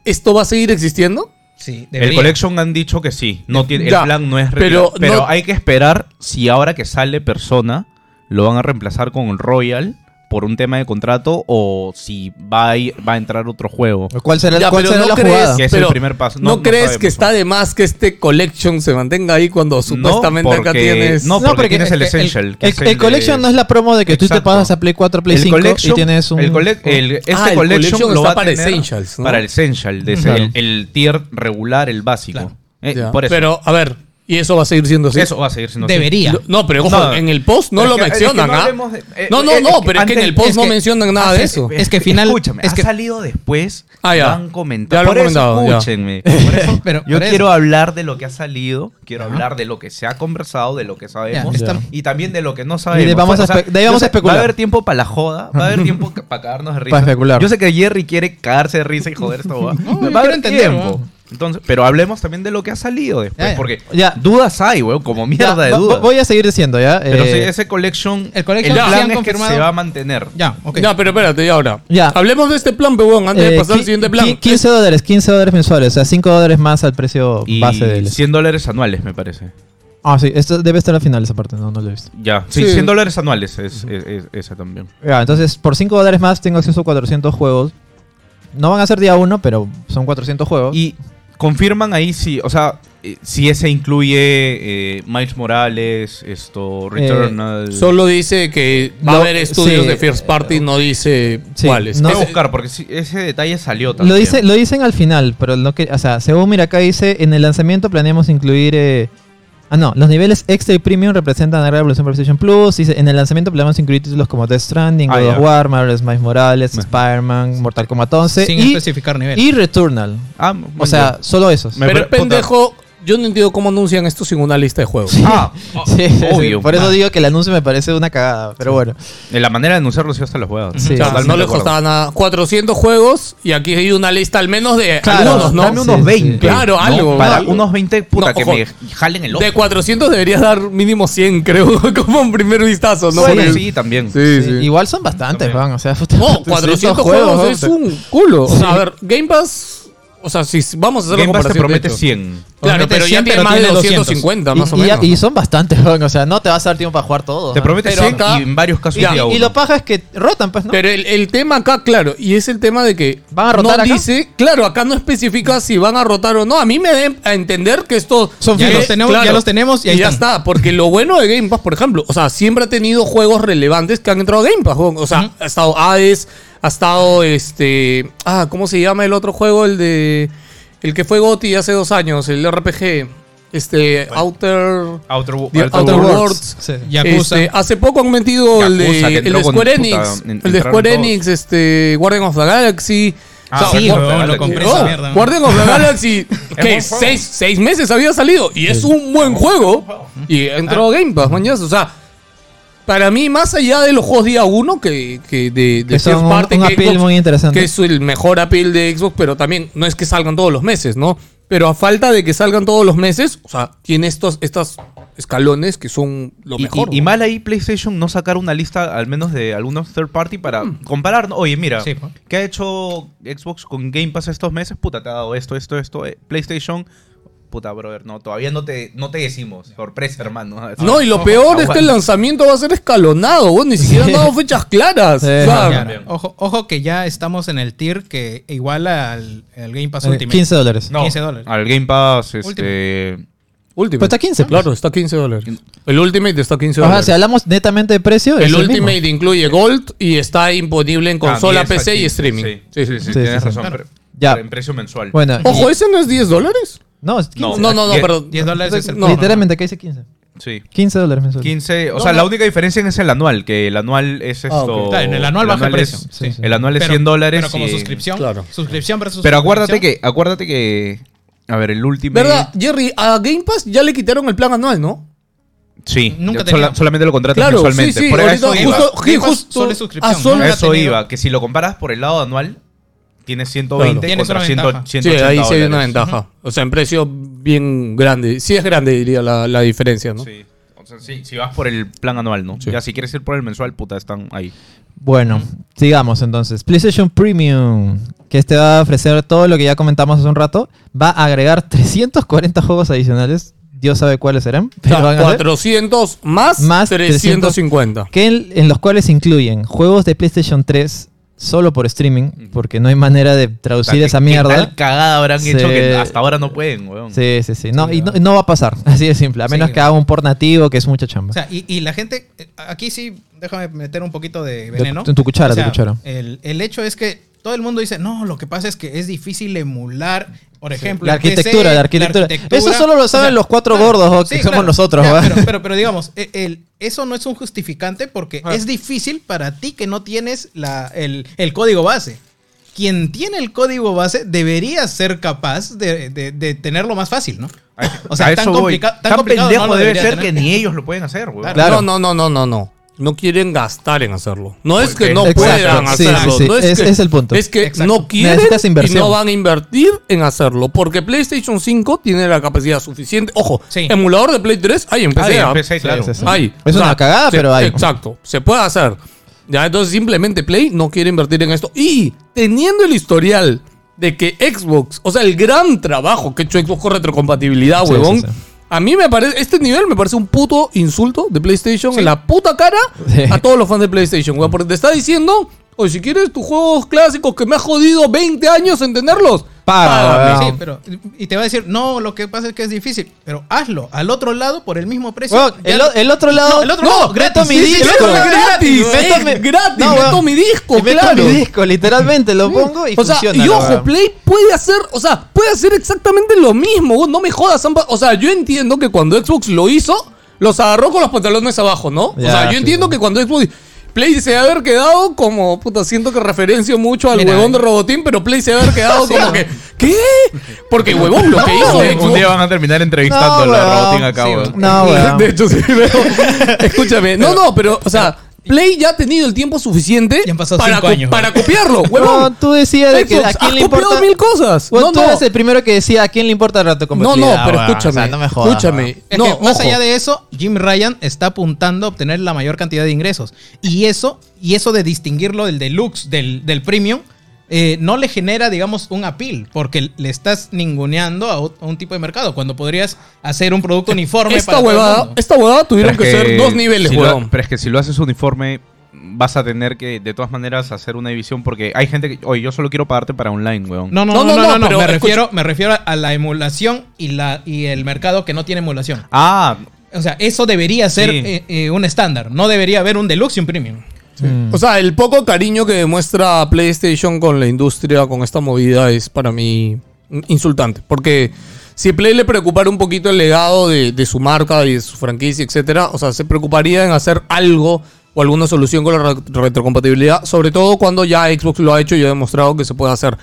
B: ¿esto va a seguir existiendo?
C: Sí,
E: el Collection han dicho que sí. No tiene,
B: Ya,
E: el plan no es
B: pero
E: real, pero
B: no-
E: hay que esperar si ahora que sale Persona lo van a reemplazar con Royal por un tema de contrato o si va a, ir- va a entrar otro juego.
D: ¿Cuál será,
B: Ya,
D: cuál
B: pero
D: será
B: no
D: la
B: crees-
D: jugada?
E: Que es
B: pero
E: el primer paso.
B: ¿No, crees que
E: sabemos.
B: está de más que este collection se mantenga ahí cuando supuestamente acá
E: porque-
B: tienes
E: no, porque tienes el
D: eh,
E: Essential, que
D: El,
E: es
D: el
E: el de-
D: Collection no es la promo de que tú te
E: Exacto.
D: pasas a Play 4, Play
E: El
D: 5
E: collection-
D: y tienes un. Oh.
E: el collec- el- este
B: Ah, el
E: collection,
B: collection
E: lo
B: está
E: va a
B: para
E: tener
B: Essentials, ¿no?
E: Para el Essential, de ese-
D: Claro.
E: el, el tier regular, el básico.
C: Claro.
E: Eh,
B: Ya.
E: por eso.
B: Pero a ver, y eso va a seguir siendo así.
E: eso va a seguir siendo así.
C: Debería.
B: Lo- No, pero ojo,
E: No.
B: en el post no
E: Es
B: lo
E: que- es que
B: mencionan,
E: no
B: ¿ah?
E: hablemos de- eh,
B: no, no,
E: eh,
B: no,
E: es que
B: pero es que en
E: antes-
B: el post
C: es
B: no
C: que-
B: mencionan nada de
C: hace-
B: eso.
C: Es que final-
E: Escúchame,
C: es
E: ha
C: que-
E: salido después.
B: Ah, ya.
E: Lo han
B: Ya
E: comentado.
B: lo
E: por
B: han
E: eso,
B: comentado, ya.
E: escúchenme. Por eso,
C: Pero-
E: yo
C: por eso.
E: quiero hablar de lo que ha salido. Quiero hablar de lo que se ha conversado, de lo que sabemos.
C: Ya, está-
E: Y también de lo que no sabemos.
D: Y de- vamos a espe- de ahí vamos
E: yo
D: a
E: sé-
D: especular.
E: Va a haber tiempo para la joda. Va a haber tiempo para cagarnos de risa.
D: Para especular.
E: Yo sé que Jerry quiere cagarse de risa y joder esta boda.
C: No, yo
E: va a
C: quiero
E: haber
C: entender,
E: tiempo.
C: weón.
E: Entonces, pero hablemos también de lo que ha salido después.
C: Ya, ya.
E: Porque
D: Ya.
E: dudas hay, weón. Como mierda
D: Ya,
E: de
D: va-
E: dudas.
D: Voy a seguir diciendo, ¿ya?
E: pero
D: Eh,
E: sí, ese collection,
C: el collection
E: el
C: sí han
E: plan es que
C: confirmado.
E: se va a mantener.
C: Ya, Ah, ok.
B: Ya, pero espérate, ya ahora.
D: Ya.
B: Hablemos de este plan, weón, antes de
D: eh,
B: pasar al
D: qui-
B: siguiente
D: qui-
B: plan.
D: 15 dólares, 15 dólares mensuales, o sea, 5 dólares más al precio
E: Y
D: base del.
E: 100 dólares anuales, me parece.
D: Ah, sí, esto debe estar al final esa parte, no, no lo he visto.
E: Ya, sí,
B: Sí.
E: 100 dólares anuales es, es- es- esa también.
D: Ya, entonces, por 5 dólares más tengo acceso a 400 juegos. No van a ser día 1, pero son 400 juegos.
E: Y confirman ahí si, o sea, eh, si ese incluye eh, Miles Morales,
D: Eh,
E: esto, Returnal.
B: Solo dice que va a
D: Lo-
B: haber estudios
D: sí.
B: de first party, no dice
D: Sí,
B: cuáles.
D: no-
E: Voy a
B: Ese-
E: buscar, porque sí, ese detalle salió también.
D: Lo, dice, lo dicen al final, pero no que, o sea, según mira acá dice, en el lanzamiento planeamos incluir... eh, ah, no, los niveles extra y premium representan la revolución PlayStation Plus. Dice, en el lanzamiento planeamos incluir títulos como Death Stranding,
E: Ah,
D: God of
E: ya.
D: War, Marvel's Miles Morales,
E: Bueno.
D: Spider-Man, Mortal Kombat 11
C: Sin
D: y,
C: especificar nivel.
D: y Returnal.
E: Ah, bueno,
D: O sea, solo esos.
E: Me-
B: pero
E: puta.
B: pendejo, yo no entiendo cómo anuncian esto sin una lista de juegos.
E: Ah,
D: Sí, sí, sí.
E: obvio.
D: Por eso digo que el anuncio me parece una cagada, pero bueno.
E: de la manera de anunciarlo sí hasta los juegos.
D: Sí.
B: O sea,
E: Totalmente
B: no
E: de
B: les
E: acuerdo.
B: costaba nada. 400 juegos y aquí hay una lista al menos de
D: Claro,
B: algunos, ¿no?
E: Dame unos
D: Sí, sí.
E: 20.
B: Claro,
E: ¿no?
B: algo,
E: Para
B: algo.
E: unos 20, puta,
B: No,
E: que
B: ojo.
E: me jalen el ojo.
B: De 400 deberías dar mínimo 100, creo, como un primer vistazo, ¿no?
E: Sí,
B: Porque-
E: sí, también.
B: sí, sí.
D: Igual son bastantes,
E: También.
D: van. O sea,
B: No, 400 juegos, es un culo. O sea, a ver, Game Pass, o sea, si s- vamos a hacer la
E: Game Pass
B: comparación
E: te
B: de
E: promete
B: hecho.
E: 100.
B: Claro,
C: Promete
B: pero
C: 100,
B: ya tiene
C: pero
B: más de
C: tiene
B: 250, más o
D: y, y-
B: menos.
D: y son bastantes, van. O sea, no te vas a dar tiempo para jugar todos.
E: Te
D: van.
E: promete
B: Pero
E: 100
B: acá-
E: y en varios casos
D: Y,
E: de a
D: y
E: uno.
D: lo paja es que rotan, pues, ¿no?
B: Pero el, el tema acá, claro, y es el tema de que
D: ¿Van a rotar
B: no
D: acá?
B: dice, claro, acá no especifica si van a rotar o no. A mí me da a entender que estos
C: Son
B: que-
C: fijos. Ya los tenemos- ya los tenemos y ahí
B: ya
C: están.
B: está, porque lo bueno de Game Pass, por ejemplo, o sea, siempre ha tenido juegos relevantes que han entrado a Game Pass, weón. o sea,
C: Ujú.
B: ha estado Hades, ha estado este, ah, ¿cómo se llama el otro juego el de el que fue GOTY hace dos años, el RPG, este Outer
E: Outer,
B: The
E: Outer
B: Outer
E: Worlds.
B: Worlds.
D: Sí.
C: Yakuza.
B: Este, hace poco han metido el de,
E: Yakuza, que
B: el
E: entró
B: de
E: con
B: Square
E: puta,
B: Enix.
E: en-
B: el de
E: entraron
B: Square
E: todos.
B: Enix, este, Guardian of the Galaxy.
E: Ah,
B: O sea,
E: sí,
B: Guar-
E: weón,
C: lo compré
E: lo compré
B: Oh,
C: esa mierda.
B: Guardian of the Galaxy, que
E: buen juego.
B: seis, seis meses había salido y es un buen juego. Y
C: Ah.
B: entró Game Pass, mañana. O sea, para mí, más allá de los juegos día uno, que, que de, de
D: Que son
B: first
D: un-
B: party,
D: un
B: que
D: appeal muy interesante.
B: Que es el mejor appeal de Xbox, pero también no es que salgan todos los meses, ¿no? Pero a falta de que salgan todos los meses, o sea, tiene estos, estos escalones que son lo
E: Y-
B: mejor.
E: y, y
B: ¿no?
E: mal ahí PlayStation no sacar una lista al menos de algunos third party para comparar. ¿no? Oye, mira,
C: Sí, pues.
E: ¿qué ha hecho Xbox con Game Pass estos meses? Puta, te ha dado esto, esto, esto. eh. PlayStation, puta, brother, no, todavía no te, no te decimos. Sorpresa, hermano.
B: No, y lo peor este es que el lanzamiento va a ser escalonado, weón. Ni siquiera han dado fechas claras.
D: Sí.
B: o sea,
E: Claro.
C: Ojo, ojo que ya estamos en el tier que iguala al, al Game Pass
D: Eh,
C: Ultimate.
D: 15 dólares.
E: No,
C: 15 dólares.
E: Al Game Pass, este.
B: Ultimate.
D: Pues está 15, pues.
B: Claro, está 15 dólares. El Ultimate está 15
D: Ajá,
B: dólares.
D: si hablamos netamente de precio, es
B: el
D: mismo.
B: Ultimate incluye Gold y está
E: Ah,
B: imponible en consola,
E: también
B: PC y
E: está
B: streaming.
E: Sí,
B: Sí,
E: sí, sí,
B: sí, sí.
E: tienes
D: sí, sí.
E: razón.
C: Claro.
E: Pero,
D: Ya.
E: pero en precio mensual.
D: Bueno,
B: Ojo,
D: y-
B: ¿ese no es 10 dólares?
D: no, es 15.
E: No.
B: No, no, no,
E: Die-
B: perdón.
C: 10 dólares es el
B: No,
D: Literalmente, acá dice 15.
E: Sí.
D: 15 dólares mensuales.
E: 15, o
B: No,
E: sea,
B: no.
E: la única diferencia es el anual, que el anual
D: Ah,
E: es esto.
B: ok.
C: Claro, en el anual baja el
E: es-
C: precio,
D: sí, sí.
E: El anual es
C: Pero-
E: 100 dólares.
C: Pero como
E: y-
C: suscripción.
B: Claro.
C: Suscripción versus
E: Pero acuérdate
C: suscripción.
E: que, acuérdate que. A ver, el último.
B: ¿Verdad, Jerry? A Game Pass ya le quitaron el plan anual, ¿no?
E: Sí.
C: Nunca
E: sola-
C: tenía.
E: solamente lo contratas
B: Claro,
E: mensualmente.
B: sí, sí.
E: Por
B: ahorita
E: eso iba.
B: justo,
C: Game Pass
B: justo-
C: solo es suscripción,
B: ah, solo-
E: A eso
C: tenido-
E: iba. Que si lo comparas por el lado anual, Tienes 120
C: Tienes
E: contra
C: una
E: 100
C: ventaja.
E: 180
B: Sí, ahí sí hay una
E: dólares.
B: ventaja. O sea, en precio bien grande. Sí es grande, diría la, la diferencia, ¿no?
E: Sí. O sea, sí, si vas por el plan anual, ¿no?
B: Sí.
E: Ya si quieres ir por el mensual, puta, están ahí.
D: Bueno, sigamos entonces. PlayStation Premium, que este va a ofrecer todo lo que ya comentamos hace un rato, va a agregar 340 juegos adicionales. Dios sabe cuáles serán.
B: O sea,
D: Pero van a ser-
B: 400 más,
D: Más
B: 350.
D: que en, en los cuales incluyen juegos de PlayStation 3 solo por streaming, porque no hay manera de
E: O sea,
D: traducir
E: ¿qué-
D: esa
E: qué
D: mierda.
E: tal cagada habrán
D: Se-
E: hecho que hasta ahora no pueden, weón.
D: Sí, sí, sí. No,
C: Sí,
D: y no,
C: ¿verdad?
D: no va a pasar. Así de simple. A
C: Sí,
D: menos que
C: ¿verdad?
D: haga un port nativo, que es mucha chamba.
C: O sea, y, y la gente, eh, aquí sí, déjame meter un poquito de
D: De-
C: veneno.
D: en tu cuchara,
C: O sea,
D: tu cuchara.
C: El, el hecho es que todo el mundo dice, no, lo que pasa es que es difícil emular, por ejemplo,
D: La
C: el PC,
D: arquitectura, la arquitectura. Eso solo lo saben los cuatro gordos, o que somos nosotros,
C: Ya,
D: ¿verdad?
C: pero, pero, pero digamos, e- el- eso no es un justificante porque
D: Ah.
C: es difícil para ti que no tienes la, el, el código base. Quien tiene el código base debería ser capaz de, de- de tenerlo más fácil, ¿no? O sea,
E: A
C: tan,
E: eso voy.
C: complica- tan
E: Tan
C: complicado no
E: pendejo
C: lo
E: debe
C: debería
E: ser
C: tener.
E: que ni ellos lo pueden hacer, weón.
C: Claro.
D: Claro.
B: No, no, no, no, no, no. No quieren gastar en hacerlo. No es que no
D: Exacto.
B: puedan
D: Sí, sí,
B: hacerlo.
D: sí.
B: No
D: Es-
B: que-
D: es el punto.
B: Es que
C: Exacto.
B: no quieren
D: Necesitas
B: y
D: inversión.
B: no van a invertir en hacerlo. Porque PlayStation 5 tiene la capacidad suficiente. Ojo,
C: Sí.
B: emulador de Play 3 hay en PC.
E: Ah, ya,
B: ¿ah?
E: empecé, claro.
D: sí, sí.
B: Hay.
D: Es una cagada,
B: se-
D: pero hay.
B: Exacto. Se puede hacer. Ya, entonces simplemente Play no quiere invertir en esto. Y teniendo el historial de que Xbox, o sea, el gran trabajo que ha hecho Xbox con retrocompatibilidad,
D: Sí,
B: huevón.
D: sí, sí.
B: A mí me parece, este nivel me parece un puto insulto de PlayStation en la puta cara
D: Sí.
B: a todos los fans de PlayStation, weón. Porque te está diciendo, oye, si quieres tus juegos clásicos que me ha jodido 20 años entenderlos,
D: Paga,
B: págame.
D: weón.
C: Sí, pero, y te va a decir, no, lo que pasa es que es difícil, pero hazlo al otro lado por el mismo precio.
D: Weón,
C: Ya-
D: el, o- el otro lado.
C: No, el otro lado,
D: meto
C: gratis,
D: mi
C: sí, sí,
D: disco.
B: el otro lado es gratis,
D: Meto
B: es
D: mi-
B: gratis, meto
D: weón.
B: mi disco,
D: Y meto
B: claro. Mm.
D: mi disco, literalmente. Lo pongo y
B: o sea,
D: funciona.
B: y
D: la
B: ojo,
D: weón.
B: Play puede hacer, o sea, puede hacer exactamente lo mismo, weón. no me jodas, han pa- o sea, yo entiendo que cuando Xbox lo hizo, los agarró con los pantalones abajo, ¿no? o
D: Ya,
B: sea, yo
D: sí,
B: entiendo
D: weón.
B: que cuando Xbox Play se debe haber quedado como, puta, siento que referencio mucho al
C: Mira, eh.
B: huevón de Robotín, pero Play se debe haber quedado como que, ¿qué? Porque huevón, lo que hizo Xbox,
E: Un día van a terminar entrevistando
D: No,
E: a
D: weón.
E: la robotín acá,
D: Sí,
E: weón.
D: No, ah, weón.
B: De hecho, sí, pero- Escúchame. No, no, pero, o sea, Play ya ha tenido el tiempo suficiente
C: Ya han pasado
B: para,
C: cinco
B: co-
C: años,
B: para
C: güey.
B: copiarlo, huevón.
D: No, tú decías de que
B: Xbox
D: a quién
B: ha
D: le
B: copiado
D: importa.
B: mil cosas.
D: Weón,
B: no,
D: tú
B: no.
D: eres el primero que decía a quién le importa la
B: no,
D: retrocompatibilidad.
B: no, pero
D: weón.
B: escúchame.
D: O sea, no me jodas,
B: escúchame.
C: Es
B: no,
C: que más
B: ojo.
C: allá de eso, Jim Ryan está apuntando a obtener la mayor cantidad de ingresos. Y eso, y eso de distinguirlo del deluxe, del, del premium, eh, no le genera, digamos, un appeal, porque le estás ninguneando a, o- a un tipo de mercado, cuando podrías hacer un producto uniforme
B: Eh, Esta
C: para todo el
B: huevada,
C: mundo.
B: esta huevada tuvieron que,
E: Pero es
B: ser dos niveles,
E: si lo-
B: huevón.
E: pero es que si lo haces uniforme, vas a tener que, de todas maneras, hacer una división. Porque hay gente que, oye, yo solo quiero pagarte para online, weón.
C: No, no,
B: No,
C: no,
B: no,
C: no,
B: no,
C: no, no,
B: pero
C: Me,
B: escucha-
C: refiero, me refiero a la emulación y, la, y el mercado que no tiene emulación.
E: Ah,
C: O sea, eso debería ser
E: Sí.
C: eh, eh, un estándar. No debería haber un deluxe y un premium.
D: Mm.
B: O sea, el poco cariño que demuestra PlayStation con la industria, con esta movida, es para mí insultante. Porque si Play le preocupara un poquito el legado de, de su marca y de su franquicia, etcétera, o sea, se preocuparía en hacer algo o alguna solución con la re- retrocompatibilidad, sobre todo cuando ya Xbox lo ha hecho y ha demostrado que se puede hacer.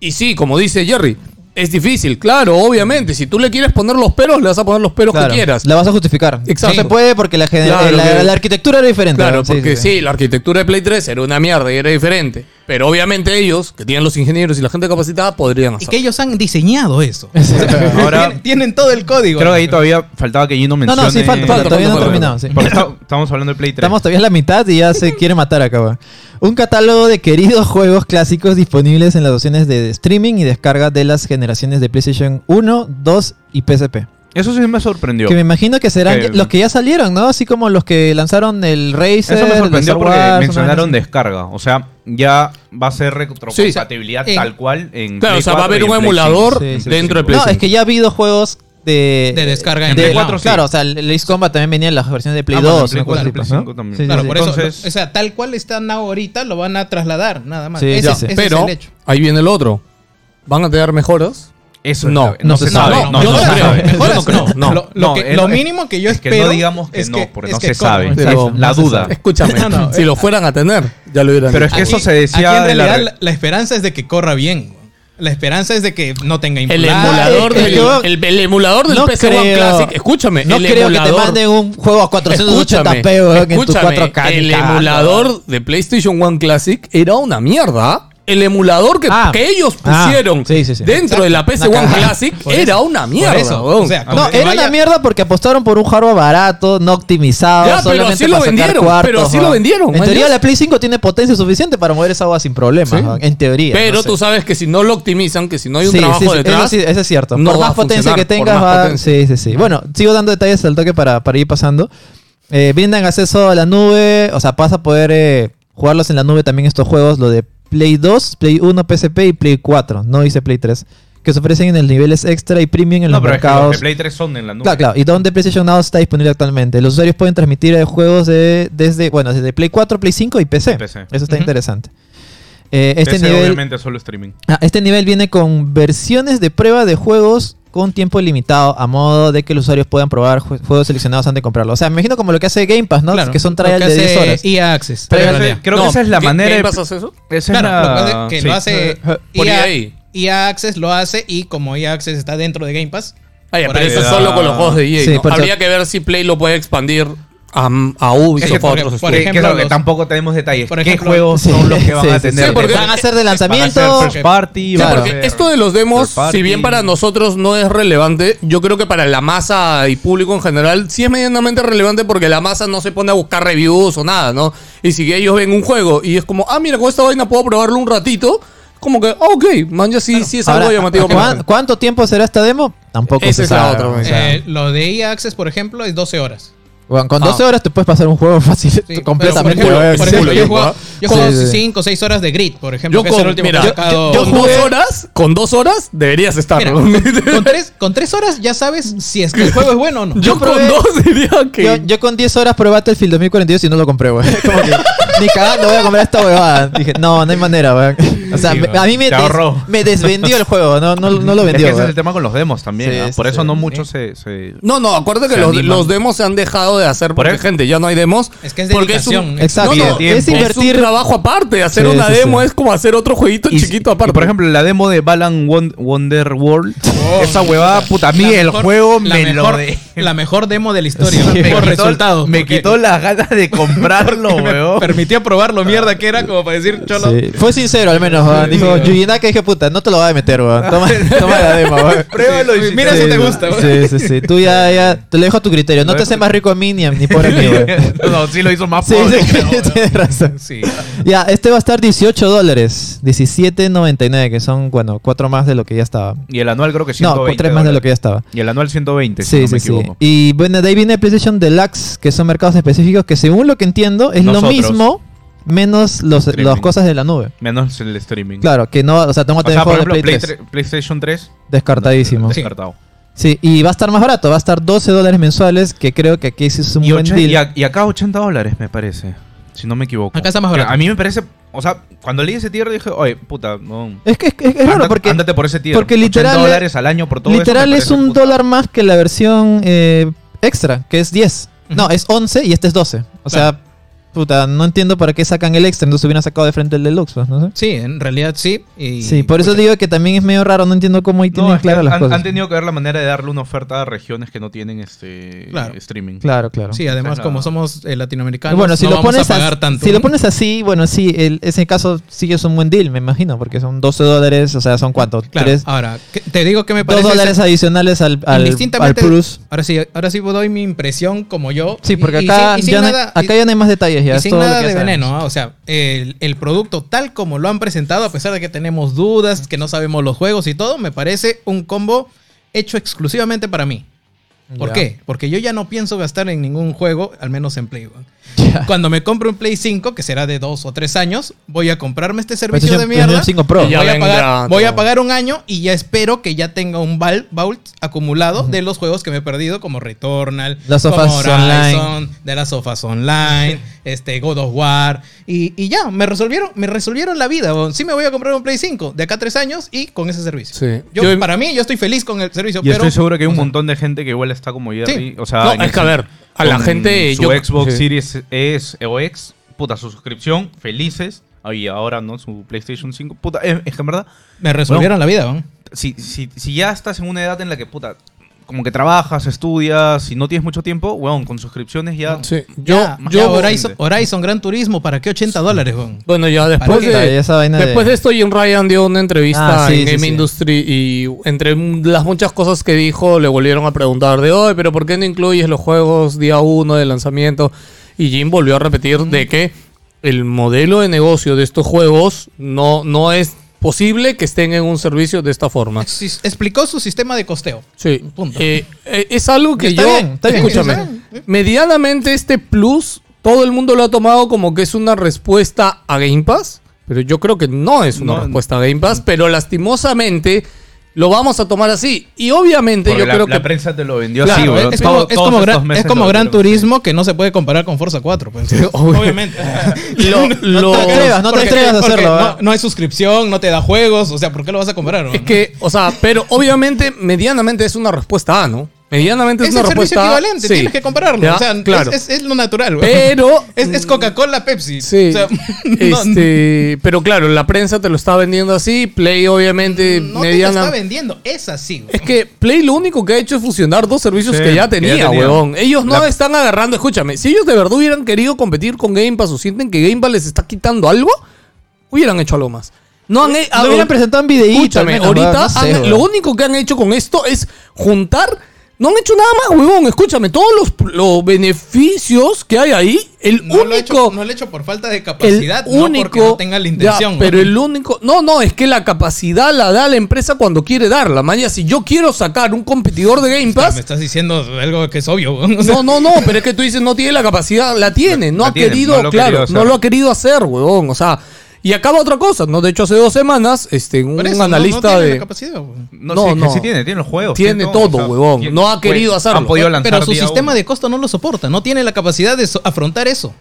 B: Y sí, como dice Jerry, es difícil, claro, obviamente. Si tú le quieres poner los peros, le vas a poner los peros
D: Claro,
B: que quieras.
D: La vas a justificar.
B: Exacto.
D: No se puede porque la, gener-
B: Claro
D: la,
B: que-
D: la arquitectura era diferente.
B: Claro,
D: ¿no? Sí,
B: porque
D: sí,
B: sí,
D: sí.
B: la arquitectura de Play 3 era una mierda y era diferente. Pero obviamente ellos, que tienen los ingenieros y la gente capacitada, podrían
C: Y
B: hacerlo.
C: que ellos han diseñado eso.
E: ahora-
C: tienen, tienen todo el código.
E: creo que ahí todavía faltaba que Gino
D: No,
E: mencione...
D: no, sí, falta, falta,
B: Falta,
D: todavía no
B: falta,
D: he terminado. sí.
E: Porque está- estamos hablando de Play 3.
D: Estamos todavía en la mitad y ya se quiere matar acá. weón. Un catálogo de queridos juegos clásicos disponibles en las opciones de streaming y descarga de las generaciones de PlayStation 1, 2 y PSP.
E: Eso sí me sorprendió.
D: Que me imagino que serán
E: Que-
D: los que ya salieron, ¿no? Así como los que lanzaron el Razer.
E: Eso me
D: el
E: sorprendió
D: Star
E: porque
D: Wars,
E: mencionaron
D: ¿no?
E: descarga. O sea, ya va a ser retrocompatibilidad
C: Sí, o sea, en-
E: tal cual en
B: Claro,
E: Play
B: o sea, va a
E: 4
B: haber
E: y
B: un
E: en Play
B: emulador
E: 5.
D: Sí, sí,
B: dentro de
E: sí.
B: Play
D: No, es que ya ha habido juegos de.
C: De descarga
D: en
C: en
D: Play
C: Play
D: 4.
C: cuatro, sí.
D: Claro, o sea, el Ace Combat también venía en las versiones de Play
E: Ah, bueno,
D: 2.
E: en
D: una
E: Play
D: cosa
E: 4,
D: así,
E: Play
D: pues, ¿no?
E: 5 también.
D: Sí, sí,
C: Claro,
D: sí.
C: por
E: Entonces-
C: eso. O sea, tal cual están ahorita, lo van a trasladar, nada más.
D: Sí,
C: Ese
D: sí,
C: es-
D: sí.
C: ese es
B: Pero
C: el hecho.
B: ahí viene el otro. ¿Van a tener mejoras?
E: Eso es
B: No,
E: grave.
D: no se sabe.
E: No,
B: yo
E: no se
B: no creo.
E: sabe.
B: Yo no
C: Mejoras,
B: creo. No.
C: Lo, lo
E: No,
C: que-
E: es-
C: lo mínimo que yo
E: es que
C: espero.
E: no digamos que no, porque no se sabe.
C: corran.
D: Pero
B: Exacto.
E: La
D: no se
E: duda.
D: sabe.
B: Escúchame,
C: No, no,
B: si
C: eh. Ah,
B: lo fueran a tener, ya lo hubieran
E: Pero es
B: hecho.
E: que eso
C: Aquí-
E: se decía
C: aquí en
E: de la
C: realidad,
E: re-
C: la, la esperanza es de que corra bien. güey. La esperanza es de que no tenga
B: El
C: impulado.
B: emulador
D: eh,
B: del,
D: yo-
B: el, el emulador del
D: No
B: PC One
D: creo-
B: Classic. Escúchame,
D: No
B: el
D: creo que te
B: emulador-
D: manden un juego a 480p, weón, en tu
B: escúchame,
D: 4K. ni
B: el
D: cagando.
B: emulador de PlayStation One Classic era una mierda. el emulador que,
D: Ah.
B: que ellos
D: Ah,
B: pusieron
D: sí, sí, sí.
B: dentro de la PC
C: Una
B: One
C: cagada.
B: Classic
C: Por
B: era
C: eso.
B: una mierda,
C: eso,
B: weón.
C: o sea,
D: No,
C: Aunque
D: era
C: vaya-
D: una mierda porque apostaron por un hardware barato, no optimizado,
B: Ya, pero
D: solamente
B: así lo
D: para sacar
B: vendieron,
D: cuartos,
B: pero así
D: ¿no?
B: lo vendieron,
D: En
B: man,
D: teoría
B: ya.
D: la Play 5 tiene potencia suficiente para mover esa agua sin problemas,
B: Sí.
D: ¿no? en teoría.
B: Pero
D: no sé.
B: tú sabes que si no lo optimizan, que si no hay un
D: Sí,
B: trabajo
D: sí, sí,
B: detrás.
D: Eso, sí, eso es cierto.
B: no
D: por
B: va
D: más
B: a
D: potencia
B: funcionar,
D: que
B: por
D: tengas,
B: más
D: va.
B: potencia.
D: Sí, sí, sí. Bueno, sigo dando detalles al toque para, para ir pasando. Eh, brindan acceso a la nube, o sea, vas a poder eh, jugarlos en la nube también estos juegos, lo de Play 2, Play 1, PSP y Play 4, no dice Play 3, que se ofrecen en los niveles extra y premium en
E: No,
D: los
E: pero es que los
D: mercados.
E: de Play 3 son en la nube.
D: Claro, claro. Y donde PlayStation Now está disponible actualmente. Los usuarios pueden transmitir eh, juegos de- desde, bueno, desde Play 4, Play 5 y PC.
E: PC.
D: Eso está
C: Ujú.
D: interesante. Eh, este
E: Este
D: nivel...
E: obviamente solo streaming.
D: Ah, este nivel viene con versiones de prueba de juegos con tiempo limitado, a modo de que los usuarios puedan probar jue- juegos seleccionados antes de comprarlo. O sea, me imagino como lo que hace Game Pass, ¿no?
C: Claro,
D: que son
C: lo
D: trials
C: que
D: de
C: hace
D: 10 horas.
C: EA Access.
E: Pero
C: en
E: ese-
C: realidad.
E: creo que esa es la
B: ¿Qué-
E: manera.
B: ¿Qué
E: de-
B: pasa eso?
E: Esa es
C: Claro, lo que
E: la.
C: hace- que
E: sí.
C: lo hace E
B: Por
C: EA,
B: EA.
C: EA Access lo hace y como EA Access está dentro de Game Pass,
B: Ah, ya,
C: Por
B: pero
C: ahí
B: eso es
E: da-
B: solo con los juegos de EA.
D: Sí,
B: ¿no?
D: por eso-
B: Habría que ver si Play lo puede expandir a, a
E: Es
B: Ubisoft
E: que
B: o a
E: porque-
B: otros
E: por
C: estudios.
E: ejemplo, que
C: los-
E: tampoco tenemos detalles.
C: por
E: ¿Qué
C: ejemplo,
E: juegos son los que van a
D: Sí, sí,
E: tener?
D: sí,
B: porque-
D: van a ser de lanzamiento.
E: Van a ser first party,
B: Sí,
E: van a
B: porque
E: ser-
B: esto de los demos,
E: third party.
B: si bien para nosotros no es relevante, yo creo que para la masa y público en general sí es medianamente relevante porque la masa no se pone a buscar reviews o nada, ¿no? Y si ellos ven un juego y es como, ah, mira, con esta vaina puedo probarlo un ratito, como que, ah, ok, man, ya sí, sí es algo
D: Ahora,
B: llamativo.
D: ¿cuán-
B: para-
D: ¿Cuánto tiempo será esta demo? Tampoco
B: Esa
D: se
B: es la
D: sabe.
B: otra,
D: o
B: pues.
D: sea.
C: eh, lo de EA Access, por ejemplo, es 12 horas.
D: Bueno, con
B: Ah.
D: 12 horas te puedes pasar un juego fácil,
C: Sí,
D: completamente.
C: pero, Por ejemplo, por ejemplo,
B: Sí,
C: yo
B: sí,
C: juego,
D: sí.
C: yo juego
D: Sí, sí.
C: 5 o 6 horas de Grid, por ejemplo,
B: Yo
C: que es el
B: con,
C: último
B: mira,
C: que
B: yo,
C: ha sacado-
B: yo- con
D: jugué-
B: dos horas, con dos horas deberías estar.
C: Mira,
B: ¿no?
C: con, 3, con tres horas ya sabes si es que el juego es bueno o no.
B: yo con
D: probé-
B: dos diría que...
D: Yo, yo con 10 horas probé Battlefield 2042 y no lo compré, güey. Como que, ni cagando voy a comprar esta huevada. Dije, no, no hay manera, güey. O sea,
E: Sí,
D: me-
E: güey.
D: a mí me,
E: Te
D: des-
E: ahorró.
D: me desvendió el juego, no, no, no lo
E: Es que
D: vendió,
E: ese es
D: güey.
E: el tema con los demos también.
D: Sí,
E: ¿ah?
D: sí,
E: Por eso
D: sí.
E: no muchos se. se-
B: No, no, acuérdate que
E: Se
B: los,
E: animan.
B: los demos se han dejado de hacer porque,
E: eso.
B: gente, ya no hay demos.
C: Es que es
B: porque
C: dedicación,
B: Es un,
D: Exacto.
B: no, no,
E: Tiempo.
D: es
B: es
E: Es
B: un
D: invertir.
B: trabajo aparte. Hacer
D: Sí,
B: una
D: sí,
B: demo
D: sí.
B: es como hacer otro jueguito
E: Y-
B: chiquito aparte.
E: y por ejemplo, la demo de Balan Won- Wonder World. esa huevada, puta, a mí
C: La
E: el
C: mejor-
E: juego
C: la
E: me
C: mejor,
E: lo de.
C: La mejor demo de la historia.
D: Sí.
E: me
C: por
E: quitó-
C: resultado.
E: Me
C: porque
E: quitó las ganas de comprarlo, weón.
C: Permitía probar lo mierda que era, como para decir, cholo.
D: Sí. Fue sincero al menos, güey. Dijo,
C: güey.
D: Yuyinaka, dije, puta, no te lo voy a meter, güey. Toma, toma la demo, güey.
E: Pruébalo y
C: Mira si te gusta,
D: Sí, sí, sí. Tú ya, ya, te lo dejo a tu criterio. No te hace más rico a mí ni, a- ni pobre a mí, güey.
E: No, sí lo hizo más
D: Sí,
E: pobre.
D: sí, tienes razón.
C: Sí.
D: Ya, este va a estar 18 dólares. 17.99, que son, bueno, cuatro más de lo que ya estaba.
E: Y el anual creo que
D: No,
E: 120.
D: tres más de lo
E: dólares.
D: que ya estaba.
E: Y el anual 120, si
D: Sí,
E: no me
D: sí, sí.
E: equivoco.
D: Y bueno, de ahí viene PlayStation Deluxe, que son mercados específicos que según lo que entiendo es
E: Nosotros.
D: lo mismo menos los,
E: Streaming.
D: las cosas de la nube.
E: Menos el streaming.
D: Claro, que no, o sea, tengo que
E: O
D: tener
E: sea, por
D: juegos de
E: ejemplo,
D: Play
E: Play
D: 3.
E: tre- PlayStation 3.
D: Descartadísimo. Sí.
E: Descartado.
D: y va a estar más barato, va a estar 12 dólares mensuales, que creo que aquí sí es un
E: Y,
D: buen
E: ocha-
D: deal.
E: y a- y acá 80 dólares, me parece. Si no me equivoco.
C: Acá está más
E: Que
C: barato.
E: A mí me parece. O sea, cuando leí ese tier dije, oye, puta, no.
D: Es que es, que- es raro
E: Anda-
D: porque
E: Ándate por ese tier.
D: porque
E: 80
D: literal-
E: dólares al año por todo
D: literal es un
E: dólar
D: dólar más que la versión eh, extra, que es 10. No, es 11 y este es 12. O sea, puta, no entiendo para qué sacan el extra, entonces hubieran sacado de frente el deluxe, pues, no sé.
C: Sí, en realidad sí. pues, y-
D: Sí, por eso digo que también es medio raro, no entiendo cómo ahí
E: No,
D: tienen
E: es que
D: claras las
E: han,
D: cosas.
E: han tenido que ver la manera de darle una oferta a regiones que no tienen este
C: Claro.
E: streaming.
D: Claro, claro.
C: Sí, además,
E: Claro.
C: como somos eh, latinoamericanos,
D: bueno, si
C: no
D: lo
C: vamos
D: pones
C: a pagar
D: as-
C: tanto.
D: si lo
C: ¿no?
D: pones así, bueno, sí, el, ese caso sí que es un buen deal, me imagino, porque son 12 dólares, o sea, son cuánto,
C: Claro,
D: tres,
C: ahora, que- te digo que me
D: dos
C: parece...
D: dólares adicionales al al, al
C: indistintamente-
D: plus.
C: Ahora sí, ahora sí doy mi impresión como yo.
D: Sí,
C: y-
D: porque
C: y
D: acá,
C: sin- y sin
D: ya, no-
C: nada-
D: acá
C: y-
D: ya no hay más detalles, ya
C: y
D: es
C: sin
D: todo lo
C: nada
D: que
C: de
D: ya sabemos.
C: veneno, ¿ah? o sea, el, el producto tal como lo han presentado, a pesar de que tenemos dudas, que no sabemos los juegos y todo, me parece un combo hecho exclusivamente para mí. ¿ah? ¿Por
D: Ya.
C: qué? Porque yo ya no pienso gastar en ningún juego, al menos en Play. weón. Cuando me compro un Play 5, que será de dos o tres años, voy a comprarme este servicio
D: PlayStation-
C: de mierda.
D: PlayStation 5 Pro.
B: Y Pues, ya
C: voy, a
B: venga
C: pagar, voy a
B: todo.
C: pagar un año y ya espero que ya tenga un val- vault acumulado de los juegos que me he perdido, como Returnal,
D: Las
C: como
D: Us Online.
C: de las sofas online, este God of War y, y ya me resolvieron me resolvieron la vida. weón. Sí me voy a comprar un Play 5 de acá a tres años y con ese servicio.
B: Sí.
C: Yo,
B: Yo-
C: para mí yo estoy feliz con el servicio,
E: Y
C: pero
E: estoy seguro que hay un montón de gente que igual está como Jerry.
C: Sí.
E: O sea,
B: No,
E: en
B: es que a
E: ese-
B: ver, a la
E: con
B: gente,
E: Su
B: yo-
E: Xbox
B: sí.
E: Series S o X, puta, su suscripción, felices. Y ahora, ¿no? Su PlayStation 5. Puta, eh, es que en verdad,
C: me resolvieron la vida. weón.
E: si, si, si ya estás en una edad en la que, puta, como que trabajas, estudias y no tienes mucho tiempo, weón, con suscripciones ya.
B: Sí. Yo,
C: Ya,
E: yo-
C: ya
E: yo-
C: Horizon, Horizon Gran Turismo, ¿para qué 80 dólares, weón?
B: Bueno, ya después
C: Puta,
B: de,
D: y esa vaina
B: después
D: de-
B: de esto, Jim Ryan dio una entrevista
D: Ah,
B: en
D: sí, sí,
B: Game
D: sí.
B: Industry y entre las muchas cosas que dijo, le volvieron a preguntar de hoy, pero ¿por qué no incluyes los juegos día uno de lanzamiento? Y Jim volvió a repetir de que el modelo de negocio de estos juegos no, no es posible que estén en un servicio de esta forma.
C: Sí, explicó su sistema de costeo.
B: Sí.
C: Punto.
B: Eh, eh, es algo que
D: Está
B: yo.
D: bien, está bien,
B: escúchame.
D: está
B: Medianamente este plus, todo el mundo lo ha tomado como que es una respuesta a Game Pass. Pero yo creo que no es una
E: No,
B: respuesta a Game Pass. Pero lastimosamente lo vamos a tomar así. Y obviamente
E: Porque
B: yo
E: la,
B: creo
E: la
B: que.
E: prensa te lo vendió
B: Claro,
E: así,
C: Claro,
E: weón.
C: es,
E: Todo-
C: como, es
E: todos
C: como
E: estos
C: Gran,
E: meses
C: es como
E: lo-
C: gran
E: lo-
C: Turismo que no se puede comparar con Forza 4. pues. Obviamente.
B: Lo- lo-
D: te atrevas, no te
C: Porque-
D: atrevas a
C: porque
D: hacerlo, ¿verdad?
C: No, no hay suscripción, no te da juegos. O sea, ¿por qué lo vas a comparar?
B: es
C: no?
B: que, o sea, pero obviamente, medianamente es una respuesta A, ¿no? Medianamente es,
C: es
B: una
C: el servicio
B: respuesta A.
C: equivalente,
B: Sí.
C: tienes que compararlo.
B: Ya,
C: O sea,
B: claro.
C: es, es- es lo natural. güey.
B: Pero-
C: Es, es Coca-Cola, Pepsi.
B: Sí.
C: O sea, no-
B: este, pero claro, la prensa te lo está vendiendo así. Play, obviamente,
C: no te lo
B: mediana.
C: está vendiendo. Es así. güey.
B: Es que Play lo único que ha hecho es fusionar dos servicios
E: Sí,
B: que ya
E: que ya
B: tenía,
E: tenía.
B: huevón. Ellos no
E: La-
B: están agarrando, escúchame, si ellos de verdad hubieran querido competir con Game Pass o sienten que Game Pass les está quitando algo, hubieran hecho algo más. No han he-
D: Lo hubieran presentado en videíto,
B: Escúchame,
D: al menos,
B: ahorita
D: huevón, no sé,
B: han-
D: huevón.
B: lo único que han hecho con esto es juntar. No han hecho nada más, huevón. Escúchame, todos los, los beneficios que hay ahí, el
C: no, lo he
B: único
C: hecho, no lo he hecho por falta de
B: el
C: capacidad, no
B: único
C: porque no tenga la intención.
B: Ya,
C: güey.
B: pero el único no no es que la capacidad la da la empresa cuando quiere darla mañana si yo quiero sacar un competidor de Game
C: Me
B: Pass
C: estás diciendo algo que es obvio. güey. O sea,
B: no no no pero es que tú dices no tiene la capacidad la tiene no
E: La
B: ha
E: tiene,
B: querido
E: no lo ha
B: claro
E: querido hacer.
B: no lo ha querido hacer huevón o sea y acaba otra cosa no de hecho hace dos semanas este un
C: por eso, no- no
B: analista
C: tiene la
B: de
C: capacidad, güey.
E: No,
B: No,
E: sí, es que
B: no.
E: sí tiene, tiene los juegos.
B: Tiene todo, huevón.
E: tiene-
B: No ha querido
E: pues,
B: hacerlo. Eh,
E: Han podido
C: Pero-
E: lanzar
C: pero su
E: día
C: sistema
E: uno.
C: de costo no lo soporta, no tiene la capacidad de so- afrontar eso.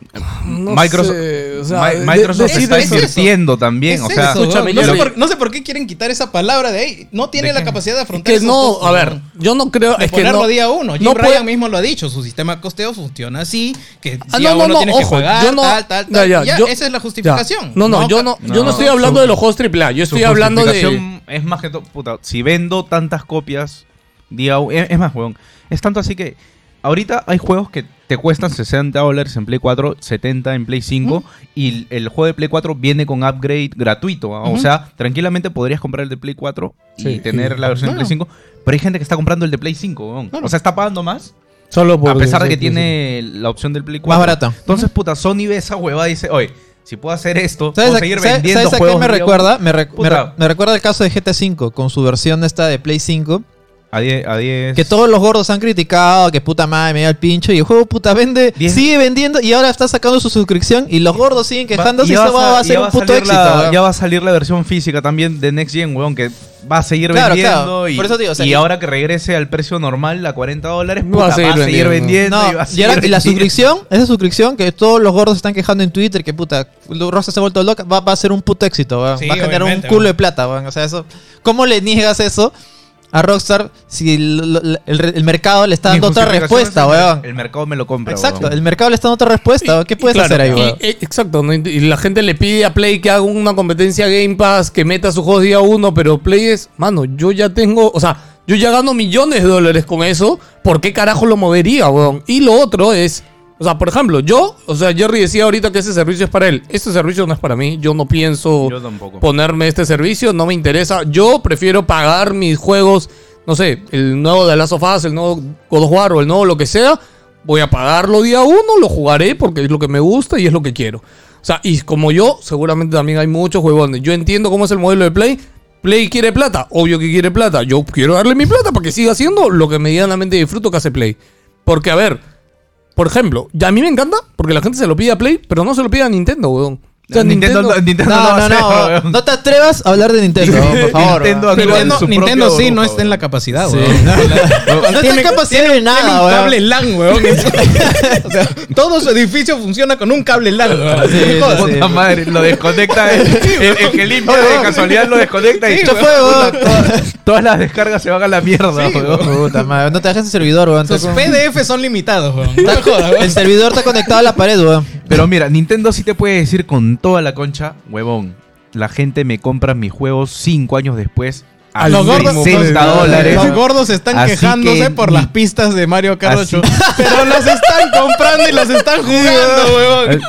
B: no
E: Microsoft,
B: sé, o sea,
E: Mi-
B: de-
E: Microsoft
B: decir
E: está
C: eso.
E: invirtiendo también.
C: Es
E: o sea,
C: eso,
B: escúchame,
C: no,
B: yo
C: sé
B: le-
C: por, no sé por qué quieren quitar esa palabra de ahí. No tiene la capacidad de afrontar
B: que
C: esos
B: no
C: costos,
B: a ver
C: ¿no?
B: yo no creo
C: De
B: es que
C: ponerlo
B: no
C: día uno. Jim
B: no
C: Ryan
B: puede-
C: mismo lo ha dicho. Su sistema de costeo funciona así. Que
B: Ah,
C: día
B: no, no,
C: uno
B: no,
C: tienes que
B: ojo,
C: pagar,
B: yo no-
C: tal, tal,
B: ya,
C: tal.
B: ya,
C: Ya,
B: yo-
C: esa es la
B: ya.
C: justificación.
B: No, no, yo no, yo no
E: No,
B: estoy hablando
E: su-
B: de los juegos AAA, yo
E: su
B: estoy hablando de...
E: justificación Es más que todo, puta, si vendo tantas copias, día u- es, es más, huevón. Es tanto así que ahorita hay juegos que te cuestan 60 dólares en Play 4, 70 en Play 5, y el- el juego de Play 4 viene con upgrade gratuito. ¿ah? O sea, tranquilamente podrías comprar el de Play 4 y
B: Sí.
E: tener la versión de Play 5, pero hay gente que está comprando el de Play 5, huevón.
C: Claro.
E: O sea, está pagando más.
B: Solo
E: A pesar de que
B: sí, sí, sí.
E: tiene la opción del Play 4.
D: barato.
E: Entonces, puta, Sony ve esa huevada y dice, oye, si puedo hacer esto,
D: ¿Sabes,
E: puedo
D: a,
E: seguir
D: sabes-
E: vendiendo
D: sabes a
E: juegos
D: qué me
E: día uno".
D: recuerda? Me, rec- me,
E: Puta.
D: re- me recuerda el caso de GTA V con su versión esta de Play 5.
E: A 10. A 10.
D: Que todos los gordos han criticado, que puta madre, me da el pincho. Y el juego puta vende,
E: Diez-
D: sigue vendiendo y ahora está sacando su suscripción. Y los gordos siguen quejándose y
E: ya
D: eso
E: vas
D: va,
E: a-
D: va a
E: ya
D: ser
E: va
D: un
E: a
D: puto
E: salir
D: éxito.
E: la-
D: weón.
E: ya va a salir la versión física también de Next Gen, weón, que va a seguir
D: Claro,
E: vendiendo.
D: claro.
E: Y,
D: Por eso digo, o sea,
E: y
D: que-
E: ahora que regrese al precio normal, a 40 dólares,
B: Va a
E: puta, va a seguir,
B: seguir vendiendo.
E: vendiendo.
D: No,
E: y va a
D: y, ahora- y
E: seguir
D: la
E: vendiendo.
D: suscripción, esa suscripción que todos los gordos están quejando en Twitter, que puta, Rosa se ha vuelto loca, va, va a ser un puto éxito, weón.
C: Sí,
D: va a generar un
C: obviamente,
D: culo de
C: weón.
D: plata, weón. O sea, eso, ¿cómo le niegas eso a Rockstar si el, el- el- el mercado le está
E: Mi
D: dando otra
E: justificación
D: respuesta,
E: es el mer-
D: weón?
E: El mercado me lo compra.
D: Exacto,
E: weón.
D: el mercado le está dando otra respuesta, weón. ¿qué puedes
B: Claro,
D: hacer ahí,
B: y-
D: weón?
B: eh, exacto, ¿no? y, y la gente le pide a Play que haga una competencia Game Pass, que meta sus juegos día uno, pero Play es, mano, yo ya tengo, o sea, yo ya gano millones de dólares con eso, ¿por qué carajo lo movería, weón? Y lo otro es, o sea, por ejemplo, yo, o sea, Jerry decía ahorita que ese servicio es para él, este servicio no es para mí, yo no pienso
E: Yo tampoco.
B: ponerme este servicio, no me interesa, yo prefiero pagar mis juegos, no sé, el nuevo de Last of Us, el nuevo God of War o el nuevo lo que sea, voy a pagarlo día uno, lo jugaré porque es lo que me gusta y es lo que quiero. O sea, y como yo, seguramente también hay muchos huevones. Yo entiendo cómo es el modelo de Play. Play quiere plata, obvio que quiere plata. Yo quiero darle mi plata para que siga haciendo lo que medianamente disfruto que hace Play. Porque, a ver, por ejemplo, ya a mí me encanta porque la gente se lo pide a Play, pero no se lo pide a Nintendo, huevón. O sea,
E: Nintendo, no- Nintendo no,
D: No, no,
E: va a hacer,
D: no,
E: weón.
D: no te atrevas a hablar de Nintendo, weón, por favor.
E: Nintendo
D: weón.
E: actúa en
C: Nintendo,
E: su propio
C: Nintendo sí
E: grupo,
C: no está en la
E: weón.
C: capacidad, weón.
D: No tiene capacidad de
C: Tiene
D: nada,
C: un
D: weón.
C: cable LAN, weón. o sea, todo su edificio funciona con un cable LAN, weón.
D: Sí, sí,
C: Joder.
E: Puta madre, lo desconecta. el, el- el que limpia
D: Oye,
E: de
D: weón.
E: casualidad lo desconecta y
D: Sí, weón.
E: Puta, todas, todas las descargas se van a la mierda,
C: Sí,
E: weón.
D: Puta madre, no te dejes el servidor, weón.
C: Sus
D: Está-
C: PDF son limitados, weón. No me jodas, weón.
D: El servidor está conectado a la pared, weón.
E: Pero mira, Nintendo sí te puede decir con toda la concha, huevón, la gente me compra mis juegos cinco años después a
B: Los gordos-
E: 60 dólares.
C: Los gordos están
E: Así
C: quejándose
E: que-
C: por las pistas de Mario Kart
E: Así-
C: 8, pero las están comprando y las están jugando, weón.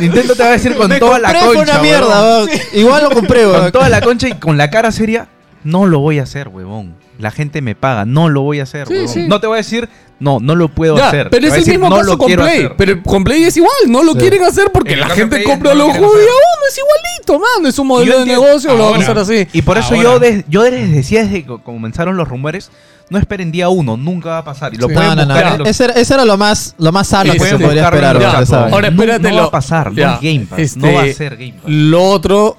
E: Nintendo te va a decir con
C: Me
E: toda la
D: Compré fue
E: concha.
D: una mierda,
E: huevón.
D: weón. Igual lo compré,
E: Con
D: weón.
E: toda la concha y con la cara seria, no lo voy a hacer, huevón. La gente me paga, no lo voy a hacer,
B: Sí,
E: huevón.
B: sí.
E: No te voy a decir, no, no lo puedo
B: Ya,
E: hacer.
B: pero
E: Te
B: es
E: voy a
B: el
E: decir,
B: mismo
E: no
B: caso
E: lo
B: con
E: quiero
B: Play.
E: hacer.
B: Pero con Play es igual, no lo quieren hacer porque
E: En el
B: la
E: caso de
B: gente
E: Play,
B: compra
E: no lo
B: los
E: quieren
B: juegos de
E: hacer.
B: uno, es igualito, mano. Es un
E: Y yo
B: modelo de
E: entiendo-
B: negocio, lo vamos a hacer
E: Ahora,
B: así.
E: Y por eso
C: Ahora.
E: yo, des- yo les decía desde que comenzaron los rumores, no esperen día uno, nunca va a pasar. Y lo
B: Sí.
E: pueden
D: No, no, no.
E: buscar en los-
D: Ese era, ese era lo más, lo más sano
B: Sí,
D: que
B: sí,
D: se
B: sí.
D: podría esperar,
E: Carmen,
D: weón,
E: ya,
D: esa vaina.
E: No-
B: Ahora espérate.
E: no va a pasar, no
B: ya, este,
E: es Game Pass, no va a ser Game Pass.
B: Lo otro.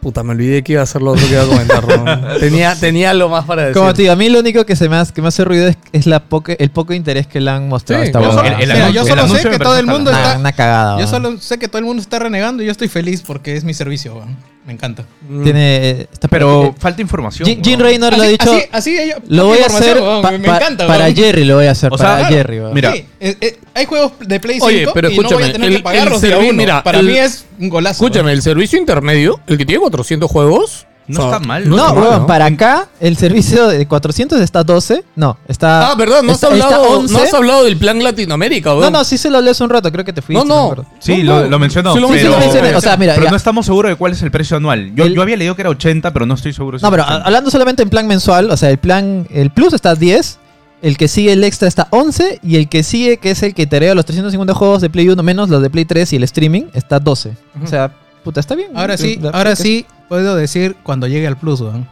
B: Puta, me olvidé que iba a ser lo otro que iba a comentar. ¿no? tenía, tenía lo más para decir.
D: Como te digo, a mí lo único que se me hace, que me hace ruido es, es la poca- el poco interés que le han mostrado
B: Sí,
D: a esta
B: yo
D: huevada.
B: solo-
D: O
E: el
D: sea,
C: Mira,
E: anuncio-
C: yo
E: el
C: solo sé
E: anuncio
C: que
E: me
C: todo el
E: parece
C: mundo
D: una,
C: está.
D: una cagada.
C: Yo
D: weón.
C: solo sé que todo el mundo está renegando y yo estoy feliz porque es mi servicio, weón. Me encanta.
B: Mm.
D: Tiene, eh, está-
E: Pero
D: eh,
E: falta información.
D: Jim, Jim
E: huevón.
D: Raynor lo ha
C: Así-
D: dicho.
C: así- así ellos-
D: lo voy a
C: información,
D: hacer
C: weón,
D: pa-
C: me
D: pa-
C: encanta,
D: para
C: weón.
D: Jerry, lo voy a hacer
E: O sea,
D: para
E: claro.
D: Jerry. weón.
E: Mira.
C: Sí, eh, eh, hay juegos de Play 5
B: Oye, pero
C: y no voy
B: escúchame,
C: a tener
B: el-
C: que
B: el
C: pagarlos de a
B: servi-
C: uno.
B: mira,
C: Para
B: el-
C: mí es un golazo.
B: Escúchame, el servicio intermedio, el que tiene 400 juegos.
E: No
B: o sea,
E: está mal.
D: No,
B: está mal,
D: weón,
B: ¿no?
D: para acá el servicio de 400 está 12. No, está.
B: Ah, verdad, no has,
D: está, está
B: hablado,
D: 11.
B: no has hablado del plan Latinoamérica,
D: No,
B: weón.
D: no, sí se lo hablé hace un rato, creo que te fuiste.
B: no,
D: me
B: no.
D: acuerdo.
E: Sí,
B: No,
E: lo,
B: no.
E: lo mencionó.
B: Sí, lo
E: pero,
B: mencioné,
D: mencioné. O sea, mira,
E: pero
D: ya.
E: no estamos seguros de cuál es el precio anual. Yo,
D: El-
E: yo había leído que era 80, pero no estoy seguro. si
D: No,
E: es
D: pero a-
E: 80.
D: hablando solamente en plan mensual, o sea, el plan, el plus está a 10, el que sigue el extra está 11 y el que sigue, que es el que te los 350 juegos de Play 1 menos los de Play 3 y el streaming, está 12. O sea, puta, está bien.
C: Ahora sí,
D: La-
C: ahora sí puedo decir cuando llegue al Plus, weón.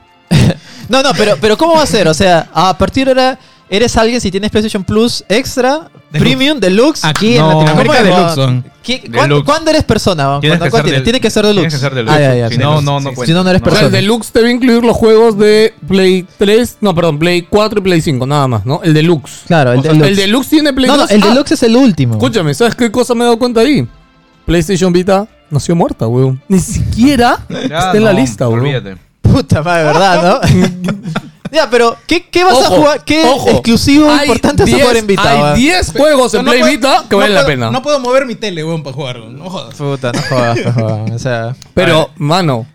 D: No, no, pero, pero ¿cómo va a ser? O sea, a partir de ahora eres alguien si tienes PlayStation Plus extra, premium, deluxe.
C: Aquí en
E: Ah, No.
C: Latinoamérica
D: ¿Cómo
C: de
D: es?
C: Lux, weón.
D: ¿Qué-
E: Deluxe.
D: ¿cuándo, cuándo eres persona? weón?
E: Tienes
D: ¿Cuándo-
E: que
D: cuándo
E: ser
D: tienes?
E: del-
D: Tiene que ser deluxe.
E: Tienes que ser deluxe.
D: Ah, ya, ya,
E: Si
D: sí,
E: no,
D: sí,
E: no,
D: sí,
E: no
D: sí.
E: cuenta.
D: Si no, no eres
E: No,
B: Pero
D: persona.
B: el deluxe te va a incluir los juegos de Play 3, no, perdón, Play 4 y Play 5, nada más, ¿no? El deluxe.
D: Claro, el
B: O sea,
D: deluxe.
B: el deluxe tiene Play
D: No, no,
B: 2.
D: el
B: Ah,
D: deluxe es el último.
B: Escúchame, ¿sabes qué cosa me he dado cuenta ahí? PlayStation Vita nació muerta, weón. Ni siquiera
E: Ya,
B: está en la
E: no,
B: lista, weón.
E: olvídate.
D: Puta madre, ¿verdad, no? ya, pero ¿qué, qué vas
B: Ojo,
D: a jugar? ¿Qué
B: ojo.
D: exclusivo
B: Hay
D: importante vas a
B: 10
D: jugar en Vita? weón?
B: Hay 10 juegos en
C: No, no
B: Play
C: puedo-
B: Vita que
C: no
B: valen la
C: puedo-
B: pena.
C: No puedo mover mi tele, weón, para jugar, weón. No jodas.
D: Puta, no jodas, no jodas. O sea,
B: Pero, mano,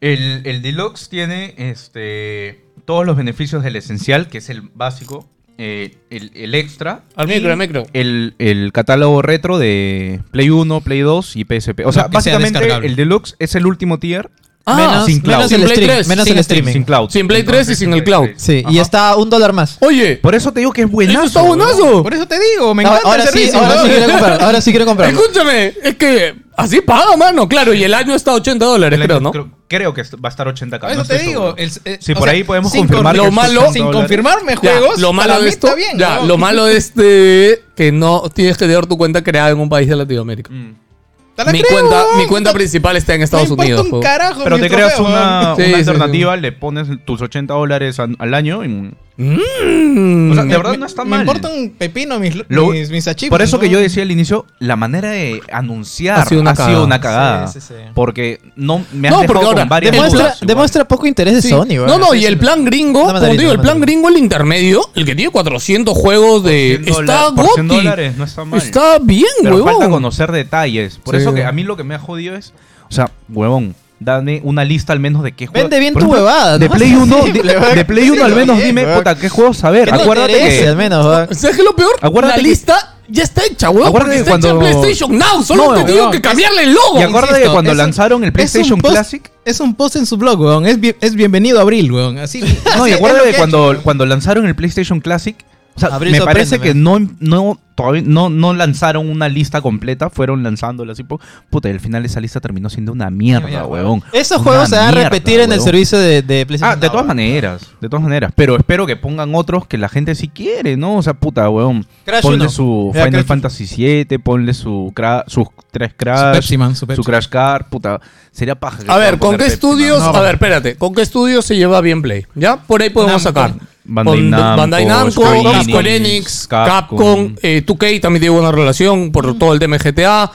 E: El, el Deluxe tiene este, todos los beneficios del esencial, que es el básico, eh, el, el extra.
B: al micro, al micro.
E: El, el catálogo retro de Play 1, Play 2 y PSP. O sea,
C: Lo que sea
E: básicamente
C: descargable.
E: el Deluxe es el último tier
B: Ah,
D: menos,
E: sin cloud.
D: menos
B: Sin
D: el
B: Play
D: stream,
B: 3,
D: menos
B: sin
D: el
B: streaming.
D: streaming.
E: sin cloud.
B: Sin Play 3 y sin el cloud.
D: Sí, y
E: Ajá.
D: está a un dólar más.
B: Oye,
E: Por eso te digo que es buenazo.
B: eso está buenazo.
C: Por eso te digo, me
D: Ahora-
C: encanta
D: ahora
C: el
D: sí,
C: servicio,
D: ahora sí
C: weón.
D: quiero comprar. Ahora sí quiero comprar.
B: Escúchame, es que así paga, mano. Claro, y el año está a 80 dólares,
E: El-
B: creo, ¿no?
E: creo, creo que va a estar 80 k
C: Eso te digo. el- eh,
E: Si
C: o
E: por
C: sea,
E: ahí podemos
C: sin
E: confirmar
B: lo
E: que es
B: malo-
E: 60
C: sin
E: dólares.
C: confirmarme
B: Ya,
C: juegos,
B: lo
C: para
B: malo
C: mí
B: de esto,
C: está bien,
B: ya,
C: weón.
B: lo malo de este que no tienes que tener tu cuenta creada en un país de Latinoamérica.
E: Mm.
C: Te la
B: Mi
C: creo,
B: cuenta,
C: weón.
B: mi cuenta
C: No-
B: principal está en Estados
C: no importa
B: Unidos.
C: un
B: po.
C: carajo
E: Pero
C: mi
E: te creas
C: trofeo, weón.
E: una,
B: Sí,
E: una
B: sí, sí.
E: alternativa, le pones tus 80 dólares an- al año y...
B: Mm.
E: O sea, de
C: Me-
E: verdad
C: me-
E: no está
C: me
E: mal.
C: importa un pepino mis,
E: Lo-
C: mis, mis achievements,
E: Por eso que
C: weón.
E: yo decía al inicio, la manera de anunciar
B: Ha
E: ha
B: sido
E: sido
B: una cagada.
E: una cagada.
D: Sí, sí, sí.
E: Porque no me has
B: No, porque
E: dejado
B: ahora,
E: con varias
D: Demuestra,
E: dudas, igual.
D: demuestra poco interés de
B: Sí.
D: Sony, weón.
B: no, no,
D: Sí,
B: y
D: sí,
B: el
D: sí.
B: plan gringo,
D: No,
B: como te
D: Madrid,
B: digo,
D: no,
B: el plan
D: Madrid.
B: gringo, el intermedio, el que tiene 400 juegos de...
E: Por cien
B: Está
E: dólares- por cien
B: goti,
E: dólares, no está mal.
B: está bien,
E: Pero falta
B: huevón.
E: conocer detalles. Por
B: Sí.
E: eso que a mí lo que me ha jodido es... O sea, huevón, dame una lista al menos de qué juegos...
D: Vende bien
E: Por
D: tu
E: ejemplo,
D: huevada.
E: De
D: ¿no?
E: Play
D: Sí,
E: 1,
D: sí,
E: de, de Play 1 al menos dime, puta, qué juegos a ver.
D: Que te
E: Acuérdate
D: interese,
E: que...
D: al menos, weón.
B: ¿Sabes qué es lo peor?
E: Acuérdate
B: la
E: que-
B: lista ya está hecha, huevón.
E: Acuérdate
B: Porque está
E: que
B: hecha en
E: cuando-
B: PlayStation Now. Solo
E: No,
B: te digo
E: huevón,
B: que
E: es-
B: cambiarle el logo.
E: Y acuérdate
C: Insisto,
E: que cuando
C: es un-
E: lanzaron
C: es
E: el
C: un
E: PlayStation
C: post-
E: Classic...
C: Es un post en su blog, weón. Es, bi- es bienvenido a abril, weón. Así.
E: No,
C: así
E: y
C: es lo
E: acuérdate
C: que
E: de
C: ha
E: cuando,
C: hecho,
E: cuando lanzaron el PlayStation Classic. O sea,
D: Abril,
E: me parece
D: sorpréndeme.
E: que no, no, todavía no, no lanzaron una lista completa, fueron lanzándola así. po- Puta, y al final esa lista terminó siendo una mierda, huevón.
D: Esos
E: Una
D: juegos se van a
E: mierda,
D: repetir en el
E: huevón.
D: servicio de, de PlayStation.
E: Ah, de
D: Now, weón.
E: todas maneras, de todas maneras. Pero espero que pongan otros que la gente sí quiere, ¿no? O sea, puta, huevón.
D: Crash
E: ponle
D: uno.
E: su
D: Ya,
E: Final
D: Crash-
E: Fantasy VII, ponle su cra- sus tres
C: Su
E: Crash,
C: Pepsi Man, su Pepsi.
E: Crash Car, puta. Sería paja. que
B: A ver,
E: puedan
B: ¿con
E: poner
B: qué
E: Pepsi Man.
B: estudios?
E: No,
B: a ver, espérate. ¿Con qué estudios se lleva bien Play? ¿Ya? Por ahí podemos
C: Namco.
B: sacar.
E: Bandai
B: Con
E: Namco,
B: Bandai Namco,
E: Square Enix,
B: Square Enix, Capcom,
E: Capcom.
B: eh, 2K también tiene una relación por todo el tema de GTA.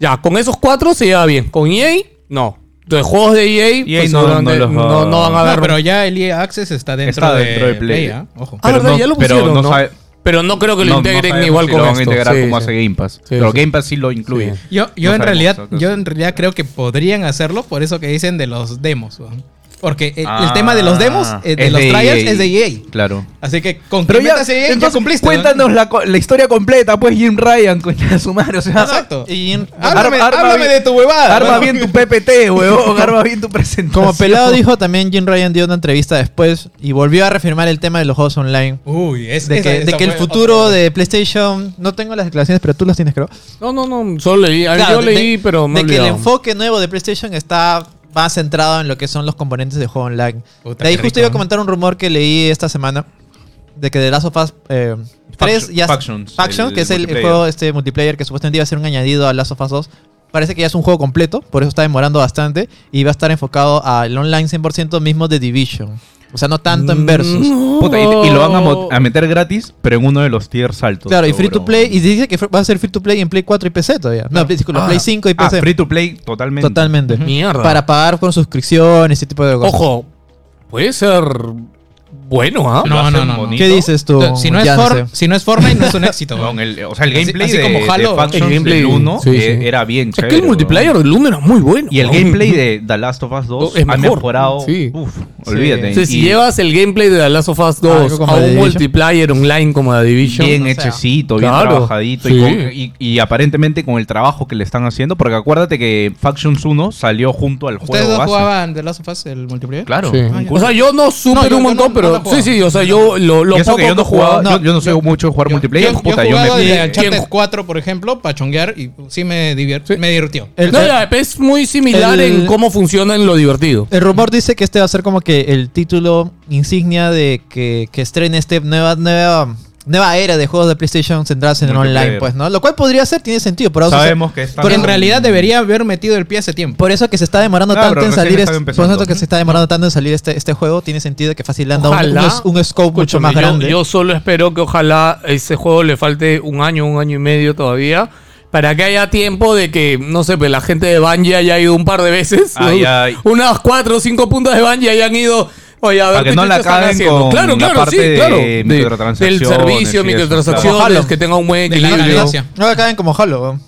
B: Ya, con esos cuatro se lleva bien. Con EA, no. Los juegos de EA,
E: EA
B: pues,
E: E no- no
B: seguramente
E: los va-
B: no, no van a
C: No,
B: ver.
C: pero ya el EA Access está dentro,
E: Está dentro de Play.
C: ¿ah? Ojo.
B: ah,
E: pero
B: verdad,
E: no-
B: ya lo
E: pero
B: pusieron,
E: no
B: ¿no?
E: sabe-
B: Pero no creo que lo
E: No- no
B: integren
E: sabemos
B: igual
E: si
B: con
E: lo van
B: esto.
E: a integrar
B: Sí,
E: como
B: sí.
E: hace Game Pass.
B: sí.
E: pero Game Pass sí lo incluye.
B: Sí.
C: Yo, yo
E: No
C: en
E: sabemos,
C: realidad,
E: o sea,
C: yo en realidad creo que podrían hacerlo por eso que dicen de los demos, weón. Porque el, el
E: Ah,
C: tema de los demos, eh, de
E: es
C: los
E: de E
C: trials,
E: EA.
C: es de EA.
E: Claro.
C: Así que con que metas EA, ya cumpliste. ¿no?
E: cuéntanos la, co- la historia completa, pues Jim Ryan, cuéntanos su madre, o sea,
C: Exacto. Ah,
D: Y en- ah,
C: Háblame,
E: Arma- arma
C: háblame
E: bien-
C: de tu huevada.
E: arma
C: ¿no?
E: bien tu PPT, weón, arma bien tu presentación.
D: como Pelado dijo, también Jim Ryan dio una entrevista después y volvió a reafirmar el tema de los juegos online.
C: Uy, es
D: De
C: esa-
D: que, de
C: esa
D: que el
C: fue
D: futuro
C: otra.
D: de PlayStation. No tengo las declaraciones, pero tú las tienes, creo.
B: No, no, no, solo leí. A ver,
D: Claro,
B: yo
D: de-
B: leí,
D: de-
B: pero me he
D: De que el
B: olvidado.
D: enfoque nuevo de PlayStation está más centrado en lo que son los componentes de juego online.
C: Puta,
D: de ahí
C: qué
D: justo
C: rico,
D: iba a
C: ¿no?
D: comentar un rumor que leí esta semana de que The Last of Us eh, 3 ya
E: Factions,
D: Factions,
E: el
D: que es el, el
E: multiplayer.
D: juego este multiplayer que supuestamente iba a ser un añadido a Last of Us 2. Parece que ya es un juego completo, por eso está demorando bastante y va a estar enfocado al online 100% mismo de Division. O sea, no tanto en versus.
B: Mm, No.
E: Puta, y, y lo van a, mo- a meter gratis, pero en uno de los tiers altos.
D: Claro, y
E: seguro.
D: free to play, y dice que fr- va a ser free to play en Play 4 y PC todavía. No, Play, disculpa,
B: Ah.
D: Play 5 y
E: Ah,
D: PC.
E: free to play totalmente.
D: Totalmente.
B: Mierda.
D: Para pagar con suscripciones, ese tipo de cosas.
B: Ojo, puede ser bueno, ¿ah?
E: Lo
C: No,
E: hacen
C: no, no, no.
E: bonito.
D: ¿Qué dices tú?
C: Si no, es
D: Yance?
C: For- si no es Fortnite, no es un éxito.
E: Weón,
C: weón.
E: el- o sea, el
C: Así-
E: gameplay
C: así
E: de,
C: como Halo,
E: de Factions
B: el gameplay,
E: del 1
B: sí,
E: eh,
B: sí.
E: era bien
B: Es que el
E: chévere,
B: multiplayer
E: weón.
B: del Lumen es muy bueno.
E: Y el
B: weón.
E: gameplay de The Last of Us 2
B: Es
E: ha
B: mejor,
E: mejorado.
B: sí.
E: Uf, olvídate.
B: O sea, si
E: Y
B: llevas el gameplay de The Last of Us 2
D: Algo como
B: a
D: The
B: un
D: Division.
B: multiplayer online como The Division,
E: Bien
D: o sea,
E: hechecito, bien
B: claro,
E: trabajadito.
B: sí.
E: Y, con- y- y aparentemente con el trabajo que le están haciendo. Porque acuérdate que Factions 1 salió junto al
C: ¿Ustedes
E: juego
C: dos
E: base.
C: jugaban The Last of Us, el multiplayer?
E: Claro.
B: Sí.
C: Ah, ya.
B: o sea, yo no supe
C: No, yo-
B: un
C: yo no-
B: montón,
C: no
B: pero
C: la
B: sí,
C: jugaba.
B: sí, o sea, yo lo, lo
E: Y eso
B: poco
E: que yo no jugaba,
B: jugaba-
E: yo, yo no soy mucho de jugar multiplayer.
C: Yo,
E: puta,
C: yo,
E: yo,
C: jugaba
E: me
C: de Uncharted
B: ¿Quién ju-
C: 4, por ejemplo, para chonguear y sí me, divier-
B: Sí.
C: me divirtió.
D: El-
B: No,
D: el-
B: ya, es muy similar
D: el-
B: en cómo funciona en lo divertido.
D: El rumor dice que este va a ser como que el título insignia de que, que estrene este nueva, nueva, nueva era de juegos de PlayStation centradas en el online,
E: Multiplayer.
D: pues, ¿no? Lo cual podría ser, tiene sentido, pero
E: Sabemos que está
C: Pero en
E: con-
C: realidad debería haber metido el pie hace tiempo.
D: Por eso que se está demorando
E: Claro,
D: tanto
E: pero
D: en
E: recién
D: salir
E: estaba
D: este, por
E: empezando.
D: tanto que se está demorando tanto en salir este, este juego, tiene sentido que fácil le han dado un,
B: Ojalá.
D: un- un scope mucho
B: Escúchame,
D: más
B: yo-
D: grande.
B: Yo, solo espero que ojalá ese juego le falte un año, un año y medio todavía. Para que haya tiempo de que, no sé, pues, la gente de Bungie haya ido un par de veces.
E: Ay, ay.
B: Unas cuatro o cinco puntas de Bungie hayan ido. Oye, a ver
E: Para que
B: qué
E: no la
B: chucha están
E: acaben
B: haciendo.
E: con
B: Claro,
E: la
B: claro,
E: parte
B: sí,
E: de
B: claro. De- del
E: microtransacciones
B: servicio,
E: y eso,
B: microtransacciones,
D: claro.
B: que tenga un buen
C: De la
B: equilibrio.
C: ganancia.
D: No la caen como Halo. weón.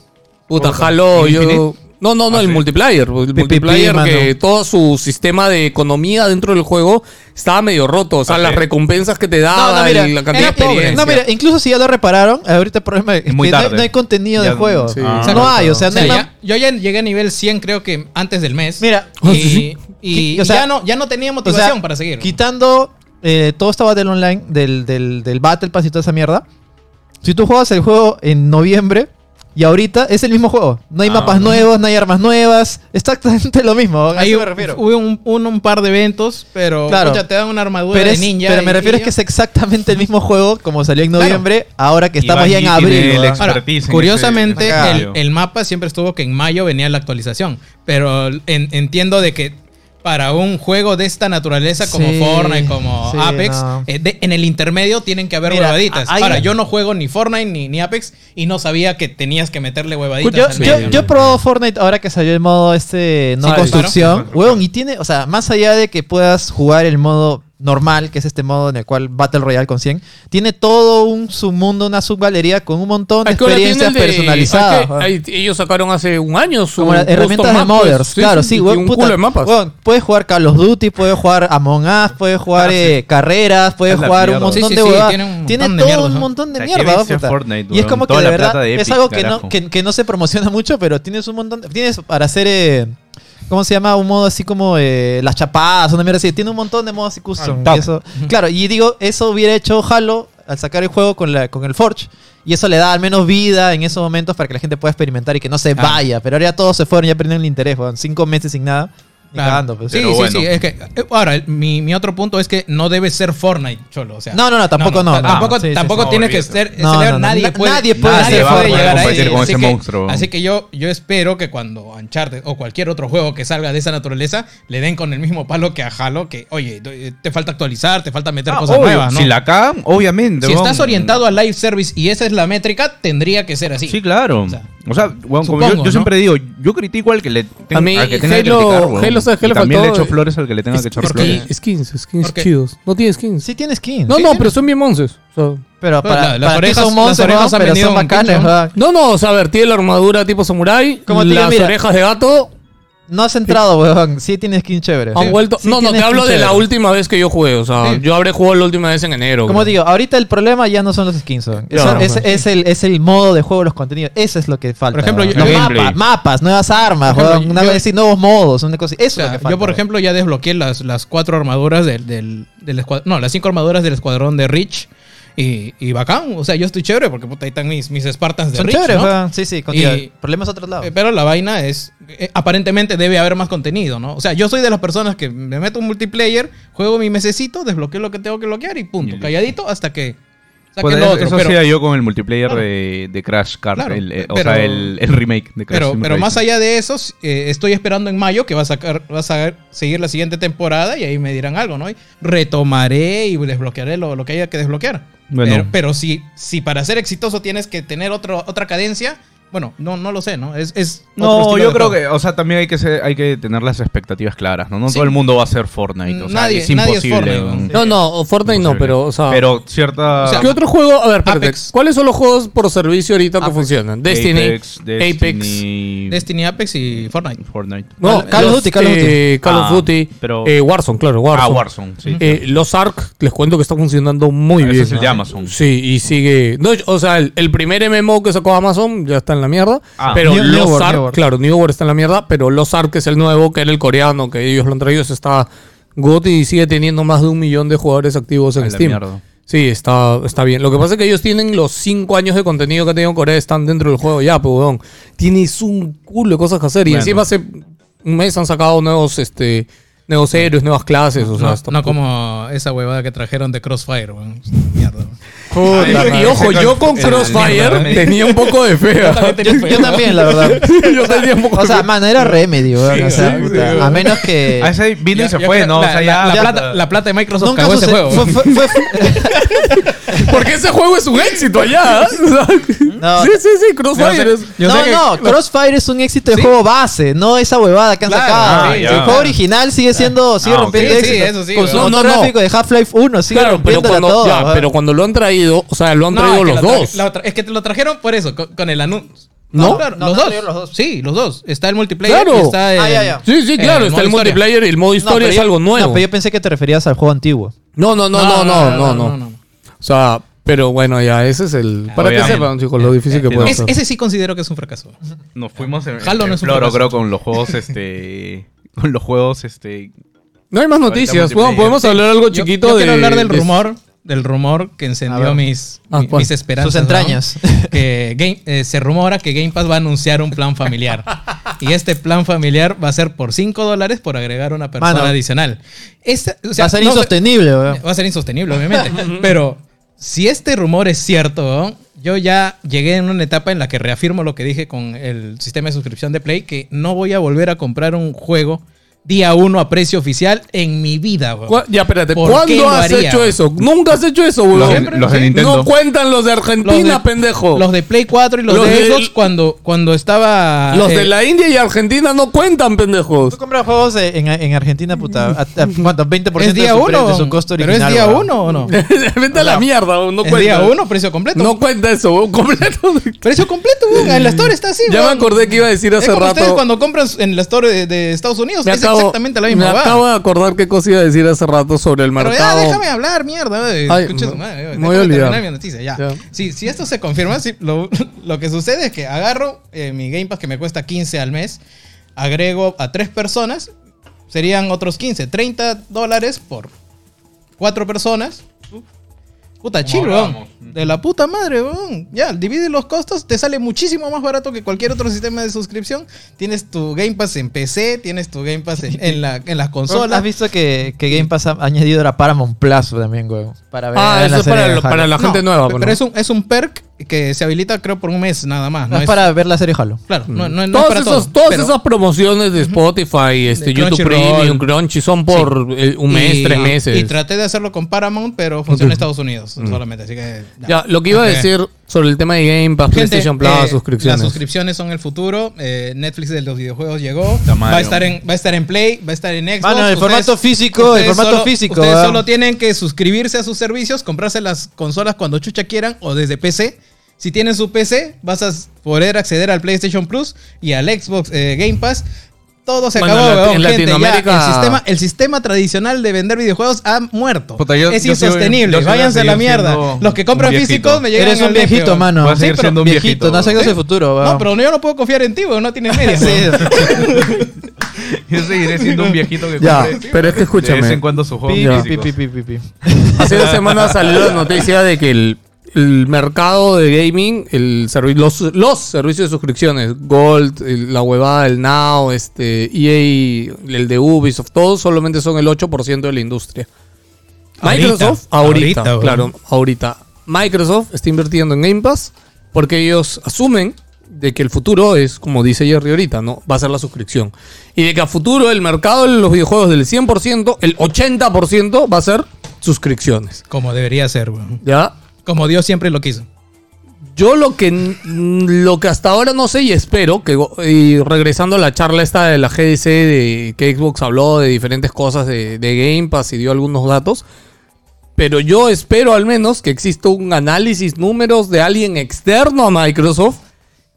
B: Puta,
E: Puta.
B: Halo,
E: ¿El
B: yo...
E: Infinite?
B: No, no, no,
E: Ah,
B: el
E: sí.
B: multiplayer. El
D: pi,
B: multiplayer
D: mano.
B: que todo su sistema de economía dentro del juego estaba medio roto. O sea,
E: Ah,
B: las
E: sí.
B: recompensas que te
D: No,
B: daba
D: no, mira,
B: Ah, y la
D: era
B: cantidad de
D: pobre.
B: experiencia.
D: No, mira, incluso si ya lo repararon, ahorita el problema es que
E: Es muy
D: no hay-
E: tarde.
D: no hay contenido
E: Ya
D: de
E: no-
D: juego.
E: sí.
D: O sea,
E: Ah.
D: no hay, o sea,
C: O
D: no
C: sea,
D: hay nada-
C: ya- Ah, yo ya llegué a nivel 100 creo que antes del mes.
D: Mira,
C: y,
B: Sí.
C: y-
D: O sea,
C: ya, no, ya no tenía
D: O sea,
C: motivación para seguir. ¿no?
D: Quitando eh, todo esta battle online del, del, del Battle Pass y toda esa mierda. Si tú juegas el juego en noviembre y ahorita es el mismo juego. No hay
E: Ah,
D: mapas
E: no.
D: nuevas, no hay armas nuevas. Exactamente lo mismo. A
C: Ahí
D: eso me refiero.
C: Hubo un, un, un par de eventos, pero
D: Claro.
C: pucha, te dan una armadura
D: pero,
C: de
D: es-
C: ninja.
D: pero
C: y-
D: me refiero
C: y
D: es
C: ya.
D: que es exactamente el mismo juego como salió en noviembre, ahora que estamos ya en
E: Bungie tiene
D: abril.
E: el
D: ¿verdad?
E: ex-
C: Ahora,
E: expertise en ese-
C: curiosamente,
D: en ese
E: medio.
C: el, el mapa siempre estuvo que en mayo venía la actualización. Pero en- entiendo de que para un juego de esta naturaleza como
D: Sí,
C: Fortnite, como
D: sí,
C: Apex,
D: no.
C: eh, de- en el intermedio tienen que haber
D: Mira,
C: huevaditas.
D: hay-
C: Ahora, yo no juego ni Fortnite ni, ni Apex y no sabía que tenías que meterle huevaditas.
D: Yo,
C: al
D: yo-
C: medio.
D: yo he probado Fortnite ahora que salió el modo este no
B: Sí,
D: construcción.
E: claro.
D: Weón, y tiene, o sea, más allá de que puedas jugar el modo normal, que es este modo en el cual Battle Royale con 100, tiene todo un submundo, una subgalería con un montón de
B: Es que ahora tiene
D: experiencias
B: el de-
D: personalizadas.
B: es que
D: weón.
B: ahí- ellos sacaron hace un año su
D: Como las
B: custom
D: herramientas de
B: map, pues.
D: modders, claro, sí,
B: y
D: weón,
B: un
D: puta,
B: culo de mapas. Ah,
D: weón, puedes jugar Call of Duty, puedes jugar Among Us, puedes jugar eh, carreras, puedes
E: Es la
D: jugar un
E: mierda.
D: montón
C: Sí, sí,
D: de
C: sí,
D: huevadas.
C: tiene un
D: Tiene
C: montón de
D: todo
C: mierda,
D: un
C: ¿no?
D: montón de
E: O sea,
D: mierda,
E: qué
D: ¿va,
E: vicia
D: puta?
E: Fortnite,
D: Y es
E: weón.
D: como que
E: Toda
D: de
E: la
D: verdad
E: plata de
D: es
E: Epic,
D: algo que no,
E: carajo.
D: que, que no se promociona mucho, pero tienes un montón, de- tienes para hacer eh, ¿Cómo se llama? Un modo así como eh, las chapadas, una mierda así. Tiene un montón de modos así custom.
E: Ah,
D: y eso- claro, y digo, eso hubiera hecho Halo al sacar el juego con, la, con el Forge. Y eso le da al menos vida en esos momentos para que la gente pueda experimentar y que no se
C: Claro.
D: vaya. Pero ahora ya todos se fueron, ya perdieron el interés, weón. Cinco meses sin nada. Ni
C: Claro.
D: cagando, pues.
C: sí,
E: Pero
C: sí,
E: bueno.
C: sí. Es que, eh, ahora, el- mi, mi otro punta punto es que no debe ser Fortnite, cholo. O sea,
D: No, no, no, tampoco no,
C: ta-
D: no.
C: Tampoco,
D: Sí, sí,
C: tampoco
E: Ah, sí.
C: tiene
E: No,
C: que
E: olvídate.
C: ser.
D: No,
C: ser-
D: no, no,
C: nadie,
D: na-
C: puede,
D: nadie puede
E: ser
C: puede
E: Fortnite.
C: llegar a
E: competir
C: eso.
E: con
C: así
E: ese
C: que,
E: monstruo.
C: Así que yo, yo espero que cuando Uncharted o cualquier otro juego que salga de esa naturaleza le den con el mismo palo que a Halo, que, oye, eh, te falta actualizar, te falta meter
E: Ah,
C: cosas
E: obvio,
C: nuevas, ¿no?
E: Si la cagan, obviamente.
C: Si
E: weón.
C: estás orientado a live service y esa es la métrica, tendría que ser así.
E: Sí, claro.
C: O
E: O
C: sea,
E: sea, weón, como
C: supongo,
E: yo, yo
C: ¿no?
E: siempre digo, yo critico al que le ten-
B: A mí,
E: al que tenga
B: Halo-
E: que criticar, weón.
B: Halo, ¿sabes qué
E: Y
B: le
E: También le
B: faltó?
E: echo flores al que le tenga que echar
B: Es-
E: flores.
B: es- skins, skins
C: Porque-
B: chidos. No tiene skins.
D: Sí tiene skin.
B: no,
C: sí,
B: no,
C: tiene-
B: pero son bien onces. O sea,
C: Pero
D: Pero para,
C: la- las
D: para ti
C: orejas-
D: son monstruos,
C: las orejas
D: ¿no?
C: han
D: pero
C: venido
D: son
C: un
D: bacanes,
C: pincho, ¿no?
D: ¿verdad?
B: No, no, o sea, a ver, tiene la armadura tipo samurai,
D: Como te digo,
B: las
D: mira.
B: orejas de gato,
D: no has entrado, weón. Sí tiene skin chévere.
B: Han vuelto.
D: Sí
B: no, no,
D: tiene
B: te
D: skin
B: hablo de la
D: chévere.
B: última vez que yo jugué. O sea,
C: Sí.
B: yo habré jugado la última vez en enero.
D: Como
B: güey.
D: digo, ahorita el problema ya no son los skins. weón. Eso-
B: Claro,
D: es,
B: pues.
D: es el, es el modo de juego, los contenidos. Eso es lo que falta.
C: Por ejemplo,
D: weón.
C: yo-
D: los
C: yo-
D: mapas, mapas, nuevas armas,
C: Por ejemplo,
D: weón, una
C: yo-
D: vez y nuevos modos, una cosa. Eso
C: O
D: es
C: sea,
D: lo que falta.
C: yo, por
D: weón.
C: ejemplo, ya desbloqueé las, las cuatro armaduras del, del, del escuad- No, las cinco armaduras del escuadrón de Rich. Y, y bacán. O sea, yo estoy chévere porque puta, ahí están mis, mis Spartans de
D: son
C: Reach,
D: chéveres,
C: ¿no?
D: weón. Sí, sí, contigo.
C: Y-
D: Problemas a otro lado.
C: Eh, Pero la vaina es. eh, aparentemente debe haber más contenido, ¿no? O sea, yo soy de las personas que me meto un multiplayer, juego mi mesecito, desbloqueo lo que tengo que bloquear y punto.
E: Y-
C: Calladito hasta que. Saquen
E: Pues,
C: lo
E: eso
C: otro.
E: eso
C: pero-
E: hacía yo con el multiplayer
C: Claro.
E: de, de Crash Card,
C: Claro,
E: el, eh, o
C: pero-
E: sea, el, el remake de Crash.
C: Pero,
E: Team
C: pero más
E: Racing.
C: allá de eso, s- eh, estoy esperando en mayo que va a sacar, va a sacar- seguir la siguiente temporada y ahí me dirán algo, ¿no? Y retomaré y desbloquearé lo, lo que haya que desbloquear.
E: Bueno.
C: Pero, pero si, si para ser exitoso tienes que tener otro, otra cadencia, bueno, no, no lo sé, ¿no? Es, es otro
E: No,
C: estilo
E: yo
C: de
E: creo
C: juego.
E: que, o sea, también hay que ser- hay que tener las expectativas claras, ¿no? No
C: Sí.
E: todo el mundo va a ser Fortnite, o sea,
C: Nadie-
E: es
C: nadie es
E: imposible.
C: Fortnite, ¿no?
E: ¿no?
B: No, no, Fortnite no,
E: Imposible.
B: pero, o sea.
E: Pero cierta
C: O sea,
B: ¿Qué otro juego? A ver, espérate.
C: Apex.
B: ¿Cuáles son los juegos por servicio ahorita que funcionan? Destiny, Apex.
C: Destiny, Apex y Fortnite.
E: Fortnite.
B: No,
D: Call of
B: los,
D: Duty, Call of Duty.
B: eh, Call of
E: Ah,
B: Duty,
E: pero-
B: eh, Warzone, claro,
E: Ah,
B: Warzone.
E: Warzone, sí.
B: Eh, los ARC, les cuento que está funcionando muy
E: Ah, ese
B: bien.
E: es el de Amazon.
B: Sí, y sigue. No, o sea, el, el primer MMO que sacó Amazon ya está en la mierda.
E: Ah.
B: pero
D: New-
B: los
D: New World,
B: ARC,
D: New World.
B: claro, New World está en la mierda. Pero los ARC, que es el nuevo, que era el coreano, que ellos lo han traído, se está GOT y sigue teniendo más de un millón de jugadores activos en
E: A la
B: Steam.
E: mierda.
B: Sí, está, está bien. Lo que pasa es que ellos tienen los cinco años de contenido que ha tenido Corea, están dentro del juego ya, pues, weón. Tienes un culo de cosas que hacer. Y
E: Bueno.
B: encima hace un mes han sacado nuevos, este, nuevos héroes, nuevas clases. O sea,
C: No,
B: está
C: no como esa huevada que trajeron de Crossfire, weón. Mierda.
B: Puta
E: Ay,
B: madre. y ojo, yo con
E: El- ¿eh?
B: Crossfire
E: el-
B: tenía un poco de fea.
D: Yo también, la verdad.
B: Yo tenía un poco
D: O sea,
B: de fea.
D: mano, era Remedy, weón.
C: Sí,
D: o sea,
C: sí,
D: puta,
C: sí, weón.
D: a menos que.
E: A ese vino
C: Ya-
E: y se
C: ya
E: fue,
C: creo-
E: ¿no?
C: La,
E: o sea,
C: la-
E: ya.
C: la plata, la plata de Microsoft
D: Nunca
C: cagó ese
D: sucedió-
C: juego.
D: fue- fue- fue-
B: Porque ese juego es un éxito allá. ¿eh? O sea,
D: No.
B: sí, sí, sí, Crossfire.
C: Yo
B: es-
C: sé- yo sé
D: no,
C: que-
D: no, Crossfire es un éxito de juego base, no esa huevada que han
C: Claro,
D: sacado.
E: ah,
D: el
E: ya.
D: juego original sigue siendo, sigue
E: Ah, ok.
D: rompiendo
C: Sí, sí,
D: éxito.
C: eso sí,
D: Con su
B: weón.
D: motor
B: No, no, no.
D: gráfico de Half-Life 1 sigue
B: Claro, pero
D: rompiéndola
B: cuando,
D: toda,
B: ya,
D: weón.
B: pero cuando lo han traído, o sea, lo han
C: No,
B: traído
C: es que
B: los
C: la tra-
B: dos.
C: la otra- es que te lo trajeron por eso, con, con el anuncio.
B: ¿No?
C: claro,
D: No,
C: los,
D: no,
C: dos.
D: trajeron los dos.
C: Sí, los dos. Está el multiplayer
B: Claro.
C: y está el.
D: Ah, ya, ya.
B: Sí, sí, claro,
C: el
B: está el
C: eh, modo historia.
B: multiplayer y el modo historia
D: pero
B: es
D: yo-
B: algo nuevo.
D: No, pero yo pensé que te referías al juego antiguo.
B: No, no, no, no, no, no, no. O sea, pero bueno, ya, ese es el. Para que
E: Obviamente.
B: sepan, chicos, lo difícil que
E: eh,
B: puede
C: Es-
B: ser.
C: ese sí considero que es un fracaso.
E: Nos fuimos en,
C: Halo no
E: en
C: es un
E: floro,
C: fracaso.
E: creo, con los juegos, este... Con los juegos, este...
B: No hay más
E: Ahorita
B: noticias.
E: multiplayer.
B: Bueno, podemos hablar algo chiquito
C: yo, yo
B: de.
C: quiero hablar del
B: de-
C: rumor, del rumor que
D: A
C: encendió
D: ver.
C: mis,
B: Ah,
C: mi-
B: ¿cuál?
C: mis esperanzas.
D: Sus entrañas.
C: ¿no? Que Game- eh, se rumora que Game Pass va a anunciar un plan familiar. y este plan familiar va a ser por 5 dólares por agregar una persona
D: Mano.
C: adicional. Esta- o sea,
D: Va a ser
C: no sé- Eh,
D: insostenible, weón.
C: Va a ser insostenible, obviamente. Pero si este rumor es cierto, ¿no? yo ya llegué en una etapa en la que reafirmo lo que dije con el sistema de suscripción de Play, que no voy a volver a comprar un juego día uno a precio oficial en mi vida. weón.
B: ¿Cuá- Ya, espérate,
C: ¿Por qué
B: ¿cuándo
C: lo
B: has
C: haría?
B: hecho eso? Nunca has hecho eso,
E: Los,
B: weón.
E: los de Nintendo.
B: No cuentan los de Argentina, pendejo.
C: Los de Play 4 y los,
B: Oh. Los
C: de
B: de-
C: Xbox cuando, cuando estaba...
B: Los
C: eh,
B: de la India y Argentina no cuentan, pendejos.
D: Tú compras juegos de- en, en Argentina, puta. a- a- ¿Cuánto? 20%
C: Es día
D: de, su pre-
C: uno.
D: de su costo
C: pero
D: original.
C: es día
D: weón.
C: uno o no?
B: Vete a la mierda, weón, no
C: es
B: cuenta.
C: día uno, precio completo.
B: No cuenta eso, weón, completo.
C: Precio completo, weón. En la store está así,
B: ya me
C: weón.
B: acordé que iba a decir
C: Es
B: hace
C: como ustedes
B: rato.
C: cuando compran en la store de, de Estados Unidos.
B: Me
C: es
B: acabo-
C: exactamente la misma.
B: Me
C: huevada.
B: acabo de acordar qué cosa iba a decir hace rato sobre el
C: Pero
B: mercado.
C: ya déjame hablar, mierda. eh,
B: Ay,
C: escucha
B: me-
C: su madre, eh,
B: me
C: déjame
B: voy a olvidar.
C: terminar mi noticia, ya.
B: Ya.
C: Sí, si esto se confirma, sí, lo, lo que sucede es que agarro eh, mi Game Pass que me cuesta 15 al mes, agrego a tres personas, serían otros 15, 30 dólares por cuatro personas. Puta chill, weón.
E: hablábamos.
C: De la puta madre, weón. Ya, divide los costos, te sale muchísimo más barato que cualquier otro sistema de suscripción. Tienes tu Game Pass en PC, tienes tu Game Pass en, en la- en las consolas.
D: ¿Has visto que, que Game Pass ha añadido ahora Paramount Plus también, weón? Para ver
B: Ah,
D: la
B: eso es
D: serie
B: para,
D: de
B: lo-
D: Halo.
B: para la
C: No,
B: gente nueva.
C: pe- Pero
B: bueno.
C: es un, es un perk que se habilita, creo, por un mes nada más.
D: No, es para ver la serie Halo.
C: Claro, no, no- no es
B: Todas
C: para
B: esos-
C: todo,
B: todas
C: pero-
B: esas promociones de Spotify, este,
C: De
B: YouTube
C: Crunchyroll.
B: Premium, Crunchy son por eh, un mes,
C: y-
B: tres meses. Mm.
C: Y traté de hacerlo con Paramount, pero funciona en Estados Unidos solamente. Así que. no.
B: Ya, lo que iba a
C: Ok.
B: decir sobre el tema de Game Pass,
C: Gente,
B: PlayStation Plus,
C: eh,
B: suscripciones.
C: Las suscripciones son el futuro. eh, Netflix de los videojuegos llegó.
E: Puta madre,
C: Va a, estar en,
E: hombre.
C: va a estar en Play, va a estar en Xbox.
D: Mano, el formato físico, el
C: ustedes
D: formato
C: solo-
D: físico,
C: Ustedes
D: ¿verdad?
C: solo tienen que suscribirse a sus servicios, comprarse las consolas cuando chucha quieran o desde PC. Si tienen su PC, vas a poder acceder al PlayStation Plus y al Xbox eh, Game Pass. todo se
B: Bueno,
C: acabó,
B: en la-
C: weón,
B: en
C: gente, ya,
B: Latinoamérica-
C: el, sistema, el sistema tradicional de vender videojuegos ha muerto.
E: Puta, yo-
C: es
E: yo sigo-
C: insostenible.
E: yo sigo-
C: Váyanse a la
E: sigo
C: mierda.
E: siendo
C: Los que compran
E: un viejito.
C: físicos me llegan
D: Eres un
C: al día,
D: viejito,
C: weón.
D: mano.
E: Voy a seguir
D: Sí, pero
E: siendo un
D: viejito,
E: viejito,
D: no has salido
E: ¿sí?
D: el futuro, weón.
C: No, pero yo no puedo confiar en ti, weón. No tienes medias. weón.
E: Yo seguiré siendo un viejito que
B: Ya,
E: compre
B: pero es que
E: De vez en
B: escúchame.
E: cuando su juego
D: Pi,
B: Ya.
D: pi, pi, pi, pi, pi.
B: Hace dos semanas salió la noticia de que el, el mercado de gaming, el servi- los, los servicios de suscripciones, Gold, el- la huevada, el Now, este, EA, el de Ubisoft, todos solamente son el 8% de la industria.
C: Ahorita,
B: Microsoft,
C: ahorita,
B: ahorita,
C: weón.
B: claro, ahorita. Microsoft está invirtiendo en Game Pass porque ellos asumen de que el futuro es, como dice Jerry ahorita, ¿no? Va a ser la suscripción. Y de que a futuro el mercado de los videojuegos del 100%, el 80% va a ser suscripciones.
C: Como debería ser, weón.
B: ¿Ya?
C: Como Dios siempre lo quiso.
B: Yo lo que, n- lo que hasta ahora no sé y espero, que go- y regresando a la charla esta de la GDC, de, que Xbox habló de diferentes cosas de, de Game Pass y dio algunos datos, pero yo espero al menos que exista un análisis, números de alguien externo a Microsoft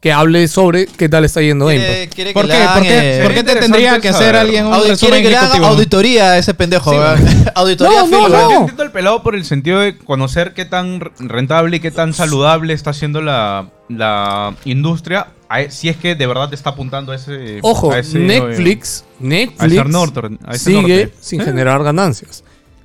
B: que hable sobre qué tal está yendo Game
D: Eh,
B: Pass.
D: pues,
C: ¿Por qué? ¿Por qué, ¿Por qué te tendría que hacer
E: saber.
C: alguien un
D: Quiere
C: resumen
D: que le haga
C: ejecutivo?
D: auditoría a ese pendejo,
C: Sí,
D: weón. Auditoría
B: No,
D: Phil,
B: no,
E: O sea,
D: weón.
E: yo entiendo el pelado por el sentido de conocer qué tan re- rentable y qué tan saludable está haciendo la, la industria, a e- si es que de verdad te está apuntando a ese...
B: Ojo,
E: a ese-
B: Netflix,
E: a
B: Netflix
E: ese norte, a ese
B: sigue
E: norte. Ah.
B: sin generar ganancias.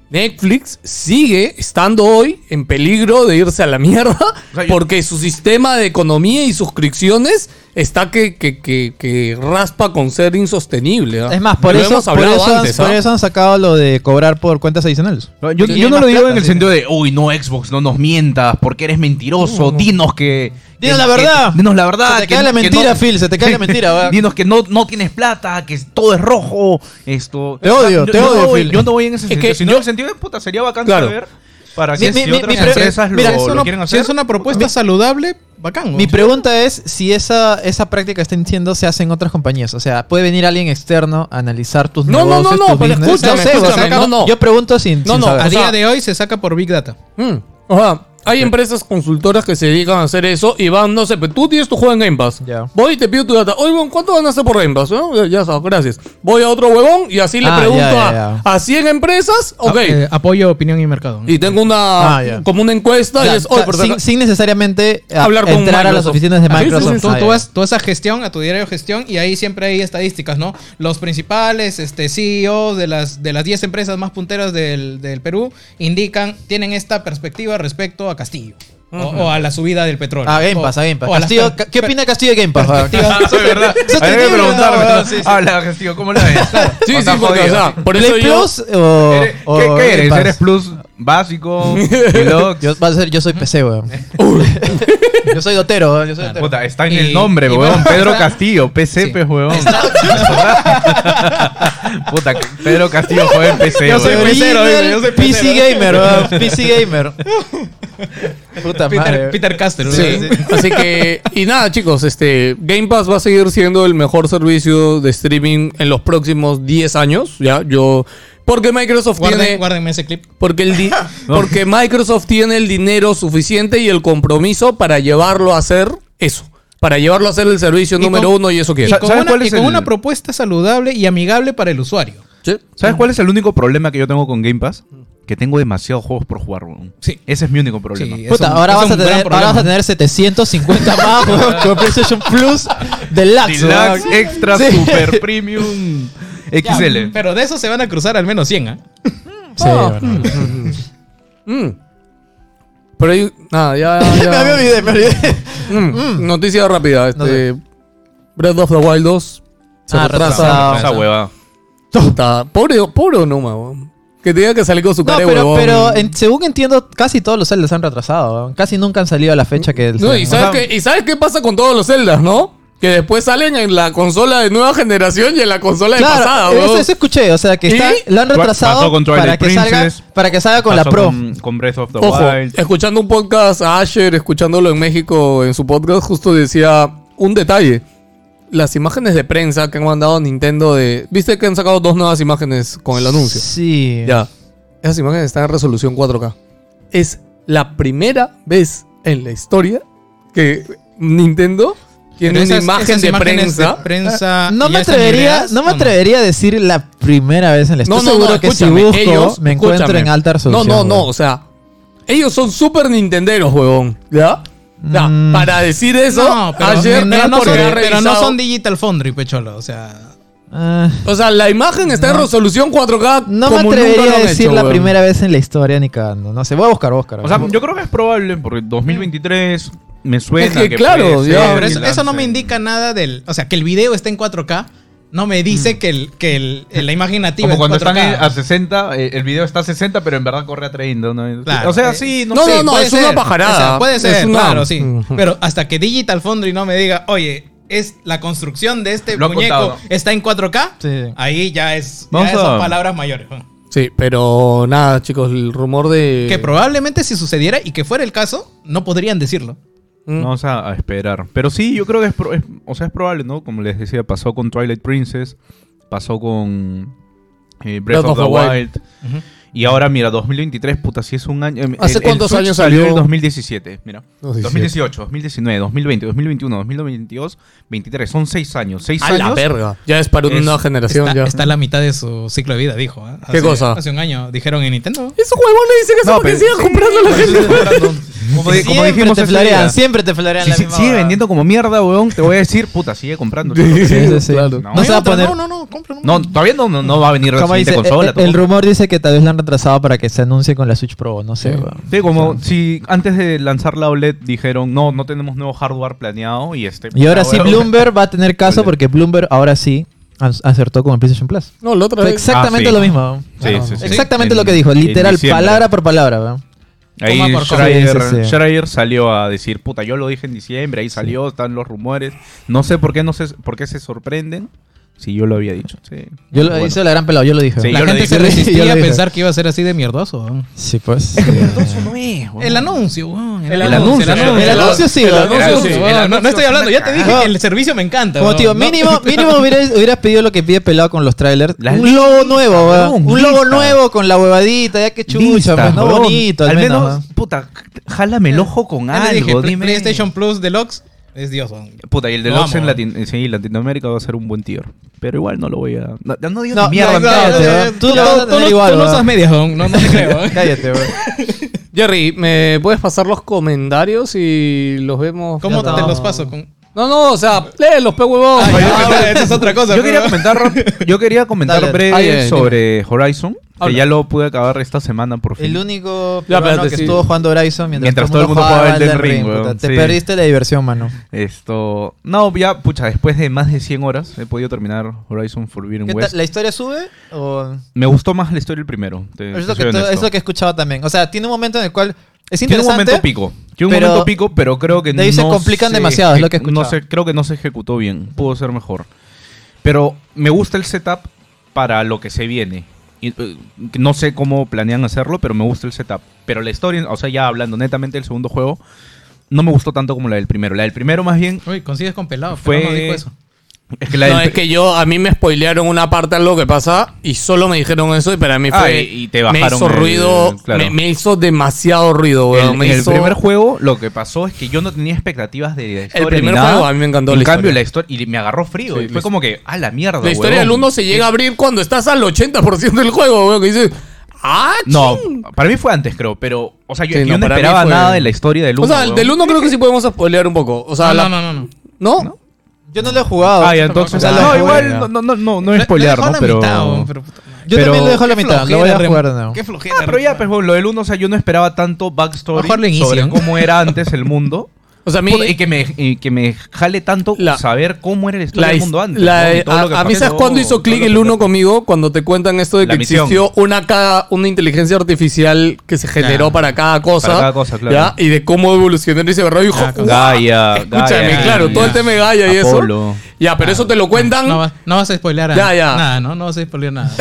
B: Netflix sigue estando hoy en peligro de irse a la mierda
E: sea, yo-
B: porque su sistema de economía y suscripciones está que, que, que- que raspa con ser insostenible. ¿ah?
D: Es más, por
B: Lo
D: eso,
B: hemos
D: por,
B: hablado
D: eso han,
B: antes,
D: por
B: ¿ah?
D: eso han sacado lo de cobrar por cuentas adicionales.
E: No, yo,
D: Sí,
E: yo
D: hay
E: no
D: más
E: lo digo
D: plata,
E: en el
D: sí.
E: sentido de, uy, no, Xbox, no nos mientas, porque eres mentiroso, dinos que...
D: Dinos la
E: que-
D: verdad.
E: que- dinos la verdad.
D: Se te
E: Ah, que-
D: cae la
E: que
D: mentira,
E: no-
D: Phil, se te cae la mentira, weón.
E: Dinos que no, no tienes plata, que todo es rojo, esto...
D: Te odio,
E: Yo-
D: te
E: yo no
D: odio,
E: voy-
D: Phil.
E: Yo no voy en ese
B: que
E: sentido, sino
B: yo-
E: en el sentido de, puta, sería bacán
B: Claro.
E: saber para
D: Mi-
E: que
D: mi-
E: si
D: mi-
E: otras
D: mi pre-
E: empresas
D: mira,
E: lo,
D: eso
E: lo
C: no-
E: quieren
C: si
E: hacer... pues,
C: es una propuesta saludable, bacán. weón.
D: Mi pregunta es si esa, esa práctica que está diciendo se hace en otras compañías. O sea, ¿puede venir alguien externo a analizar tus
B: No, no,
D: negocios,
B: no, no,
D: tus
B: pero
D: business?
B: escúchame,
D: No sé, o sea,
B: escúchame, no, no.
D: Yo pregunto sin,
B: No,
D: sin
B: no,
D: saber.
C: a
B: o
C: día
B: sea-
C: de hoy se saca por Big Data.
B: Mm. O sea, hay empresas consultoras que se dedican a hacer eso y van, no sé, pero tú tienes tu juego en Game Pass.
D: Ya.
B: Voy y te pido tu data. Oye, huevón, ¿cuánto ganaste por Game Pass? ¿No? Ya- Ya sabes, gracias. Voy a otro huevón y así le
D: Ah,
B: pregunto
D: ya, ya,
B: a- A, 100 empresas, ok.
C: A- eh, apoyo, opinión y mercado.
B: y tengo una,
D: Ah, ya.
B: como una encuesta
D: Ya,
B: y es,
D: o
B: oye,
D: sea,
B: por si
D: sin,
B: acaso-
D: sin necesariamente a-
B: Hablar con
D: entrar a las
B: Microsoft.
D: oficinas de
B: Ah, sí, sí, sí,
D: Microsoft.
B: sí, sí,
C: Tú,
D: Ah,
C: tú
D: ya.
C: vas, tú vas a gestión, a tu diario de gestión, y ahí siempre hay estadísticas, ¿no? Los principales este, CEOs de las, de las 10 empresas más punteras del, del Perú indican, tienen esta perspectiva respecto a Castillo. o- O, a la subida del petróleo.
D: A Ah, Game Pass,
C: o-
D: a Game Pass.
C: o a las
D: Castillo-
C: per-
D: ¿Qué opina Castillo de Game Pass? weón?
E: Ah, de verdad.
D: Eso
E: A mí me
D: terrible,
E: preguntaron,
D: ¿no?
E: ¿no?
D: Ah, Sí, sí.
E: Habla, Castillo, ¿cómo Ah, la ves?
B: Sí,
E: O
B: sí,
E: sea,
B: porque, o
E: jodido.
B: sea, Ah, por eso
D: ¿Play
B: yo-
D: Plus o,
E: ¿Eres-
D: o
E: ¿Qué, qué
D: Game
E: eres?
D: Pass?
E: ¿Eres plus básico? deluxe?
D: Yo, va a ser- yo soy PC, weón. yo soy dotero, weón. Yo
B: Ah,
D: soy dotero.
E: Puta, está en
C: Y-
E: el nombre,
C: y
E: weón.
C: bueno,
E: Pedro
C: o sea,
E: Castillo, PC,
C: sí.
E: pues, weón. Puta, Pedro Castillo juega en PC,
D: Yo
E: weón.
D: soy
B: eh.
C: pecero,
D: original
C: dice, yo soy
D: PC
C: pecero.
D: gamer, weón. PC gamer. Puta madre.
C: Peter, Peter Castell,
B: Sí.
C: ¿no?
B: Así que, y nada, chicos, este Game Pass va a seguir siendo el mejor servicio de streaming en los próximos 10 años. Ya, yo. Porque Microsoft
C: Guarden-
B: tiene.
C: guárdenme ese clip.
B: Porque, el di- porque Microsoft tiene el dinero suficiente y el compromiso para llevarlo a hacer eso. Para llevarlo a hacer el servicio
C: Y
B: número
C: con-
B: uno y eso que
C: Y
B: Ah, es.
E: Sa-
C: con,
E: ¿sabes
C: una,
E: cuál
C: y
E: es
C: con
E: el-
C: una propuesta saludable y amigable para el usuario.
B: Sí.
E: ¿Sabes cuál es el único problema que yo tengo con Game Pass? Que tengo demasiados juegos por jugar, weón.
C: Sí.
E: Ese es mi único problema.
C: Sí,
D: Puta,
C: Es un-
D: ahora,
C: es
D: vas
C: un
D: a tener,
C: gran
D: ahora
C: problema.
D: vas a tener 750 más, weón, con PlayStation Plus Deluxe,
E: Deluxe,
D: weón.
E: Extra,
D: Sí.
E: Super Premium,
C: Ya,
E: XL.
C: Pero de eso se van a cruzar al menos 100, ¿ah?
D: Sí, bueno.
B: Ah. Mm. Pero hay. Nada, ya. ya-
D: Me había olvidado, me olvidé.
B: Mm. Noticia rápida. Este,
D: No sé.
B: Breath of the Wild 2 se retrasa.
D: Ah, retrasado.
E: Esa hueva.
B: Puta, pobre, pobre Onuma, weón. Que tenía que salir con su
D: No,
B: cara de
D: pero,
B: huevón.
D: pero en- según entiendo, casi todos los celdas se han retrasado. weón. Casi nunca han salido a la fecha que...
B: No, y, sabes
D: se-
E: o sea-
B: qué, y sabes qué pasa con todos los Zeldas, ¿no? Que después salen en la consola de nueva generación y en la consola de
D: Claro,
B: pasada,
D: eso,
B: weón.
D: eso escuché. O sea, que está,
B: ¿Y?
D: lo han retrasado
E: Pasó con Twilight
D: para que, salga,
E: Princess,
D: para que salga con la
E: Pasó
D: Pro.
E: Con, con Breath of the
B: Ojo,
E: Wild.
B: escuchando un podcast a Asher, escuchándolo en México en su podcast, justo decía un detalle. Las imágenes de prensa que han mandado a Nintendo de... ¿Viste que han sacado dos nuevas imágenes con el anuncio?
D: Sí.
B: Ya. Esas imágenes están en resolución 4K. Es la primera vez en la historia que Nintendo tiene
C: Pero
B: una
C: esas-
B: imagen
C: esas
B: de
C: imágenes
B: prensa.
C: de prensa
D: Ah, No
C: y
D: me
C: ya están
D: atrevería,
C: libreadas,
D: no me
C: ¿o
D: atrevería a decir la primera vez en la
B: No,
D: Estoy
B: no,
D: seguro
B: no,
D: que si
B: escúchame,
D: busco
B: ellos,
D: me encuentro
B: escúchame.
D: en alta resolución.
B: No, no, no,
D: güey.
B: o sea, ellos son super nintenderos, huevón, ¿ya? O sea,
D: Mm.
B: para decir eso,
C: No, pero,
B: ayer
C: pero no,
B: Apple
C: son,
B: había
C: pero no
B: revisado-
C: son Digital Foundry, pecholo. O sea,
D: Ah,
B: O sea, la imagen está en resolución 4K
D: no me
B: como nunca lo
D: atrevería a
B: han
D: decir
B: hecho,
D: la
B: huevón.
D: primera vez en la historia ni cagando. No sé, voy a buscar, voy a buscar.
E: O sea, yo creo que es probable, porque 2023 me suena.
B: Es que claro,
E: puede
B: ya,
E: ser
C: pero eso,
E: que
C: eso no me
E: lancen-
C: indica nada del. O sea, que el video esté en 4K no me dice
B: Mm.
C: que, el, que el, la imagen nativa
E: Como cuando
C: es 4K.
E: están en- a 60, eh, el video está a 60, pero en verdad corre a 30. ¿no?
C: Claro.
E: O sea,
C: Eh,
E: sí, no,
B: no,
E: sé.
B: no, no,
C: puede
B: es una
C: ser.
B: pajarada.
C: O sea, puede
B: Es
C: ser,
B: una-
C: claro, sí.
B: Ujú.
C: Pero hasta que Digital Foundry no me diga, oye, es la construcción de este
E: Lo han
C: muñeco
E: contado, ¿no?
C: está en 4K,
D: Sí, sí.
C: ahí ya es ya
E: Vamos
C: es- son
E: a-
C: palabras mayores. ¿no?
B: Sí, pero nada, chicos, el rumor de
C: Que probablemente si sucediera y que fuera el caso, no podrían decirlo.
B: Mm.
E: Vamos a, a esperar. Pero sí, yo creo que es, pro- es- o sea, es probable, ¿no? Como les decía, pasó con Twilight Princess, pasó con eh, Breath, of, the, Wild. Y ahora, mira, 2023, puta, si es un año. em,
B: ¿Hace cuántos
E: Switch
B: años
E: En
B: salió?
E: 2017, mira.
B: 2017.
E: 2018, 2019, 2020, 2021, 2022, 23. Son seis años. Seis
B: a la
E: años.
B: verga. Ya es para una
E: Es-
B: nueva generación
C: Está,
B: ya.
C: está a la mitad de su ciclo de vida, dijo. ¿eh?
B: ¿Qué
C: Hace-
B: cosa?
C: Hace un año dijeron en Nintendo.
B: Esos huevones dicen que
E: No,
B: son que
E: pero-
B: sigan comprando a la gente.
E: Como, di- como
D: Siempre
E: dijimos
D: te
E: ese
D: florean,
E: día.
D: siempre te florean
E: Si
D: la
E: si-
D: misma
E: sigue
D: huevada.
E: vendiendo como mierda, weón, te voy a decir, puta, sigue comprando. chico.
D: Sí, sí, sí.
B: Claro.
E: No.
D: No se va a
C: Otra,
D: poner.
C: No, no, no, compra, no.
E: No, todavía no, no, no va a venir la
D: Como
E: siguiente
D: dice,
E: consola.
D: el- el,
E: tampoco.
D: rumor dice que tal vez la han retrasado para que se anuncie con la Switch Pro, no sé. weón.
E: Sí, como si antes de lanzar la OLED dijeron, no, no tenemos nuevo hardware planeado y este...
D: Y ahora
E: puta,
D: sí,
E: weón.
D: Bloomberg va a tener caso
E: Ole.
D: porque Bloomberg ahora sí an- acertó con el PlayStation Plus.
B: No, la otra
D: Fue
B: vez.
D: exactamente
E: Ah, sí.
D: lo mismo.
E: Sí, sí, sí.
D: Exactamente
E: En-
D: lo que dijo,
E: en
D: literal,
E: diciembre.
D: palabra por palabra. weón.
E: Ahí
C: Coma por coma.
E: Schreier,
D: Sí, sí, sí.
E: Schreier salió a decir, puta, yo lo dije en diciembre, ahí salió, están los rumores. No sé por qué, no sé por qué se sorprenden si yo lo había dicho. Sí.
D: Yo lo
E: Bueno.
D: hice la gran pelado, yo lo dije.
E: Sí,
D: weón.
C: La
E: yo lo
C: gente
E: dije.
C: se
D: Yo lo
C: resistía a
D: dije.
C: pensar que iba a ser así de mierdoso. ¿no?
D: Sí, pues.
C: El anuncio, weón,
B: El
C: el
E: anuncio, el
C: anuncio.
D: El anuncio sí, weón.
B: anuncio
C: Claro,
B: sí.
C: sí, bueno, no, no estoy hablando, ya te dije que el servicio me encanta.
D: Como
C: weón,
D: tío,
C: ¿no?
D: mínimo, mínimo hubieras, hubieras pedido lo que pide pelado con los trailers.
E: Las
D: un
E: listas,
D: logo nuevo, weón.
E: weón,
D: Un logo
E: listas.
D: nuevo con la huevadita, ya que chucha, pues, no
E: weón.
D: bonito, al, menos. weón.
E: puta, jálame el ojo con
C: Ya le dije,
E: algo,
C: Play-
E: dime.
C: PlayStation Plus Deluxe es Dios. weón.
E: Puta, y el
C: Lo
E: deluxe en
C: amo.
E: Latin- sí, Latinoamérica va a ser un buen tier. Pero igual no lo voy a... No, no digo
D: No,
E: ni mierda.
D: no, cállate,
E: no,
D: weón.
C: Eh,
D: Tú lo vas a tener
C: no-
D: igual,
C: tú no
D: weón.
C: usas medias, weón, no, no te creo. weón.
D: Cállate, weón.
B: Jerry, ¿me puedes pasar los comentarios y los vemos?
C: ¿Cómo
D: Ya
C: te
D: no.
C: los paso? Con...
B: No, no, o sea, léelos, pe huevón.
C: Ah, bueno, esa es otra cosa.
E: Yo quería
C: weón.
E: comentar, yo quería comentar
D: Dale,
E: breve
B: ay, ay, ay,
E: sobre Horizon, que
B: Habla.
E: ya lo pude acabar esta semana por fin.
D: El único
B: Ya,
D: peruano
B: espérate,
D: que
B: sí.
D: estuvo jugando Horizon mientras,
E: Mientras todo el mundo jugaba Elden Ring,
D: puta.
E: weón,
D: Te
E: sí.
D: perdiste la diversión, mano.
E: Esto, no, ya, pucha, después de más de 100 horas he podido terminar Horizon Forbidden
D: ¿Qué
E: West.
D: tal? ¿La historia sube? O...
E: Me gustó más la historia el primero. te- te
D: Es, lo que
E: soy
D: todo-
E: honesto.
D: es lo que he escuchado también. O sea, tiene un momento en el cual es
E: Tiene un
D: interesante.
E: momento pico. Tiene un
D: pero
E: momento pico, pero creo que
D: de ahí se complican demasiado, es lo que he
E: no
D: escuchado.
E: sé, Creo que no se ejecutó bien. Pudo ser mejor. Pero me gusta el setup para lo que se viene. Y, eh, no sé cómo planean hacerlo, pero me gusta el setup. Pero la historia, o sea, ya hablando netamente del segundo juego, no me gustó tanto como la del primero. La del primero, más bien,
C: Uy, consigues con pelado.
E: Fue-
C: Fue... No dijo eso.
E: es que la
B: no,
E: del
B: es que yo, a mí me spoilearon una parte de lo que pasa y solo me dijeron eso y para mí fue...
E: Ah, y- y te
B: Me
E: bajaron
B: hizo
E: el-
B: ruido,
E: claro.
B: me, me hizo demasiado ruido, weón.
E: el-
B: me
E: en el
B: hizo-
E: primer juego lo que pasó es que yo no tenía expectativas de la historia ni
B: primer
E: nada.
B: juego a mí me encantó
E: en
B: la
E: cambio
B: historia.
E: la historia y me agarró frío
B: Sí,
E: y
B: la
E: fue como que a la mierda
B: La historia del
E: huevón.
B: 1 se llega a abrir cuando estás al 80% del juego, weón, que dices... ¡Ah,
E: No,
B: ching!
E: para mí fue antes, creo, pero. O sea, yo,
B: Sí,
E: yo
B: no,
E: no
B: para mí
E: esperaba
B: fue-
E: nada de la historia del 1.
B: O sea, el del 1 creo que sí podemos spoilear un poco. O sea,
C: No,
B: la-
C: no, no, no, no.
B: ¿No?
D: Yo no lo he jugado.
E: Ah, ya, entonces.
D: O sea,
E: no,
D: lo-
E: igual, no, no, no, no, no es
C: Le-
E: spoilear,
C: le dejó
E: ¿no?
C: la
E: Pero.
C: mitad, weón, pero puta madre.
D: Yo
E: pero-
D: también lo dejo a la
C: Qué
D: mitad. Lo voy
C: flojera,
D: a
C: rem-
D: jugar de nuevo.
C: Qué flojera.
E: Ah, pero ya, pues,
C: rem-
E: bueno, lo del 1, o sea, yo no esperaba tanto backstory
C: Mejor lo inicio,
E: sobre
C: ¿no?
E: cómo era antes el mundo.
B: O sea, a mí...
E: Puta, Y que me, y que me jale tanto
B: La-
E: saber cómo era la historia
B: La
E: del
B: his-
E: mundo antes.
B: la-
E: ¿no? Y todo lo que
B: a, a mí,
E: pasó,
B: ¿sabes cuándo
E: todo
B: hizo
E: lo
B: clic
E: que
B: el uno
E: pasó.
B: conmigo? Cuando te cuentan esto de
E: La
B: que
E: misión.
B: existió una, cada, una inteligencia artificial que se generó
C: Ya.
B: para cada cosa.
E: Para cada cosa, claro.
B: ¿ya? Y de cómo evolucionó y se agarró y dijo,
C: Ah,
B: "Guau".
E: Gaia,
B: Escúchame,
E: Gaia,
B: claro, todo el
E: Gaia,
B: tema de Gaia y eso.
E: Apolo.
B: Ya, pero eso te lo cuentan.
C: No, vas- no vas a spoilear a-
B: Ya, ya.
C: nada, ¿no? No vas a spoilear nada.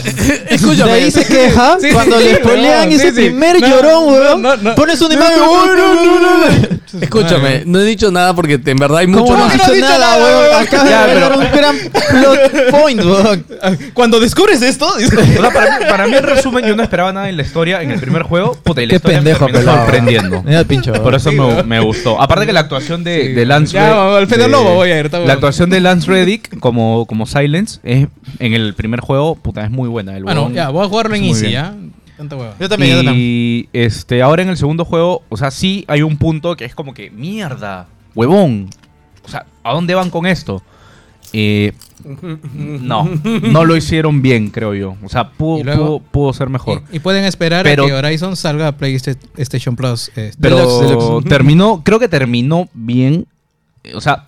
B: Escúchame.
D: De ahí se queja
B: Sí,
D: cuando
B: sí,
D: le
B: sí,
D: spoilean
B: no,
D: ese
B: sí, sí.
D: primer
B: No,
D: llorón,
B: no,
D: weón.
B: no, no.
D: Pones una imagen.
B: No, no, no, no, no. Escúchame, no he dicho nada porque te- en verdad hay
D: ¿Cómo
B: mucho
D: no
B: más.
D: has dicho nada, weón? Acabas
E: Ya,
D: de
E: pero-
D: dar un gran plot point, weón.
C: Cuando descubres esto,
E: O sea, para, mí, para mí, en resumen, yo no esperaba nada en la historia en el primer juego. Puta, y la
D: Qué
E: historia
D: pendejo,
E: me terminó
D: pelado.
E: sorprendiendo.
D: Mira el pincho.
E: Por eso me, me gustó. Aparte que la actuación de,
C: Sí.
E: de Lance
C: Ya,
E: Red-
C: al Fede
E: de-
C: Lobo voy a ir, está bueno.
E: La actuación de Lance Reddick como, como Silence es- en el primer juego, puta, es muy buena. El
C: Bueno,
E: huevón-
C: Ah, ya, voy a jugarlo en
E: Muy
C: Easy,
E: bien.
C: ¿ya? Tanta hueva.
D: Yo también, yo también.
E: Y este, ahora en el segundo juego, o sea, sí hay un punto que es como que, mierda, huevón. O sea, ¿a dónde van con esto? Eh, no, no lo hicieron bien, creo yo. O sea, pudo,
C: ¿Y luego?
E: pudo- pudo ser mejor.
C: Y, y pueden esperar
E: Pero-
C: a que Horizon salga a PlayStation Plus. eh,
E: Pero
D: Deluxe, deluxe.
E: terminó, creo que terminó bien. Eh, O sea,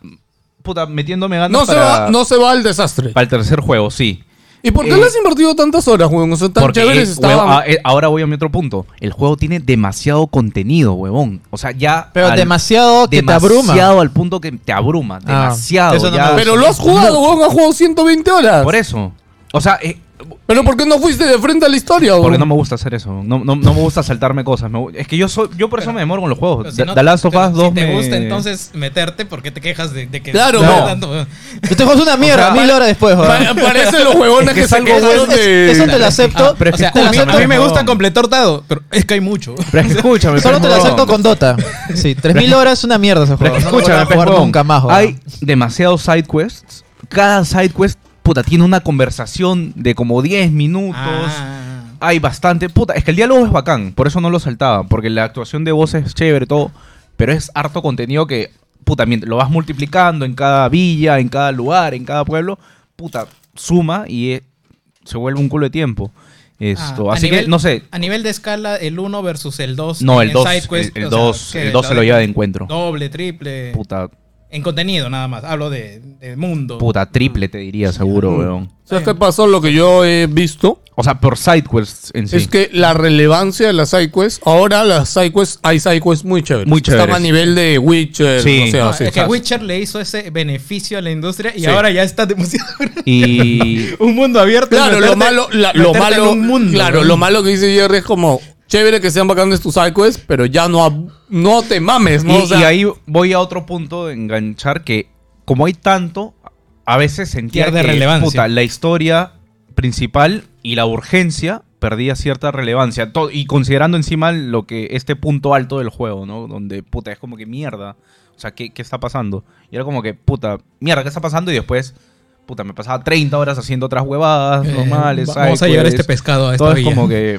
E: puta, metiéndome ganas
B: No se,
E: para,
B: va, no se va al desastre.
E: para el tercer juego, sí.
B: ¿Y por qué
E: eh,
B: le has invertido tantas horas, weón? O sea, tan
E: Porque
B: chéveres
E: eh, huevón,
B: estaban.
E: ah, eh, ahora voy a mi otro punto. El juego tiene demasiado contenido, huevón. O sea, ya.
D: Pero
E: al-
D: demasiado que te abruma.
E: Demasiado al punto que te abruma.
D: Ah,
E: demasiado.
D: eso no
E: ya.
D: me gusta.
B: Pero lo has jugado, weón. Has jugado 120 horas.
E: Por eso. O sea, eh,
B: ¿Pero por qué no fuiste de frente a la historia, weón?
E: porque no me gusta hacer eso. No, no, no me gusta saltarme cosas. Me gu- es que yo soy, yo por eso me demoro con los
C: pero
E: juegos.
C: Pues si
E: Pues Da
C: no-
E: The Last of
C: pero
E: Us 2
C: Si te
E: me-
C: gusta entonces meterte, ¿por qué te quejas de, de que
B: Claro,
C: no.
B: no.
C: tanto?
D: Este juego es una mierda,
E: O sea,
D: mil horas después,
B: Pa-
D: weón.
B: parecen los huevones que,
E: que se
B: salgo,
E: quejan,
B: weón, eh.
D: Es-
B: de-
D: Eso te lo acepto.
E: pero es
C: o sea,
E: que
C: a
D: te lo
C: mí,
E: escúchame,
D: acepto.
C: a mí me
E: no.
C: gusta completar dado, pero es que hay mucho.
E: Pero es que escúchame,
D: Solo te lo
E: huevón.
D: acepto con Dota. Sí, 3000 horas es una mierda ese
E: Pero
D: juego.
E: es que
D: No lo voy
E: escúchame,
D: a
E: pues,
D: jugar
E: huevón,
D: nunca más, weón.
E: Hay demasiados side quests. Cada side quest, puta, tiene una conversación de como 10 minutos.
C: Ah.
E: Hay bastante. Puta, es que el diálogo es bacán. Por eso no lo saltaba. Porque la actuación de voz es chévere, todo. Pero es harto contenido que, puta, mient- lo vas multiplicando en cada villa, en cada lugar, en cada pueblo. Puta, suma y eh, se vuelve un culo de tiempo. Esto.
C: Ah, a
E: Así que,
C: nivel-
E: no sé.
C: A nivel de escala, el 1 versus el 2.
E: No,
C: en
E: el 2.
C: side quest,
E: El
C: o sea,
E: 2
C: que
E: se lo lleva de encuentro.
C: Doble, triple.
E: Puta,
C: En contenido nada más. Hablo de, de mundo.
E: puta, triple te diría, seguro, weón.
B: ¿Sabes qué pasó? Lo que yo he visto
E: O sea, por sidequests en sí.
B: es que la relevancia de las sidequests, ahora las sidequests, hay sidequests muy chéveres.
E: Muy chéveres.
B: Están a nivel de Witcher,
E: Sí.
B: o sea,
E: No,
B: sí,
C: es Ah, que
B: o sea,
C: Witcher le hizo ese beneficio a la industria y
B: Sí.
C: ahora ya está demasiado
E: Y.
C: un mundo abierto.
B: Claro,
C: meterte-
B: lo malo, la- lo
C: meterte en
B: malo,
C: un mundo,
B: claro,
C: ¿no?
B: lo malo que dice Jerry es como chévere que sean bacanes tus sidequests, pero ya no, ab- no te mames, ¿no?
E: Y,
B: O sea,
E: y ahí voy a otro punto de enganchar que como hay tanto, a veces sentía
C: Pierde
E: que,
C: relevancia.
E: puta, la historia principal y la urgencia perdía cierta relevancia. To- y considerando encima lo que este punto alto del juego, ¿no? Donde, puta, es como que mierda. O sea, ¿qué, qué está pasando? Y era como que, puta, mierda, ¿qué está pasando? Y después, puta, me pasaba 30 horas haciendo otras huevadas
C: Eh,
E: normales.
C: va- Vamos a llevar
E: sidequests,
C: este pescado a esta
E: pues, todo es
C: villa.
E: como que.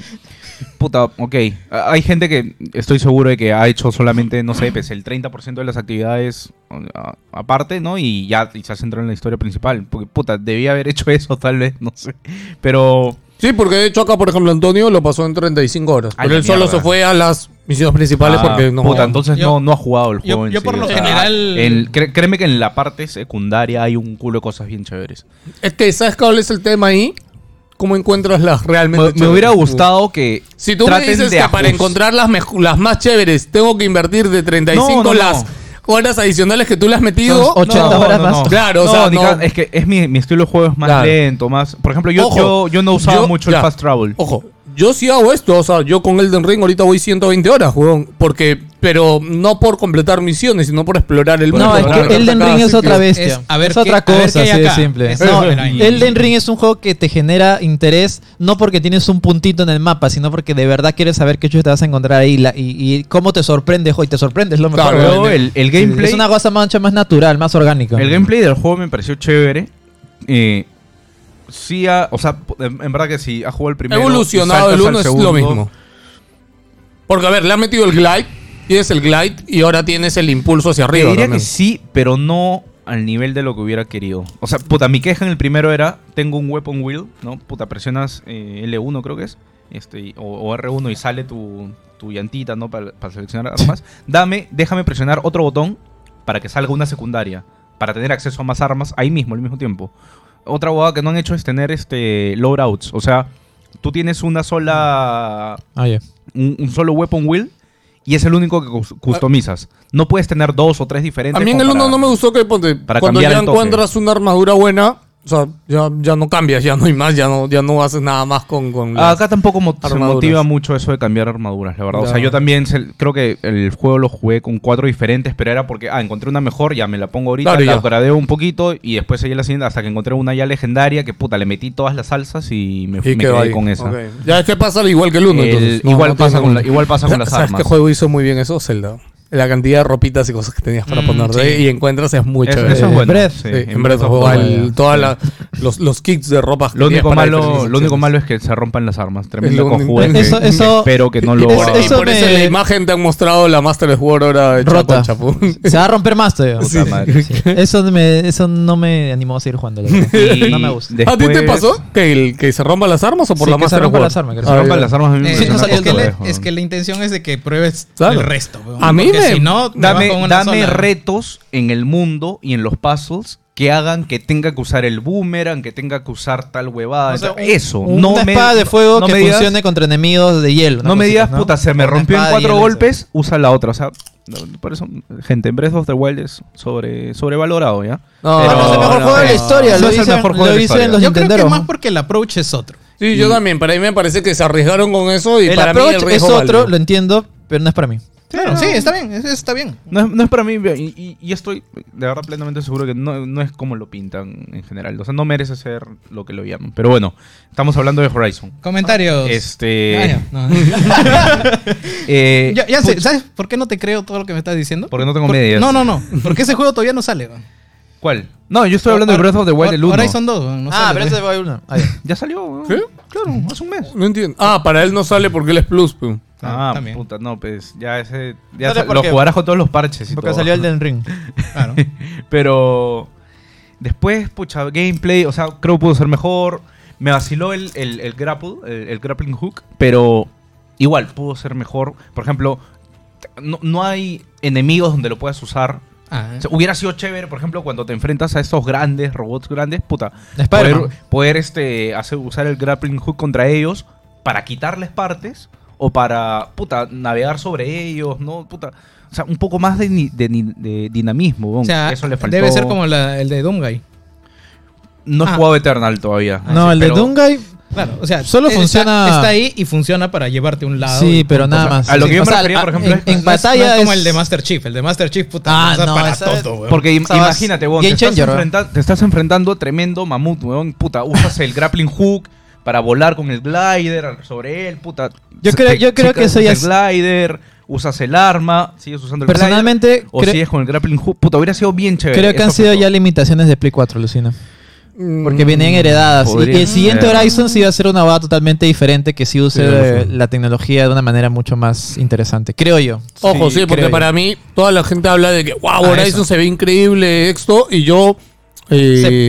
E: Puta, ok. A- Hay gente que estoy seguro de que ha hecho solamente, no sé, pues el 30% de las actividades a- aparte, ¿no? Y ya y se ha centrado en la historia principal. Porque, puta, debía haber hecho eso, tal vez, no sé. Pero.
B: Sí, porque de hecho acá, por ejemplo, Antonio lo pasó en 35 horas.
E: Ay,
B: pero
E: la
B: él solo
E: mierda.
B: se fue a las misiones principales
E: ah,
B: porque no.
E: puta, entonces
C: Yo-
E: no, no ha jugado el
C: yo-
E: juego. en
C: yo
E: sí,
C: por lo
E: o sea,
C: general-
E: el- cre- créeme que en la parte secundaria hay un culo de cosas bien chéveres.
B: Es que, Este, ¿sabes cuál es el tema ahí? ¿Cómo encuentras las
E: Me,
B: realmente
E: me
B: chéveres?
E: hubiera gustado que.
B: Si tú me
E: traten
B: dices
E: de
B: que para
E: ajust-
B: encontrar las, mejo- las más chéveres tengo que invertir de 35
E: No, no, no.
B: las horas adicionales que tú le has metido,
D: Son 80 horas más.
B: Claro, o sea,
E: ni
B: no.
E: ca- es que es mi, mi estilo de juego es más
B: Claro.
E: lento, más. Por ejemplo, yo,
B: Ojo,
E: yo, yo no usaba
B: yo-
E: mucho
B: ya.
E: el fast travel.
B: Ojo, yo sí hago esto, o sea, yo con Elden Ring ahorita voy 120 horas, weón, porque, pero no por completar misiones, sino por explorar el mundo.
D: No, es
B: por
D: que
B: explorar
D: Elden
B: cada
D: Ring es
B: sitio.
D: otra bestia.
C: Es- a ver
D: es
C: qué-
D: otra
C: a ver qué
D: cosa,
C: hay
D: así de
C: acá.
D: simple.
C: Es-
D: No,
C: y-
D: Elden Ring es un juego que te genera interés no porque tienes un puntito en el mapa, sino porque de verdad quieres saber qué chucha te vas a encontrar ahí la- y, y cómo te sorprendes. Y te sorprendes lo mejor.
B: Claro,
D: weón.
E: Pero el, el gameplay.
D: Es una cosa mancha más natural, más orgánica.
E: El gameplay del juego me pareció chévere. Eh, sí, ha- o sea, p- en en verdad que sí, ha jugado el primero.
B: Evolucionado
E: y saltas
B: el
E: al
B: 1 es lo
E: segundo.
B: mismo. Porque, a ver, le han metido el glide, tienes el glide y ahora tienes el impulso hacia
E: Te
B: arriba.
E: diría
B: también.
E: que sí, pero no al nivel de lo que hubiera querido. O sea, puta, mi queja en el primero era, tengo un weapon wheel, ¿no? Puta, presionas eh, L1 creo que es, este, y- o, o R1 y sale tu, tu llantita, ¿no? Para, para seleccionar armas. Dame, déjame presionar otro botón para que salga una secundaria, para tener acceso a más armas ahí mismo, al mismo tiempo. Otra bobada que no han hecho es tener este loadouts, o sea, tú tienes una sola
D: Ah, ya.
E: un, un solo weapon wheel y es el único que cus- customizas. No puedes tener dos o tres diferentes.
B: A mí en el
E: como
B: 1
E: para-
B: no me gustó que ponte,
E: para
B: cuando
E: cambiar
B: ya
E: el toque.
B: encuentras una armadura buena, O sea, ya, ya no cambias, ya no hay más, ya no, ya no haces nada más con, con las-
E: Acá tampoco mo- se
B: armaduras.
E: motiva mucho eso de cambiar armaduras, la verdad. O sea,
B: Ya.
E: yo también se- creo que el juego lo jugué con cuatro diferentes, pero era porque, ah, encontré una mejor, ya me la pongo ahorita,
B: Claro,
E: la
B: ya.
E: upgradeo un poquito y después seguí la siguiente hasta que encontré una ya legendaria que, puta, le metí todas las salsas y me, me
B: quedó
E: quedé
B: ahí.
E: con esa.
B: Ok. Ya es que pasa igual que el uno,
E: El-
B: entonces. No,
E: igual,
B: no
E: pasa
B: tiene
E: con la-
B: un-
E: igual pasa con las
B: ¿Sabes
E: armas.
B: qué juego hizo muy bien eso? Zelda. La cantidad de ropitas y cosas que tenías para
C: Mm,
B: ponerte
C: sí.
B: y encuentras es muy
E: Es-
B: chévere.
E: eso es
D: En
E: bueno.
D: Breath,
E: sí,
B: Sí,
E: en
B: en Breath of the
E: of the
B: Wild,
E: Wild.
B: toda la- los, los kits de ropas que
E: Lo
B: tenías
E: único,
B: para
E: malo,
B: diferentes
E: lo único
B: opciones.
E: malo es que se rompan las armas. Tremendo
B: lo único-
E: cojuete.
D: Eso- eso-
E: Espero que no
B: Y
E: lo.
B: por, eso,
E: hagan.
B: y por
D: me-
B: eso en la imagen te han mostrado la Master Sword ahora hecha
D: Rota.
B: con chapú.
D: Se va a romper más todavía.
E: Puta madre, sí.
D: Eso, me, eso no me animó a seguir jugando. la verdad.
E: Y
D: No me gusta.
B: ¿A ti te
E: después-
B: pasó que, el, que se rompan las armas o por
D: Sí,
B: la
D: que se
B: Master
D: rompan
B: Sword?
D: las armas, que se
E: Se
B: Ah,
E: rompan
B: ya.
E: las armas a mí me
C: Eh,
D: Sí,
E: impresiona
D: no
C: es,
D: salió
E: Mm, poco,
C: que
D: todo,
C: le-
E: weón.
C: es que la intención es de que pruebes
B: Claro.
C: el resto. weón.
B: A mí
C: Porque
B: me-
C: Si no, te vas con
E: Dame,
C: una
E: dame
C: sola.
E: retos en el mundo y en los puzzles que hagan que tenga que usar el boomerang, que tenga que usar tal huevada.
C: O sea,
E: Entonces, eso.
D: Una
E: no me-
D: espada de fuego
E: no
D: que
E: me digas-
D: funcione contra enemigos de hielo. una
E: No me
D: cosita,
E: digas, puta, se me
D: Una
E: rompió en
D: espada de
E: cuatro
D: hielo,
E: golpes, usa la otra. O sea, no, por eso, gente, en Breath of the Wild es sobre, sobrevalorado, ¿ya?
B: No,
D: eso.
E: Pero-
D: es el mejor
B: no,
D: juego de la
B: no.
D: historia.
E: Eso
D: Lo
E: es el
D: dicen,
E: mejor juego
D: lo
E: de la
D: dicen
E: historia.
D: los
C: Yo creo que
D: Nintendo.
C: es más porque el approach es otro.
B: Sí,
E: Mm.
B: yo también. Para mí me parece que se arriesgaron con eso y
D: El
B: para mí
D: approach
B: el
D: es
B: riesgo
D: otro,
B: valió.
D: lo entiendo, pero no es para mí. Ah,
C: Claro, sí, está bien, eso está bien.
E: No es, no es para mí, y, y- y estoy de verdad plenamente seguro que no, no es como lo pintan en general. O sea, no merece ser lo que lo llaman. Pero bueno, estamos hablando de Horizon.
C: Comentarios.
E: Este.
C: Ah, no, no.
E: eh,
C: Ya, ya sé, ¿sabes por qué no te creo todo lo que me estás diciendo?
E: Porque no tengo
C: Por-
E: medias.
C: No, no, no. Porque ese juego todavía no sale. weón.
E: ¿Cuál? No, yo estoy hablando de Breath of the Wild el 1.
C: Horizon 2. weón, no sale, weón.
D: va a ir uno. Ah, ya.
E: Ya salió. weón.
B: ¿Qué?
E: Claro, hace un mes.
B: No entiendo. Ah, para él no sale porque él es plus. pe.
C: Ah,
E: Ah,
C: también.
E: puta, no, pues ya ese. Ya
D: Dale,
E: sa-
D: ¿por
E: lo
D: qué?
E: jugarás con todos los parches y
D: Porque
E: todo.
D: salió el del ring.
C: Claro.
E: Pero. Después, pucha, gameplay, o sea, creo que pudo ser mejor. Me vaciló el, el, el grapple, el, el grappling hook, pero igual pudo ser mejor. Por ejemplo, no, no hay enemigos donde lo puedas usar.
C: Ah,
E: O sea, hubiera sido chévere, por ejemplo, cuando te enfrentas a estos grandes robots grandes, puta,
D: Spider-Man.
E: poder, poder, este, hacer, usar el grappling hook contra ellos para quitarles partes o para, puta, navegar sobre ellos, ¿no? Puta, o sea, un poco más de, ni- de ni- de dinamismo, weón.
C: o sea,
E: eso le faltó.
C: debe ser como la- el de Doomguy.
E: No he
C: ah.
E: jugado Eternal todavía.
D: No,
E: así,
D: el de
E: Ah, pero
D: Dungay.
C: Claro, o sea,
D: Solo
C: está-
D: funciona-
C: Está, ahí y funciona para llevarte a un lado. y
D: Sí, pero
C: punto.
D: nada más.
E: a lo que yo
D: O
E: me
D: sea,
E: refería, por
D: a-
E: ejemplo,
D: en-
E: es-
D: En
C: No es- no
D: batalla
C: es
D: es.
C: como el de Master Chief. El de Master Chief, puta,
D: Ah,
C: lo usas
D: no,
C: para
D: esa es-
C: todo, weón.
E: Porque im-
D: O sea, vas-
E: imagínate, weón, te
D: Game
E: estás,
D: changer, weón.
E: enfrenta- te estás enfrentando a tremendo mamut, weón. Puta, usas el grappling hook para volar con el glider sobre él, puta.
D: Yo
E: Se-
D: creo-
E: te-
D: yo creo
E: si
D: que eso ya
E: usas el glider, usas el arma, sigues usando el
D: Personalmente,
E: glider, o
D: cre-
E: sigues con el grappling hook. Puta, hubiera sido bien chévere.
D: Creo que
E: eso
D: han sido
E: fue
D: ya
E: todo.
D: limitaciones de Play 4, Lucina.
B: Mm.
D: Porque venían heredadas. Y-
E: Podría
D: y el siguiente
E: ser.
D: Horizon sí va a ser una bada totalmente diferente que sí use
B: Sí, ya lo
D: eh,
B: sé.
D: la tecnología de una manera mucho más interesante. Creo yo.
B: Ojo, sí,
E: Sí,
B: porque
E: creo yo.
B: para mí toda la gente habla de que, wow,
D: Ah,
B: Horizon
C: eso.
B: se ve increíble esto y yo...
C: Se-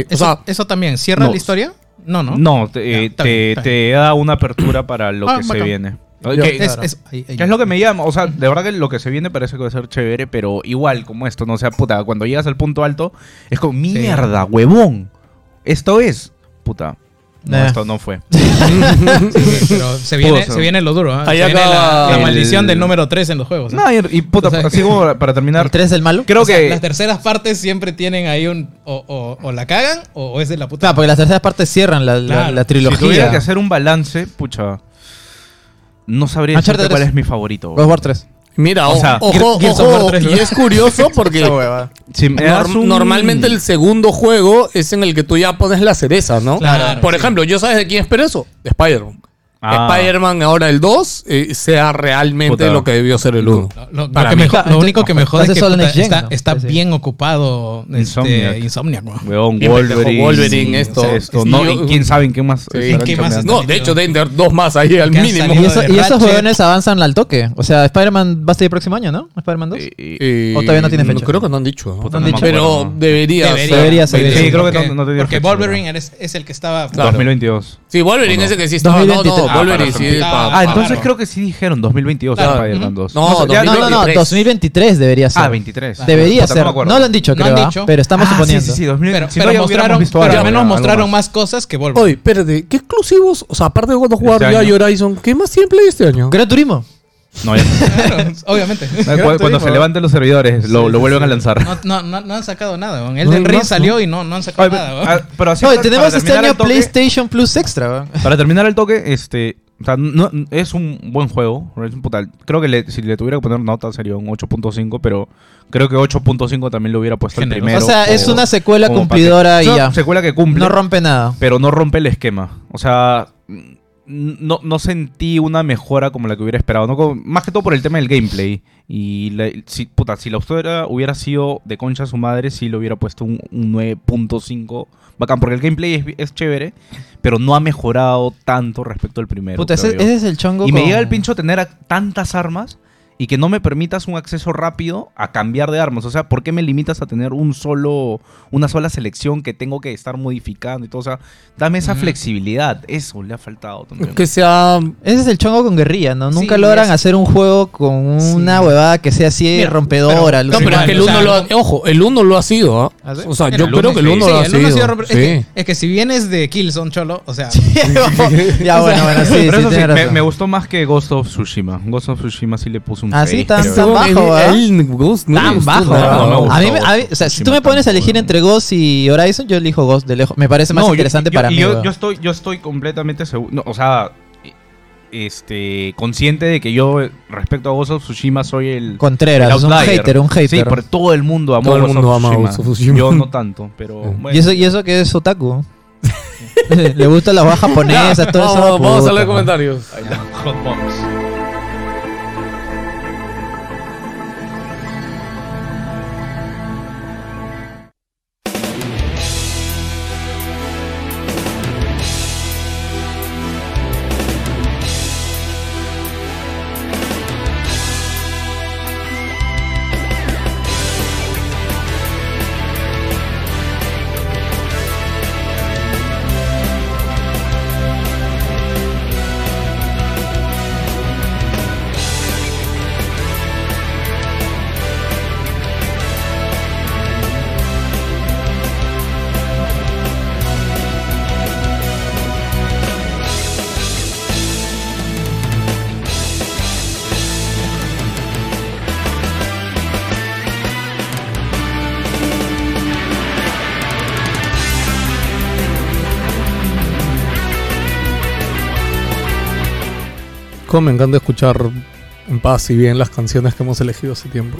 B: eh, o
C: eso,
B: sea,
C: eso también. ¿Cierra
E: no.
C: la historia? No, no.
E: No, te,
C: Ya, está
E: te-
C: bien, está
E: te da una apertura para lo
C: Ah,
E: que se
C: bacán.
E: viene.
B: Ya.
E: Que-
C: Es,
D: Claro.
C: es- ahí- ahí.
E: que es lo que me llama? O sea, de verdad que lo que se viene parece que va a ser chévere, pero igual como esto, ¿no? O sea, puta, cuando llegas al punto alto, es como, mierda, huevón. Esto es. Puta. No,
D: Nah.
E: esto no fue.
C: Sí, pero se viene,
E: Pudo,
C: se viene lo duro. ¿ah?
B: Ahí
C: Se viene la,
B: acaba
C: la
E: el-
C: maldición del número 3 en los juegos. ¿eh?
E: No, y, y puta,
C: O sea,
E: así como para terminar.
D: ¿El 3 del malo?
E: Creo
C: O sea,
E: que.
C: las terceras partes siempre tienen ahí un. O, o- o la cagan o, o es de la puta.
D: Claro, pues, porque las terceras partes cierran la, la-
C: Claro.
D: la
E: si tuviera
D: trilogía.
E: que hacer un balance, pucha. No sabría
D: Uncharted
E: decirte cuál
D: tres.
E: es mi favorito.
D: God of War 3.
B: mira,
E: o
B: o-
E: sea,
B: ojo,
C: Gears of
B: ojo,
C: War tres,
B: y es curioso porque
E: Si me
B: nor-
E: das un-
B: normalmente el segundo juego es en el que tú ya pones la cereza, ¿no?
C: Claro,
B: Por
C: sí.
B: ejemplo, ¿yo sabes de quién espero eso? De Spider-Man.
E: Ah.
B: Spider-Man ahora el 2 eh, sea realmente
E: Puta.
B: lo que debió ser el 1.
C: Lo, lo- lo
B: Para
C: que
B: mí.
C: me jo-
D: Claro,
C: lo
D: entonces,
C: único que me jode es
D: hace
C: que
D: solo
C: puta,
D: Next Gen,
C: está,
D: ¿no?
C: está
D: Sí, sí.
C: bien ocupado este,
E: Insomniac.
C: Insomniac. weón.
E: Weón,
B: Bien pendejo,
E: Wolverine.
B: Wolverine, esto.
E: Esto, no,
B: Yo-
E: y quién sabe en qué más.
B: Sí.
E: estarán
C: ¿Qué más
E: chambeando.
B: No, de hecho, deben tener dos más ahí al
C: Que han
B: mínimo.
C: salido
D: Y, eso-
C: de
D: y esos
C: Ratchet.
D: jóvenes avanzan al toque. O sea, Spider-Man va a salir el próximo año, ¿no? Spider-Man 2.
E: Y- y-
B: Eh,
D: ¿O todavía no tiene fecha?
B: Creo que no han dicho. ¿no?
E: Puta,
D: no me
B: pero
E: acuerdo, ¿no?
B: debería,
C: Debería.
D: Debería ser.
E: Sí, creo que
C: Porque-
E: no- no tenía
C: Porque
E: fecha,
C: Wolverine es, es el que estaba.
B: Claro.
E: 2022.
B: Sí, Wolverine
E: ¿O no?
B: ese que sí estaba. No,
D: 2023.
B: no,
E: Ah,
B: Wolverine
E: para
B: sí.
E: ser-
B: pa-
C: Ah,
E: Ah, entonces
C: claro.
E: creo que sí dijeron 2022
C: Claro.
E: Spider-Man
C: Ujú.
E: 2.
B: No,
E: sé, ya
D: No, no, no,
B: 2023.
D: 2023 debería ser.
E: Ah, 23.
D: Debería
E: Puta,
D: ser.
E: me
D: No,
E: acuerdo.
D: lo han dicho,
C: No
D: creo.
C: han
D: ¿ah?
C: dicho.
D: Pero estamos
E: Ah,
D: suponiendo.
E: Sí, sí, sí, 2000.
C: Pero,
E: si no,
C: pero
E: ya
C: mostraron,
E: hubiéramos visto
C: pero
E: algo,
C: al menos
E: algo
C: mostraron
E: más.
C: más cosas que Wolverine.
B: Oye, espérate, ¿qué exclusivos? O sea, aparte de God of War
E: Este
B: ya y
E: año.
B: Horizon, ¿qué más tiene Play este año?
D: Gran Turismo.
E: No, ya-
C: Claro, obviamente.
E: Cu- cuando se levanten los servidores, lo, lo vuelven a lanzar.
C: No, no, no, no han sacado nada, weón.
B: No
C: Elden
B: hay
C: Ring
B: más,
C: salió y no, no han sacado
E: Oye,
C: nada, weón.
E: ah, pero así
D: Oye,
E: para-
D: tenemos
E: para
D: este
E: terminar Eh,
D: año
E: al toque-
D: PlayStation Plus Extra, weón.
E: Para terminar el toque, este. O sea, no- es un buen juego. es un puta- creo que le- si le tuviera que poner nota sería un 8.5, pero creo que 8.5 también lo hubiera puesto el
C: Generoso.
E: primero.
D: O sea, es una secuela
E: como
D: cumplidora y
E: paquete. Es una
D: ya.
E: Secuela que cumple.
D: No rompe nada.
E: pero no rompe el esquema. O sea, n- no, no sentí una mejora como la que hubiera esperado. ¿no? Como- más que todo por el tema del gameplay. Y la- si, puta, si la autora hubiera sido de concha a su madre, sí le hubiera puesto un, un 9.5. Bacán, porque el gameplay es, es chévere, pero no ha mejorado tanto respecto al primero.
D: Puta, ese,
E: creo yo.
D: ese es el chongo.
E: y me
D: con-
E: llega el pincho tener a- tantas armas y que no me permitas un acceso rápido a cambiar de armas. O sea, ¿por qué me limitas a tener un solo, una sola selección que tengo que estar modificando y todo? O sea, dame esa flexibilidad. Eso le ha faltado también.
B: Que sea.
D: Ese es el chongo con guerrilla, ¿no?
C: Sí,
D: Nunca logran
C: es-
D: hacer un juego con una
C: Sí.
D: huevada que sea así
C: Mira,
D: rompedora.
C: pero-
D: lo
B: No, pero es
D: igual.
B: que el
C: o sea,
B: uno lo ha,
C: no-
B: Ojo, el uno lo ha sido, ¿ah?
D: ¿Ah, sí?
B: O sea,
C: El
B: yo
C: uno
B: creo que el
E: sí.
B: uno
C: Sí,
B: lo ha
C: el uno
B: sido.
C: ha sido rompe- es,
B: sí.
C: que, es que si vienes de Killzone, cholo, o sea,
D: ya, bueno, bueno, sí, sí,
E: Pero eso sí,
D: tiene
E: me,
D: razón.
E: me gustó más que Ghost of Tsushima. Ghost of Tsushima sí le puso un
D: Ah, sí,
E: seis,
D: tan-
E: creo.
D: tan
B: Pero
D: bajo,
B: el-
D: ¿verdad?
B: el Ghost no
D: Tan
B: es
D: bajo.
B: tan
E: no, no me
D: a
E: gustó
D: mí, me- a mí-
E: Ghost,
D: o sea, si
E: sí
D: tú
E: me
D: me pones a
E: tanto,
D: elegir
E: weón.
D: entre Ghost y Horizon, yo elijo Ghost de lejos. Me parece más
E: No, yo-
D: interesante
E: yo-
D: para
E: y
D: mí.
E: Yo,
D: weón.
E: yo estoy, yo estoy completamente seguro. no, o sea, este, consciente de que yo, respecto a Ghost of Tsushima, soy el.
D: Contreras,
E: El
D: es un
E: outlier.
D: hater, un hater.
E: Sí, pero todo el mundo amó
B: Todo el
E: Ghost
B: mundo
E: of
B: ama
E: Tsushima.
B: Ghost of Tsushima.
E: Yo no tanto, pero bueno.
D: y, eso, y eso que es otaku. Le gusta la baja japonesa, todo eso.
B: Vamos, vamos a
D: puta,
B: leer
D: weón.
B: comentarios.
E: Ahí está, Hot Box.
B: Como me encanta escuchar en paz y bien las canciones que hemos elegido hace tiempo.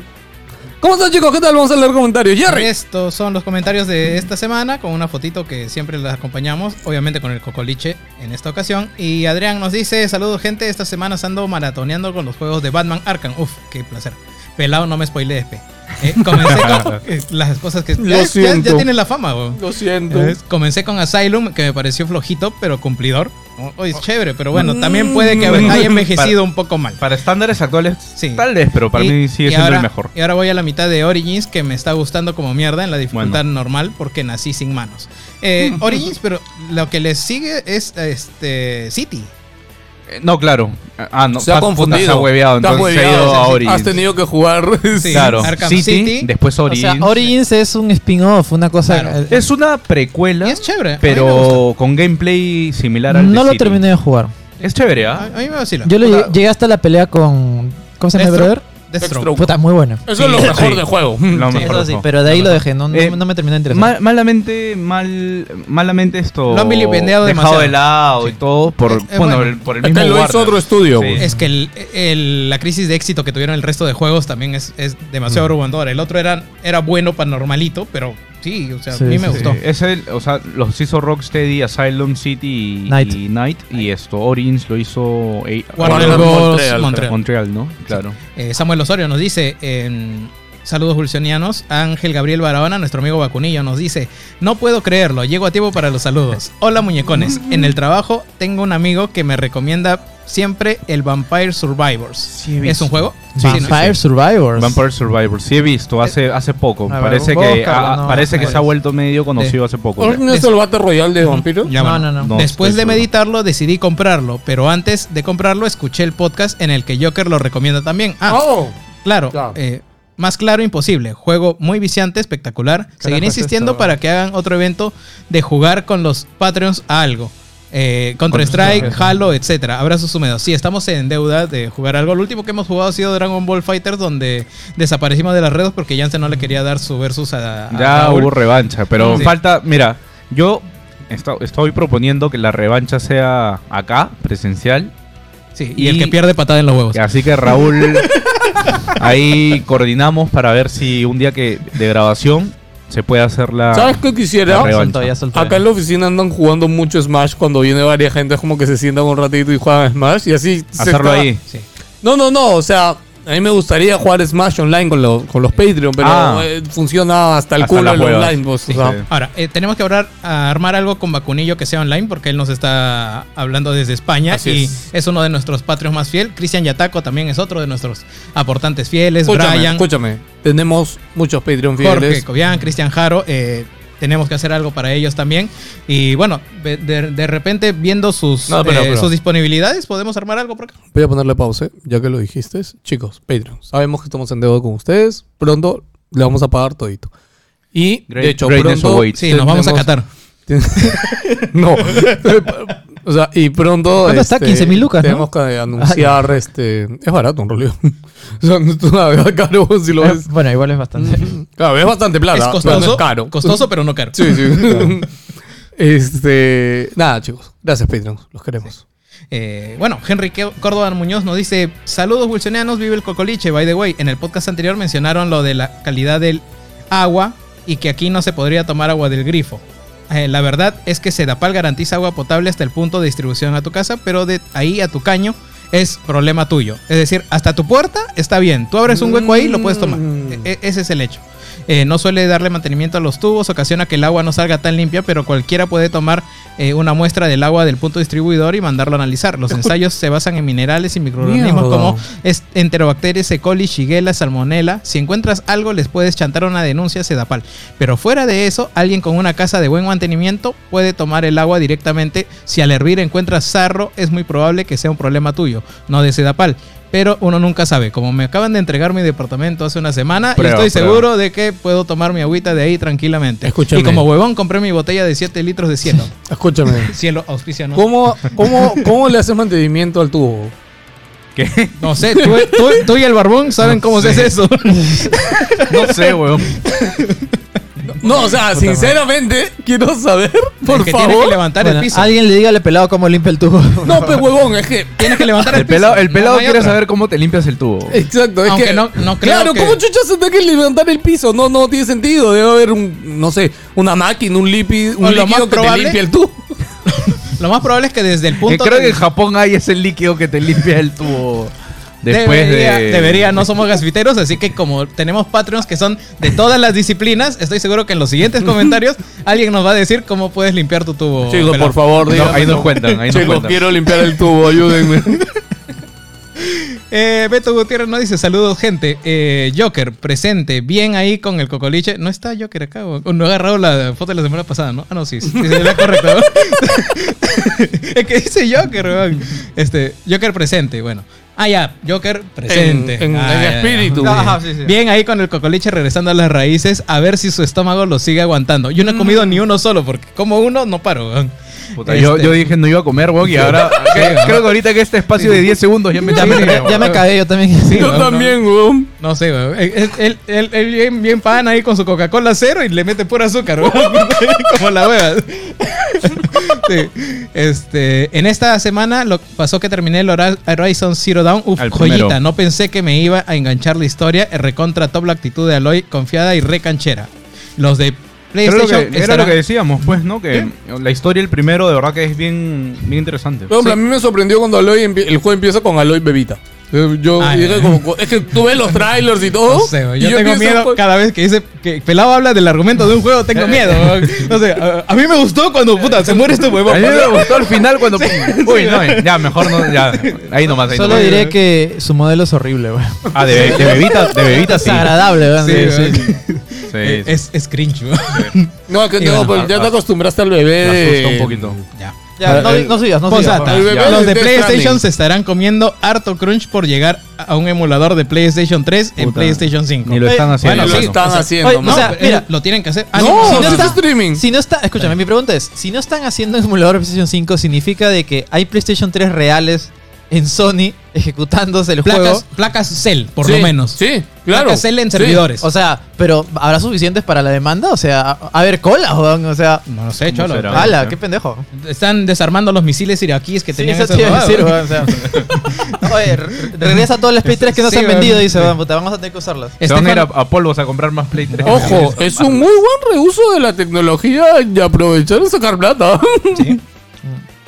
B: ¿Cómo están, chicos? ¿Qué tal? Vamos a leer comentarios. Jerry.
C: estos son los comentarios de esta semana con una fotito que siempre las acompañamos, obviamente con el cocoliche en esta ocasión. Y Adrián nos dice, saludos gente, esta semana ando maratoneando con los juegos de Batman Arkham. Uf, qué placer. Pelado, no me spoilees, pe. Eh, comencé con eh, las cosas que...
B: Lo
C: ya, ya-
B: siento.
C: ya tienen la fama, weón.
B: Lo siento.
C: Entonces, comencé con Asylum, que me pareció flojito, pero cumplidor. O-
B: Oh.
C: Oye, es chévere, pero bueno, también puede que
E: Bueno,
C: haya
E: para-
C: envejecido un poco mal.
E: Para estándares actuales,
C: Sí.
E: tal vez, pero para
C: Y-
E: mí
C: y
E: sigue siendo
C: ahora-
E: el mejor.
C: Y ahora voy a la mitad de Origins, que me está gustando como mierda en la dificultad normal, porque nací sin manos. Eh, Origins, pero lo que le sigue es este City.
E: Eh, No, claro. Ah, no.
B: se ha
E: puta,
B: confundido.
E: Se ha hueveado,
B: Te has
E: entonces se ha
B: hueveado,
E: ido a
B: sí, sí.
E: Origins.
B: Has tenido que jugar.
C: Sí.
E: Claro,
C: Arkham
E: City,
C: City.
E: después
D: O
E: Origins.
D: sea, Origins es un spin-off, una cosa.
C: Claro.
D: eh,
E: es una precuela,
C: Y es chévere. a mí me gusta.
E: pero con gameplay similar al de
D: no lo
E: City.
D: terminé de jugar.
E: Es chévere, ¿ah?
C: A, a mí me vacila.
D: Yo le
E: Puta.
D: llegué- llegué hasta la pelea con. ¿Cómo se llama el
C: Destro-
D: brother?
C: Deathstroke.
B: Deathstroke.
D: Puta, muy bueno.
B: Eso es lo
E: Sí.
B: mejor
E: Sí.
B: del juego.
E: Lo
D: Sí,
E: mejor
D: eso
E: del
D: sí,
E: juego.
D: pero de ahí lo dejé. No, no-
E: Eh,
D: no me terminé de interesar.
E: Mal- malamente, mal, malamente esto.
C: Lo han vilipendiado
E: dejado
C: demasiado.
E: de lado y todo. Por,
C: Eh, eh,
E: bueno,
C: bueno.
E: el- por el
B: Es
E: mismo.
B: que Este lo hizo
E: Warner.
B: otro estudio,
E: Sí.
B: güey.
C: Es que el- el- la crisis de éxito que tuvieron el resto de juegos también es, es
E: Mm.
C: demasiado abrumadora. El otro era, era bueno para normalito, pero sí, o sea,
D: Sí,
C: a mí me
D: sí,
C: gustó.
E: Sí, es el- o sea, los hizo Rocksteady, Asylum City y y
D: Night.
E: Night. Y, esto, Origins lo hizo eh,
C: Warner
B: Warner
C: Bros.
B: Montreal.
C: Montreal.
E: Montreal, ¿no? Claro.
C: Eh, Samuel Osorio nos dice, em, saludos vulcionianos, Ángel Gabriel Barahona, nuestro amigo vacunillo, nos dice, no puedo creerlo, llego a tiempo para los saludos. Hola muñecones,
E: Mm.
C: en el trabajo tengo un amigo que me recomienda siempre el Vampire Survivors.
E: Sí, he
C: ¿Es
E: visto.
C: un juego?
E: Sí,
C: ¿no?
D: Vampire Survivors.
E: Vampire Survivor, sí he visto hace, hace poco.
D: A ver,
E: parece
D: voy a
E: que,
D: buscarlo,
E: ah,
D: no,
E: parece que
D: no
E: se ha
D: es.
E: vuelto medio conocido hace poco.
B: ¿No es el Battle Royale de vampiros?
C: Ya,
D: no,
C: bueno.
D: no, no.
E: No.
C: Después
E: estoy
C: de
E: seguro.
C: meditarlo decidí comprarlo, pero antes de comprarlo escuché el podcast en el que Joker lo recomienda también. Ah,
B: Oh.
C: Claro,
B: Ya.
C: eh, más claro imposible. Juego muy viciante, espectacular. Seguiré
D: es
C: insistiendo
D: esto?
C: para que hagan otro evento de jugar con los Patreons a algo. eh, Counter-Strike, Halo, etcétera. Abrazos húmedos. Sí, estamos en deuda de jugar algo. Lo último que hemos jugado ha sido Dragon Ball Fighter, donde desaparecimos de las redes porque Jansen no le quería dar su versus a. a
E: Ya
C: Raúl.
E: hubo revancha, pero
C: Ah, Sí.
E: falta, mira, yo esto- estoy proponiendo que la revancha sea acá, presencial.
C: Sí, y, el
E: y-
C: que pierde patada en los huevos.
E: Así que Raúl, ahí coordinamos para ver si un día que de grabación se puede hacer la...
B: ¿Sabes qué
E: la
B: quisiera?
E: revancha.
D: Soltó, ya soltó.
B: Acá en la oficina andan jugando mucho Smash cuando viene varias gente, es como que se sientan un ratito y juegan Smash y así se
E: Hacerlo
B: está-
E: ahí.
C: Sí.
B: No, no, no, o sea, a mí me gustaría jugar Smash online con, los con los Patreon, pero
E: Ah.
B: eh, funciona hasta el
E: Hasta
B: culo
E: las
B: el
E: huevas.
B: online, pues, o
E: Sí.
B: sea.
C: Ahora, eh, tenemos que hablar- a armar algo con Vacunillo que sea online, porque él nos está hablando desde España
B: Así
C: y
B: es.
C: es. uno de nuestros patrios más fiel. Cristian Yataco también es otro de nuestros aportantes fieles.
B: Escúchame,
C: Brian,
B: escúchame. Tenemos muchos Patreon
C: Jorge
B: fieles.
C: Cobian, Cristian Jaro. eh, tenemos que hacer algo para ellos también. Y bueno, de, de- de repente, viendo sus,
B: No, pero-
C: eh,
B: pero-
C: sus disponibilidades, podemos armar algo por acá.
B: Voy a ponerle pausa, ya que lo dijiste. Chicos, Patreon, sabemos que estamos en deuda con ustedes. Pronto le vamos a pagar todito. Y,
E: Great-
B: de hecho,
E: greatness
B: pronto...
E: awaits.
C: Sí, nos vamos a
B: tenemos-
C: catar.
B: no. o sea, y pronto. este,
D: ¿Cuánto está? 15.000 lucas, ¿no?
B: Tenemos
C: Ah,
B: que anunciar. este Es barato, en realidad. o sea, no es una verdad caro si lo
D: Eh,
B: ves.
D: Bueno, igual es bastante.
B: Claro, es bastante plata.
C: Ah. es
B: pero
C: costoso,
B: no es caro.
C: costoso, pero no caro.
B: Sí, sí. este. Nada, chicos. Gracias, Patreon. Los queremos.
C: Eh, bueno, Henry Ke- Córdoba Muñoz nos dice: Saludos, wilsonianos, vive el cocoliche. By the way, en el podcast anterior mencionaron lo de la calidad del agua y que aquí no se podría tomar agua del grifo. Eh, la verdad es que Sedapal garantiza agua potable hasta el punto de distribución a tu casa, pero de ahí a tu caño es problema tuyo. Es decir, hasta tu puerta está bien. Tú abres un hueco ahí y lo puedes tomar.
B: Mm.
C: E- e- ese es el hecho. Eh, no suele darle mantenimiento a los tubos, ocasiona que el agua no salga tan limpia, pero cualquiera puede tomar eh, una muestra del agua del punto distribuidor y mandarlo a analizar. Los ensayos se basan en minerales y microorganismos
B: Mierda.
C: como es- enterobacterias, E. coli, shigella, salmonella. Si encuentras algo, les puedes chantar una denuncia a Sedapal. Pero fuera de eso, alguien con una casa de buen mantenimiento puede tomar el agua directamente. Si al hervir encuentras sarro, es muy probable que sea un problema tuyo, no de Sedapal. Pero uno nunca sabe. Como me acaban de entregar mi departamento hace una semana,
E: Prueba,
C: y estoy
E: prueba.
C: seguro de que puedo tomar mi agüita de ahí tranquilamente.
B: Escúchame.
C: Y como huevón compré mi botella de 7 litros de cielo.
B: Escúchame.
C: cielo auspicia, ¿no?
B: ¿Cómo, cómo, ¿Cómo le haces mantenimiento al tubo?
E: ¿Qué?
C: No sé, tú, tú- tú y el barbón saben cómo se hace eso.
E: No sé, weón.
B: No, o sea, sinceramente, quiero saber, por
C: que Tienes que
B: favor.
C: levantar
D: Bueno,
C: el piso.
D: alguien le diga al pelado cómo limpia el tubo.
B: No, pues huevón, es que.
C: Tienes que levantar el,
E: El pelado,
C: piso.
E: el
C: No,
E: pelado
C: no hay
E: quiere
C: otra.
E: saber cómo te limpias el tubo.
B: Exacto, es
C: Aunque
B: que.
C: no- no creo
B: claro,
C: que-
B: ¿cómo chuchas se tiene que levantar el piso? No, no tiene sentido. Debe haber un, no sé, una máquina, un, lipi,
C: O
B: un
C: lo más
B: líquido que te
C: probable-
B: limpie el tubo.
C: Lo más probable es que desde el
E: Que
C: punto
E: creo
C: de-
E: que en Japón hay ese líquido que te limpia el tubo después
C: debería,
E: de...
C: debería, no somos gasfiteros, así que como tenemos Patreons que son de todas las disciplinas, estoy seguro que en los siguientes comentarios alguien nos va a decir cómo puedes limpiar tu tubo.
B: Chicos,
C: pelado.
B: por favor,
E: No,
B: díganme.
E: ahí nos cuentan, ahí nos
B: Chicos,
E: cuentan.
B: quiero limpiar el tubo, ayúdenme.
C: Eh, Beto Gutiérrez nos dice, saludos gente. Eh, Joker, presente, bien ahí con el cocoliche. No está Joker acá, o- o no ha agarrado la foto de la semana pasada, ¿no? Ah, no, sí, sí, sí, la correcta. es que dice Joker, weón. Este, Joker presente, bueno. Ah, ya, Joker presente.
B: En- en-
C: Ah,
B: en
C: ya, ya.
B: espíritu.
C: Ajá,
D: Sí, sí.
C: Bien ahí con el cocoliche regresando a las raíces, a ver si su estómago lo sigue aguantando. Yo no he comido ni uno solo, porque como uno no paro, weón.
E: Puta, yo,
C: Este-
E: yo dije no iba a comer, weón, y ahora creo, creo que ahorita que este espacio de 10 segundos ya me
D: ya, me,
E: tiene,
D: ya me
E: weón.
D: cagué yo también.
B: Yo
C: no, no.
B: también, huevón.
C: No sé, weón. Él, él- él- él- él bien, bien pan ahí con su Coca-Cola cero y le mete pura azúcar, weón. Como la hueva. Sí. Este, en esta semana lo pasó que terminé el Hora- Horizon Zero Dawn. Uf,
E: Al
C: joyita.
E: primero.
C: No pensé que me iba a enganchar la historia. Recontra top la actitud de Aloy, confiada y recanchera. Los de
E: Creo que-
C: PlayStation
E: era lo
C: estarán-
E: que decíamos, pues, ¿no? Que la historia, el primero, de verdad que es bien, bien interesante.
B: Por ejemplo, a mí me sorprendió cuando Aloy empie- el juego empieza con Aloy bebita. Eh, Yo
C: Ah,
B: dije
C: ya.
B: como, es que tú ves los trailers y todo.
C: No sé, weón.
B: y
C: yo, tengo
B: pienso,
C: miedo
B: pues,
C: cada vez que dice que Pelado habla del argumento de un juego, tengo miedo. weón. No sé, a, a mí me gustó cuando puta, se muere este huevón.
E: A mí me gustó al final cuando... Uy,
C: sí.
E: no, ya, mejor no, ya. Ahí nomás, ahí
D: Solo
E: nomás.
D: diré que su modelo es horrible, weón.
E: Ah, de, be- de bebita, de bebita sí.
D: Desagradable, weón.
C: Sí,
D: Sí,
C: weón.
D: sí.
E: Sí,
C: Eh,
E: sí.
C: Es, es cringe, weón.
B: No, que
C: Y
B: no,
C: bueno,
B: pues, ya te acostumbraste al bebé.
E: Me asusta
B: de-
E: un poquito.
C: Ya.
D: Ya, no,
B: el-
D: no sigas, no sigas.
C: Posata,
D: Juan.
B: el bebé
C: los
B: de
C: de
B: Death
C: PlayStation
B: Stranding.
C: se estarán comiendo harto crunch por llegar a un emulador de PlayStation 3 en
E: Puta.
C: PlayStation 5.
E: Ni lo
D: Oye,
E: están haciendo.
C: bueno,
B: lo
C: sí,
E: hermano.
B: están
C: o sea,
B: haciendo,
D: oye, o
B: mano.
C: No,
D: sea,
C: pero
D: mira.
C: él lo tienen que hacer. Ah,
B: No,
C: no,
B: si
C: no,
B: no
C: está-
B: está streaming.
D: Si no está, escúchame, mi pregunta es, si no están haciendo un emulador de PlayStation 5, significa de que hay PlayStation 3 reales en Sony ejecutándose el
C: placas,
D: juego.
C: placas Cell, por
B: Sí,
C: lo menos.
B: Sí, claro.
C: Placas Cell en
B: Sí.
C: servidores.
D: O sea, pero ¿habrá suficientes para la demanda? O sea, a, a ver, cola, weón, o sea,
C: no lo sé,
E: ¿Cómo
C: cholo. Ah,
E: será?
D: ala, qué pendejo.
C: Están desarmando los misiles iraquíes que
D: Sí,
C: tenían
D: eso
C: esas
D: te iba a
C: huevadas,
D: decir,
C: ¿no?
D: weón, o sea. Oye, re- regresa todas las Play 3 que no
C: Sí,
D: se han vendido,
C: weón.
D: dice, weón, puta, vamos a tener que usarlas.
E: Se van a ir a,
C: Estefan-
E: a polvos a comprar más Play 3.
B: Ojo, es un muy buen reuso de la tecnología y aprovechar y sacar plata.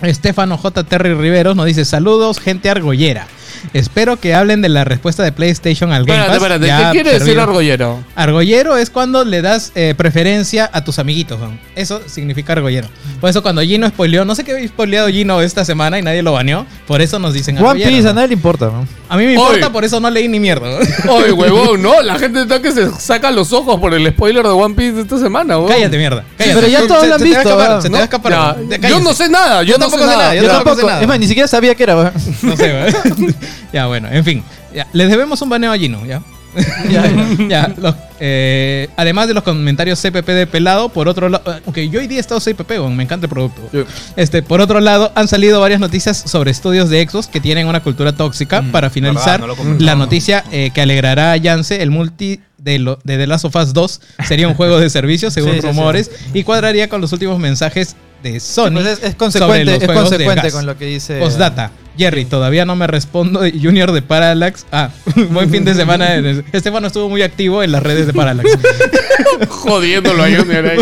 C: Estefano J. Terry Riveros nos dice: Saludos, gente argollera. Espero que hablen de la respuesta de PlayStation al Game
B: espérate,
C: Pass".
B: espérate,
C: Ya,
B: ¿qué quiere decir
C: servido.
B: argollero?
C: Argollero es cuando le das eh, preferencia a tus amiguitos. ¿no? Eso significa argollero. Por eso cuando Gino spoileó, no sé qué había spoileado Gino esta semana y nadie lo baneó, por eso nos dicen
D: One
C: argollero.
D: Piece, a
C: ¿no?
D: nadie le importa, weón.
C: A mí me importa,
B: Oye.
C: por eso no leí ni mierda. ¿no?
B: Oye, huevón, no, la gente está que se saca los ojos por el spoiler de One Piece de esta semana, huevón.
C: Cállate, mierda. cállate.
D: pero ya
C: Se-
D: todos
C: se-
D: lo han
C: se te va a
D: visto,
C: escapar,
D: ¿verdad?
C: Se te va a escapar.
B: Ya,
C: Ya,
B: yo
C: cállate.
B: no sé nada, yo, tampoco sé nada.
D: Yo
C: yo tampoco sé
D: tampoco,
C: nada.
D: es más, ni siquiera sabía que era, weón.
C: No sé, weón. ya, bueno, en fin. Ya, les debemos un baneo a Gino, ya. ya, ya, los- eh, además de los comentarios CPP de pelado, por otro lado, aunque yo hoy día he estado CPP, weón, me encanta el producto.
B: Sí.
C: Este, por otro lado, han salido varias noticias sobre estudios de Xbox que tienen una cultura tóxica.
D: Mm,
C: Para finalizar,
E: verdad, no lo comentamos.
C: la noticia eh, que alegrará a Yance, el multi de, lo- de The Last of Us 2 sería un juego de servicio, según
D: Sí, sí, sí.
C: rumores, y cuadraría con los últimos mensajes de Sony.
D: Pues es, es
C: sobre los
D: consecuente,
C: juegos
D: es
C: del
D: consecuente
C: gas. Pues
D: con lo que dice.
C: Postdata. Jerry, todavía no me respondo. de Junior de Parallax. Ah, buen fin de semana. Estefano estuvo muy activo en las redes de Parallax.
B: Jodiéndolo a Junior ahí.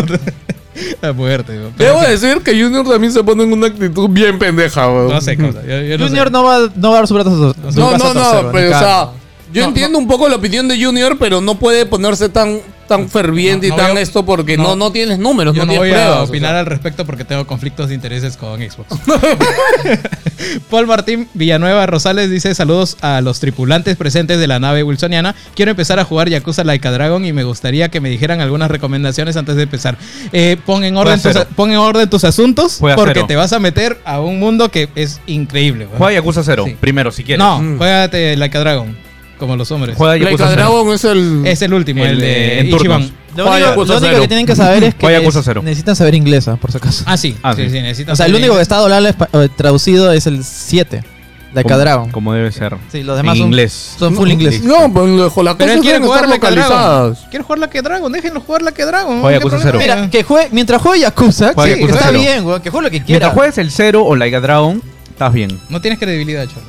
C: La muerte. weón. Pero
B: Debo decir que Junior también se pone en una actitud bien pendeja, huevón.
C: no sé cosa. Yo, yo no sé.
D: Junior no va, no va a dar su brazo a su- su
B: No,
D: brazo
B: no,
D: a torcer,
B: no,
D: weón,
B: pero o
D: ni
B: sea,
D: cagando.
B: yo
C: No,
B: entiendo un poco la opinión de Junior, pero no puede ponerse tan tan ferviente
C: no
B: y tan
C: veo-
B: esto porque no,
C: no,
B: no tienes números,
C: Yo
B: no
C: no
B: tienes
C: voy
B: pruebas.
C: a
B: o sea.
C: opinar al respecto porque tengo conflictos de intereses con Xbox. Paul Martín Villanueva Rosales dice saludos a los tripulantes presentes de la nave wilsoniana. Quiero empezar a jugar Yakuza Laika Dragon y me gustaría que me dijeran algunas recomendaciones antes de empezar. Eh, pon, en orden
E: Juega
C: tus,
E: cero.
C: pon en orden tus asuntos
E: Juega
C: porque
E: cero.
C: te vas a meter a un mundo que es increíble. weón.
E: Juega Yakuza 0,
C: Sí.
E: primero, si quieres. Mm.
C: no, juégate Laika Dragon, como los hombres.
E: Juega Yakuza
B: Laika
E: 0.
B: Dragon es el.
C: Es el último, el,
E: El
C: de
E: de- en turnos.
C: Ichiban.
D: Lo
B: Vaya
D: único,
B: cosa
D: lo único
B: cero.
D: que tienen que saber es que
E: Vaya
D: es-
E: cosa cero.
D: necesitan saber inglés, ah, por si acaso.
C: Ah, sí.
E: Ah,
C: sí,
E: sí.
C: sí, necesitas
D: o sea, el
C: un-
D: único que está doblado al espa- eh, traducido es el 7, la
E: Como-
D: Cadragon.
E: Como debe ser.
D: Sí, los demás
E: en
D: son,
E: inglés.
D: son full inglés.
B: No, pues lo- las
C: Pero
B: cosas
C: él quiere
B: deben estar
C: jugar la que Dragon.
B: localizadas.
C: Quiere jugar la que Dragon, déjenlo jugar la que Dragon.
E: Juega
C: ¿qué
E: Yakuza
C: problema
E: cero.
C: hay?
D: Mira, que juegue, mientras juegue Yakuza,
E: Juega
D: sí,
E: Yakuza
D: está
E: cero.
D: bien, weón, que juegue lo que quiera.
E: Mientras juegues el 0 o Laika Dragon, estás bien.
C: No tienes credibilidad, cholo.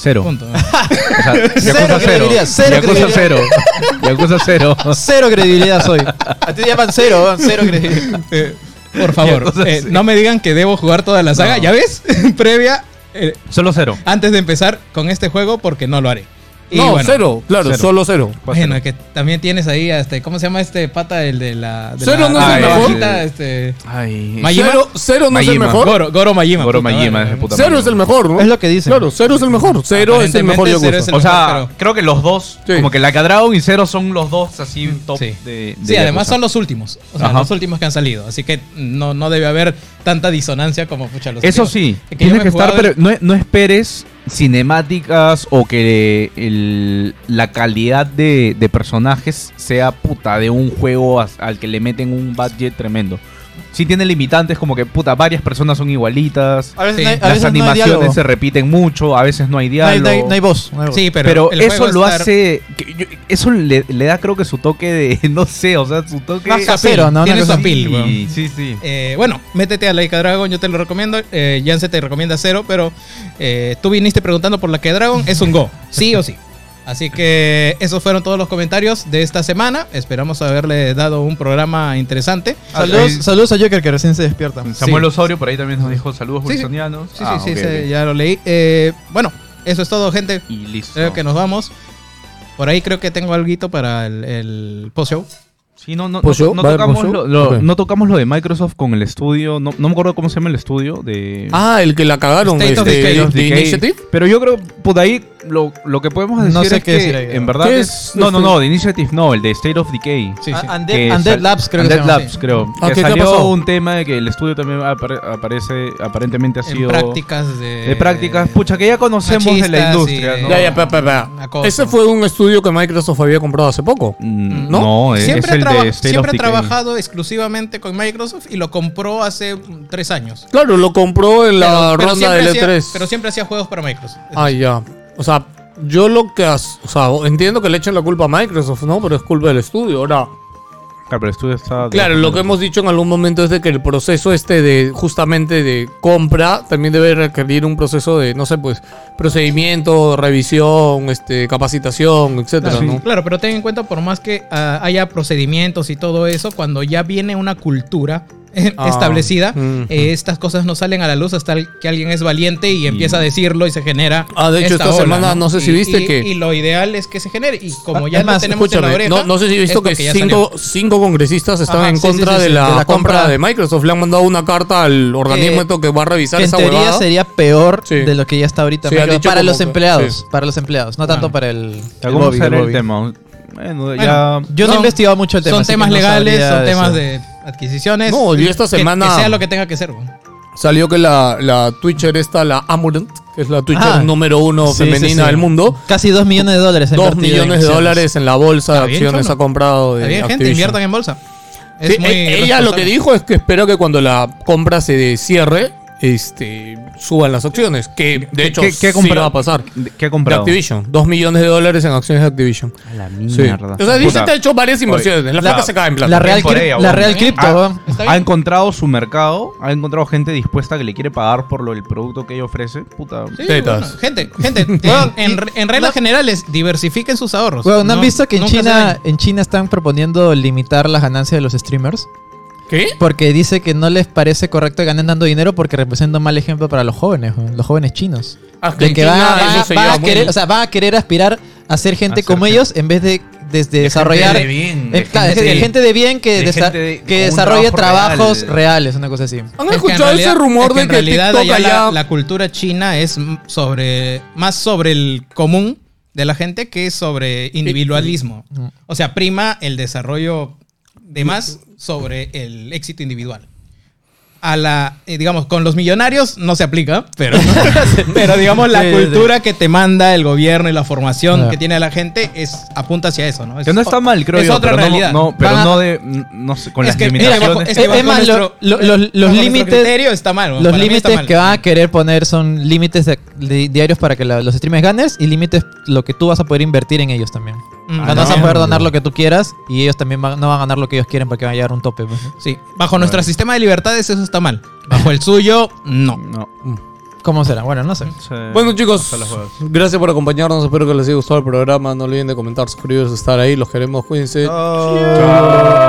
E: 0.
C: Punto.
E: O sea,
D: Cero
E: Yakuza 0.
D: credibilidad, cero
E: Yakuza 0. Yakuza 0.
D: Cero credibilidad soy. A ti te llaman cero, weón, cero credibilidad.
C: Eh, por favor,
E: Yakuza
C: eh,
E: sí.
C: no me digan que debo jugar toda la saga,
D: No.
C: ¿ya ves? Previa, eh,
E: Solo 0.
C: antes de empezar con este juego, porque no lo haré. Y
B: No,
C: bueno,
B: cero, claro,
E: Cero.
B: solo cero.
C: Bueno, que también tienes ahí, a este, ¿cómo se llama este pata? El de la. De
B: Cero
C: la,
B: no
E: es el
C: la
E: mejor.
C: bajita, este,
E: Ay.
C: May- ¿Majima?
B: Cero, cero no es el
E: Majima.
B: mejor.
C: Goro, Goro Majima.
E: Goro
C: puta
E: Majima,
C: madre.
E: es de puta
B: Cero es el mejor, ¿no?
D: Es lo que dicen.
B: Claro, cero es el mejor. Cero es el mejor
C: Aparentemente, cero
B: Yakuza.
C: es el
E: O
C: mejor,
E: sea,
C: pero-
E: creo que los dos,
B: Sí.
E: como que Laika Dragon y 0 son los dos así top
C: Sí.
E: de, de
C: Sí, además
E: Yakuza.
C: son los últimos. O sea,
E: Ajá.
C: los últimos que han salido. Así que no, no debe haber tanta disonancia como pucha los
E: Eso
C: anteriores.
E: sí,
C: Es yo
E: tienes
C: me
E: que estar,
C: jugaba
E: pero no, no esperes cinemáticas o que el- la calidad de, de personajes sea puta de un juego as- al que le meten un budget tremendo. Sí tiene limitantes como que puta, varias personas son igualitas,
D: A veces,
C: Sí.
D: no hay, a
E: las
D: veces no hay diálogo.
E: animaciones se repiten mucho, a veces no hay
D: No hay,
E: diálogo.
D: no hay- no hay voz. no hay voz.
C: Sí, pero,
E: pero
C: el
E: eso
C: juego
E: lo
C: estar-
E: hace, que yo- eso le, le da creo que su toque de, no sé, o sea, su toque...
D: Más
E: Sí,
D: casero, ¿no? Una
C: Tiene su
D: cosa así.
C: appeal, weón.
E: sí, sí.
C: Eh, bueno, métete a Laika Dragon, yo te lo recomiendo. Eh, Janse te recomienda cero, pero eh, tú viniste preguntando por la que Dragon es un go, sí o sí. Así que esos fueron todos los comentarios de esta semana. Esperamos haberle dado un programa interesante.
D: Saludos,
E: Ahí-
D: saludos a Joker que recién se despierta.
E: Samuel
C: Sí.
E: Osorio por ahí también nos dijo saludos
C: Sí, sí.
E: wilsonianos.
C: Sí,
E: Ah,
C: sí, sí,
E: ok,
C: sí,
E: ok.
C: ya lo leí. Eh, bueno, eso es todo, gente.
E: Y listo.
C: Creo que nos vamos. Por ahí creo que tengo algo para el, el post-show.
E: Sí, no, no,
B: ¿Pozo?
E: no- no
B: ¿Va a haber
E: tocamos
B: pozo?
E: lo, lo-
B: Ok.
E: no tocamos lo de Microsoft con el estudio. No, no me acuerdo cómo se llama el estudio de.
B: Ah, el que la cagaron,
C: State of
B: este,
C: Decay.
B: The
E: Decay.
B: Initiative.
E: Pero yo creo, por ahí lo, lo que podemos decir
D: No sé
E: es
D: qué
E: que,
D: decir ahí,
E: en
D: ¿no?
E: verdad,
B: ¿Qué
E: es-
B: es
E: no, no,
B: este?
E: no, de Initiative no, el de State of Decay.
C: Sí, sí.
D: Ah, Undead,
E: que
D: Undead
E: sal-
D: Labs creo
E: Undead
D: que se llama,
E: Labs,
D: sí.
E: creo.
B: Ah,
E: que
B: ¿qué- qué
E: salió
B: pasó?
E: un tema de que el estudio también apare- aparece, aparentemente ha
C: En
E: sido...
C: prácticas de...
E: De prácticas, pucha, que ya conocemos de la
C: machistas
E: industria,
C: y-
E: ¿no?
B: Ya, ya, pa, pa, pa.
C: Una cosa.
B: Ese fue un estudio que Microsoft había comprado hace poco.
E: Mm,
B: ¿No?
E: No, es,
C: siempre
E: es el
C: ha traba-
E: de State
C: siempre
E: of
C: ha
E: Decay.
C: trabajado exclusivamente con Microsoft y lo compró hace mm, tres años.
B: Claro, lo compró en la
C: Pero- pero
B: ronda
C: siempre
B: del
C: hacía-
B: E3.
C: pero siempre hacía juegos para Microsoft.
B: Ah, ya. O sea, yo lo que. as- O sea, entiendo que le echen la culpa a Microsoft, ¿no? Pero es culpa del estudio. Ahora,
E: Claro, pero el estudio está...
B: claro, lo que hemos dicho en algún momento es de que el proceso este de justamente de compra también debe requerir un proceso de, no sé, pues, procedimiento, revisión, este, capacitación, etcétera,
C: Claro,
B: ¿no?
C: claro, pero ten en cuenta, por más que ah, haya procedimientos y todo eso, cuando ya viene una cultura eh,
B: Ah,
C: establecida,
B: mm.
C: eh, estas cosas no salen a la luz hasta el- que alguien es valiente y empieza a decirlo y se genera.
B: Ah, de hecho, esta semana no sé si
C: Y-
B: viste
C: y-
B: que-
C: Y lo ideal es que se genere. Y como
B: Ah,
C: ya
B: es
C: lo
B: más,
C: tenemos en la
B: escúchame,
C: oreja,
B: no, no sé si he visto
C: esto
B: que
C: ya
B: cinco, cinco congresistas están
C: Ajá,
B: en
C: sí, sí,
B: contra
C: sí,
B: de,
C: sí,
B: la
D: de la
B: compra,
D: compra.
B: de Microsoft. Le han mandado una carta al organismo
D: Eh,
B: esto que va a revisar
D: Que en
B: esa
D: teoría
B: huevada.
D: sería peor
B: Sí.
D: de lo que ya está ahorita.
B: Sí, ha
D: pero
B: dicho
D: para
B: como
D: los
B: que-
D: empleados,
B: sí.
D: para los empleados, no tanto para el, el
E: ¿Cómo
D: Bobby, el
E: será el
D: Bobby.
E: tema? Bueno, ya...
C: Bueno,
D: Yo no he
C: Son-
D: investigado mucho el este tema.
C: Son
D: así que
C: temas
D: no
C: legales,
D: sabría
C: son
D: eso.
C: temas de adquisiciones.
B: No, yo esta
C: Que-
B: semana-
C: Que, sea lo que tenga que ser. güey.
B: Salió que la, la Twitcher esta, la Amurant, que es la Twitcher
D: Ah,
B: número uno
D: Sí, sí,
B: femenina
D: sí.
B: del mundo,
D: Casi 2 millones de dólares. ha
B: dos
D: invertido en
B: millones de
D: acciones.
B: dólares en la bolsa de
C: Está bien,
B: acciones
C: chulo.
B: ha comprado de
C: Está bien, gente,
B: Activision.
C: inviertan en bolsa. Es
B: Sí,
C: muy
B: e- ella lo que
C: responsable.
B: dijo es que espera que cuando la compra se cierre, este, suban las acciones, que de hecho
E: ¿Qué, qué
B: sí
E: ha comprado?
B: va a pasar.
E: ¿Qué ha
B: De
E: comprado?
B: Activision, dos millones de dólares en acciones de Activision.
E: A la
B: Sí.
E: mierda.
B: O sea, dice este
E: Puta,
B: que ha hecho varias inversiones. la placa se cae en plata.
D: La Real,
E: por
D: Cryp-
E: ella,
D: la
E: bueno.
D: Real Crypto. weón.
C: Está
B: Ah,
E: ha
C: bien.
E: encontrado su mercado, ha encontrado gente dispuesta que le quiere pagar por lo, el producto que ella ofrece. Puta. Eh,
C: Sí,
B: Tetas.
C: bueno, gente, gente, en- en, en reglas generales, diversifiquen sus ahorros.
D: Weón, ¿no, han visto que en
C: nunca se
D: China,
C: dañen.
D: en China están proponiendo limitar las ganancias de los streamers?
B: ¿Qué?
D: Porque dice que no les parece correcto que ganen dando dinero porque representa un mal ejemplo para los jóvenes, weón, los jóvenes chinos.
B: Ah, que
D: De
B: en
D: que
B: China
D: van a-
B: eso
D: van a-
B: se
D: van
B: lleva
D: a
B: muy-
D: querer, o sea, van a querer aspirar a ser gente
E: A ser
D: como
E: gente.
D: ellos en vez de desde desarrollar
E: de bien, de
D: eh, claro,
E: gente
D: de
E: de-
D: gente de bien que,
E: de
D: desa-
E: gente de- con
D: que
E: un
D: desarrolle
E: trabajo
D: trabajos
E: real.
D: reales, una cosa así.
B: ¿Han
C: Es que en
B: escuchado
C: realidad-
B: ese rumor
C: es
B: de que
C: en realidad
B: TikTok
C: allá
B: allá...
C: La, la cultura china es m- sobre más sobre el común de la gente que sobre individualismo. O sea, prima el desarrollo de más sobre el éxito individual. A la, eh, digamos, con los millonarios no se aplica, pero, pero digamos la
D: Sí, sí.
C: cultura que te manda el gobierno y la formación
D: Ya.
C: que tiene la gente es apunta hacia eso, ¿no? Es-
E: Ah. Que no está mal, creo
C: es
E: yo.
C: otra
E: pero no-
C: realidad.
E: No, pero
D: Van a-
E: no de. No sé, con
C: Es
E: las
C: que- mira,
E: limitaciones.
C: bajo-
E: que-
C: es que
D: Eh,
C: bajo
D: es más,
C: nuestro-
D: lo- lo- lo- los
C: bajo nuestro
D: límites-
C: criterio está mal. para
D: Los
C: mí está
D: límites
C: mal.
D: que van a querer poner son límites de- de- diarios para que la- los streamers ganes y límites lo que tú vas a poder invertir en ellos también.
C: Mm.
E: Ah,
D: O sea, no vas a poder donar lo que tú quieras y ellos también van- no van a ganar lo que ellos quieren porque van a llegar a un tope. pues, ¿no?
C: Sí, bajo nuestro sistema de libertades eso está mal. Bajo el suyo, no.
E: No.
D: ¿Cómo será? Bueno, no sé.
E: se-
B: Bueno chicos,
E: los juegos.
B: gracias por acompañarnos, espero que les haya gustado el programa, no olviden de comentar, suscribirse, estar ahí, los queremos, cuídense.
E: Chao.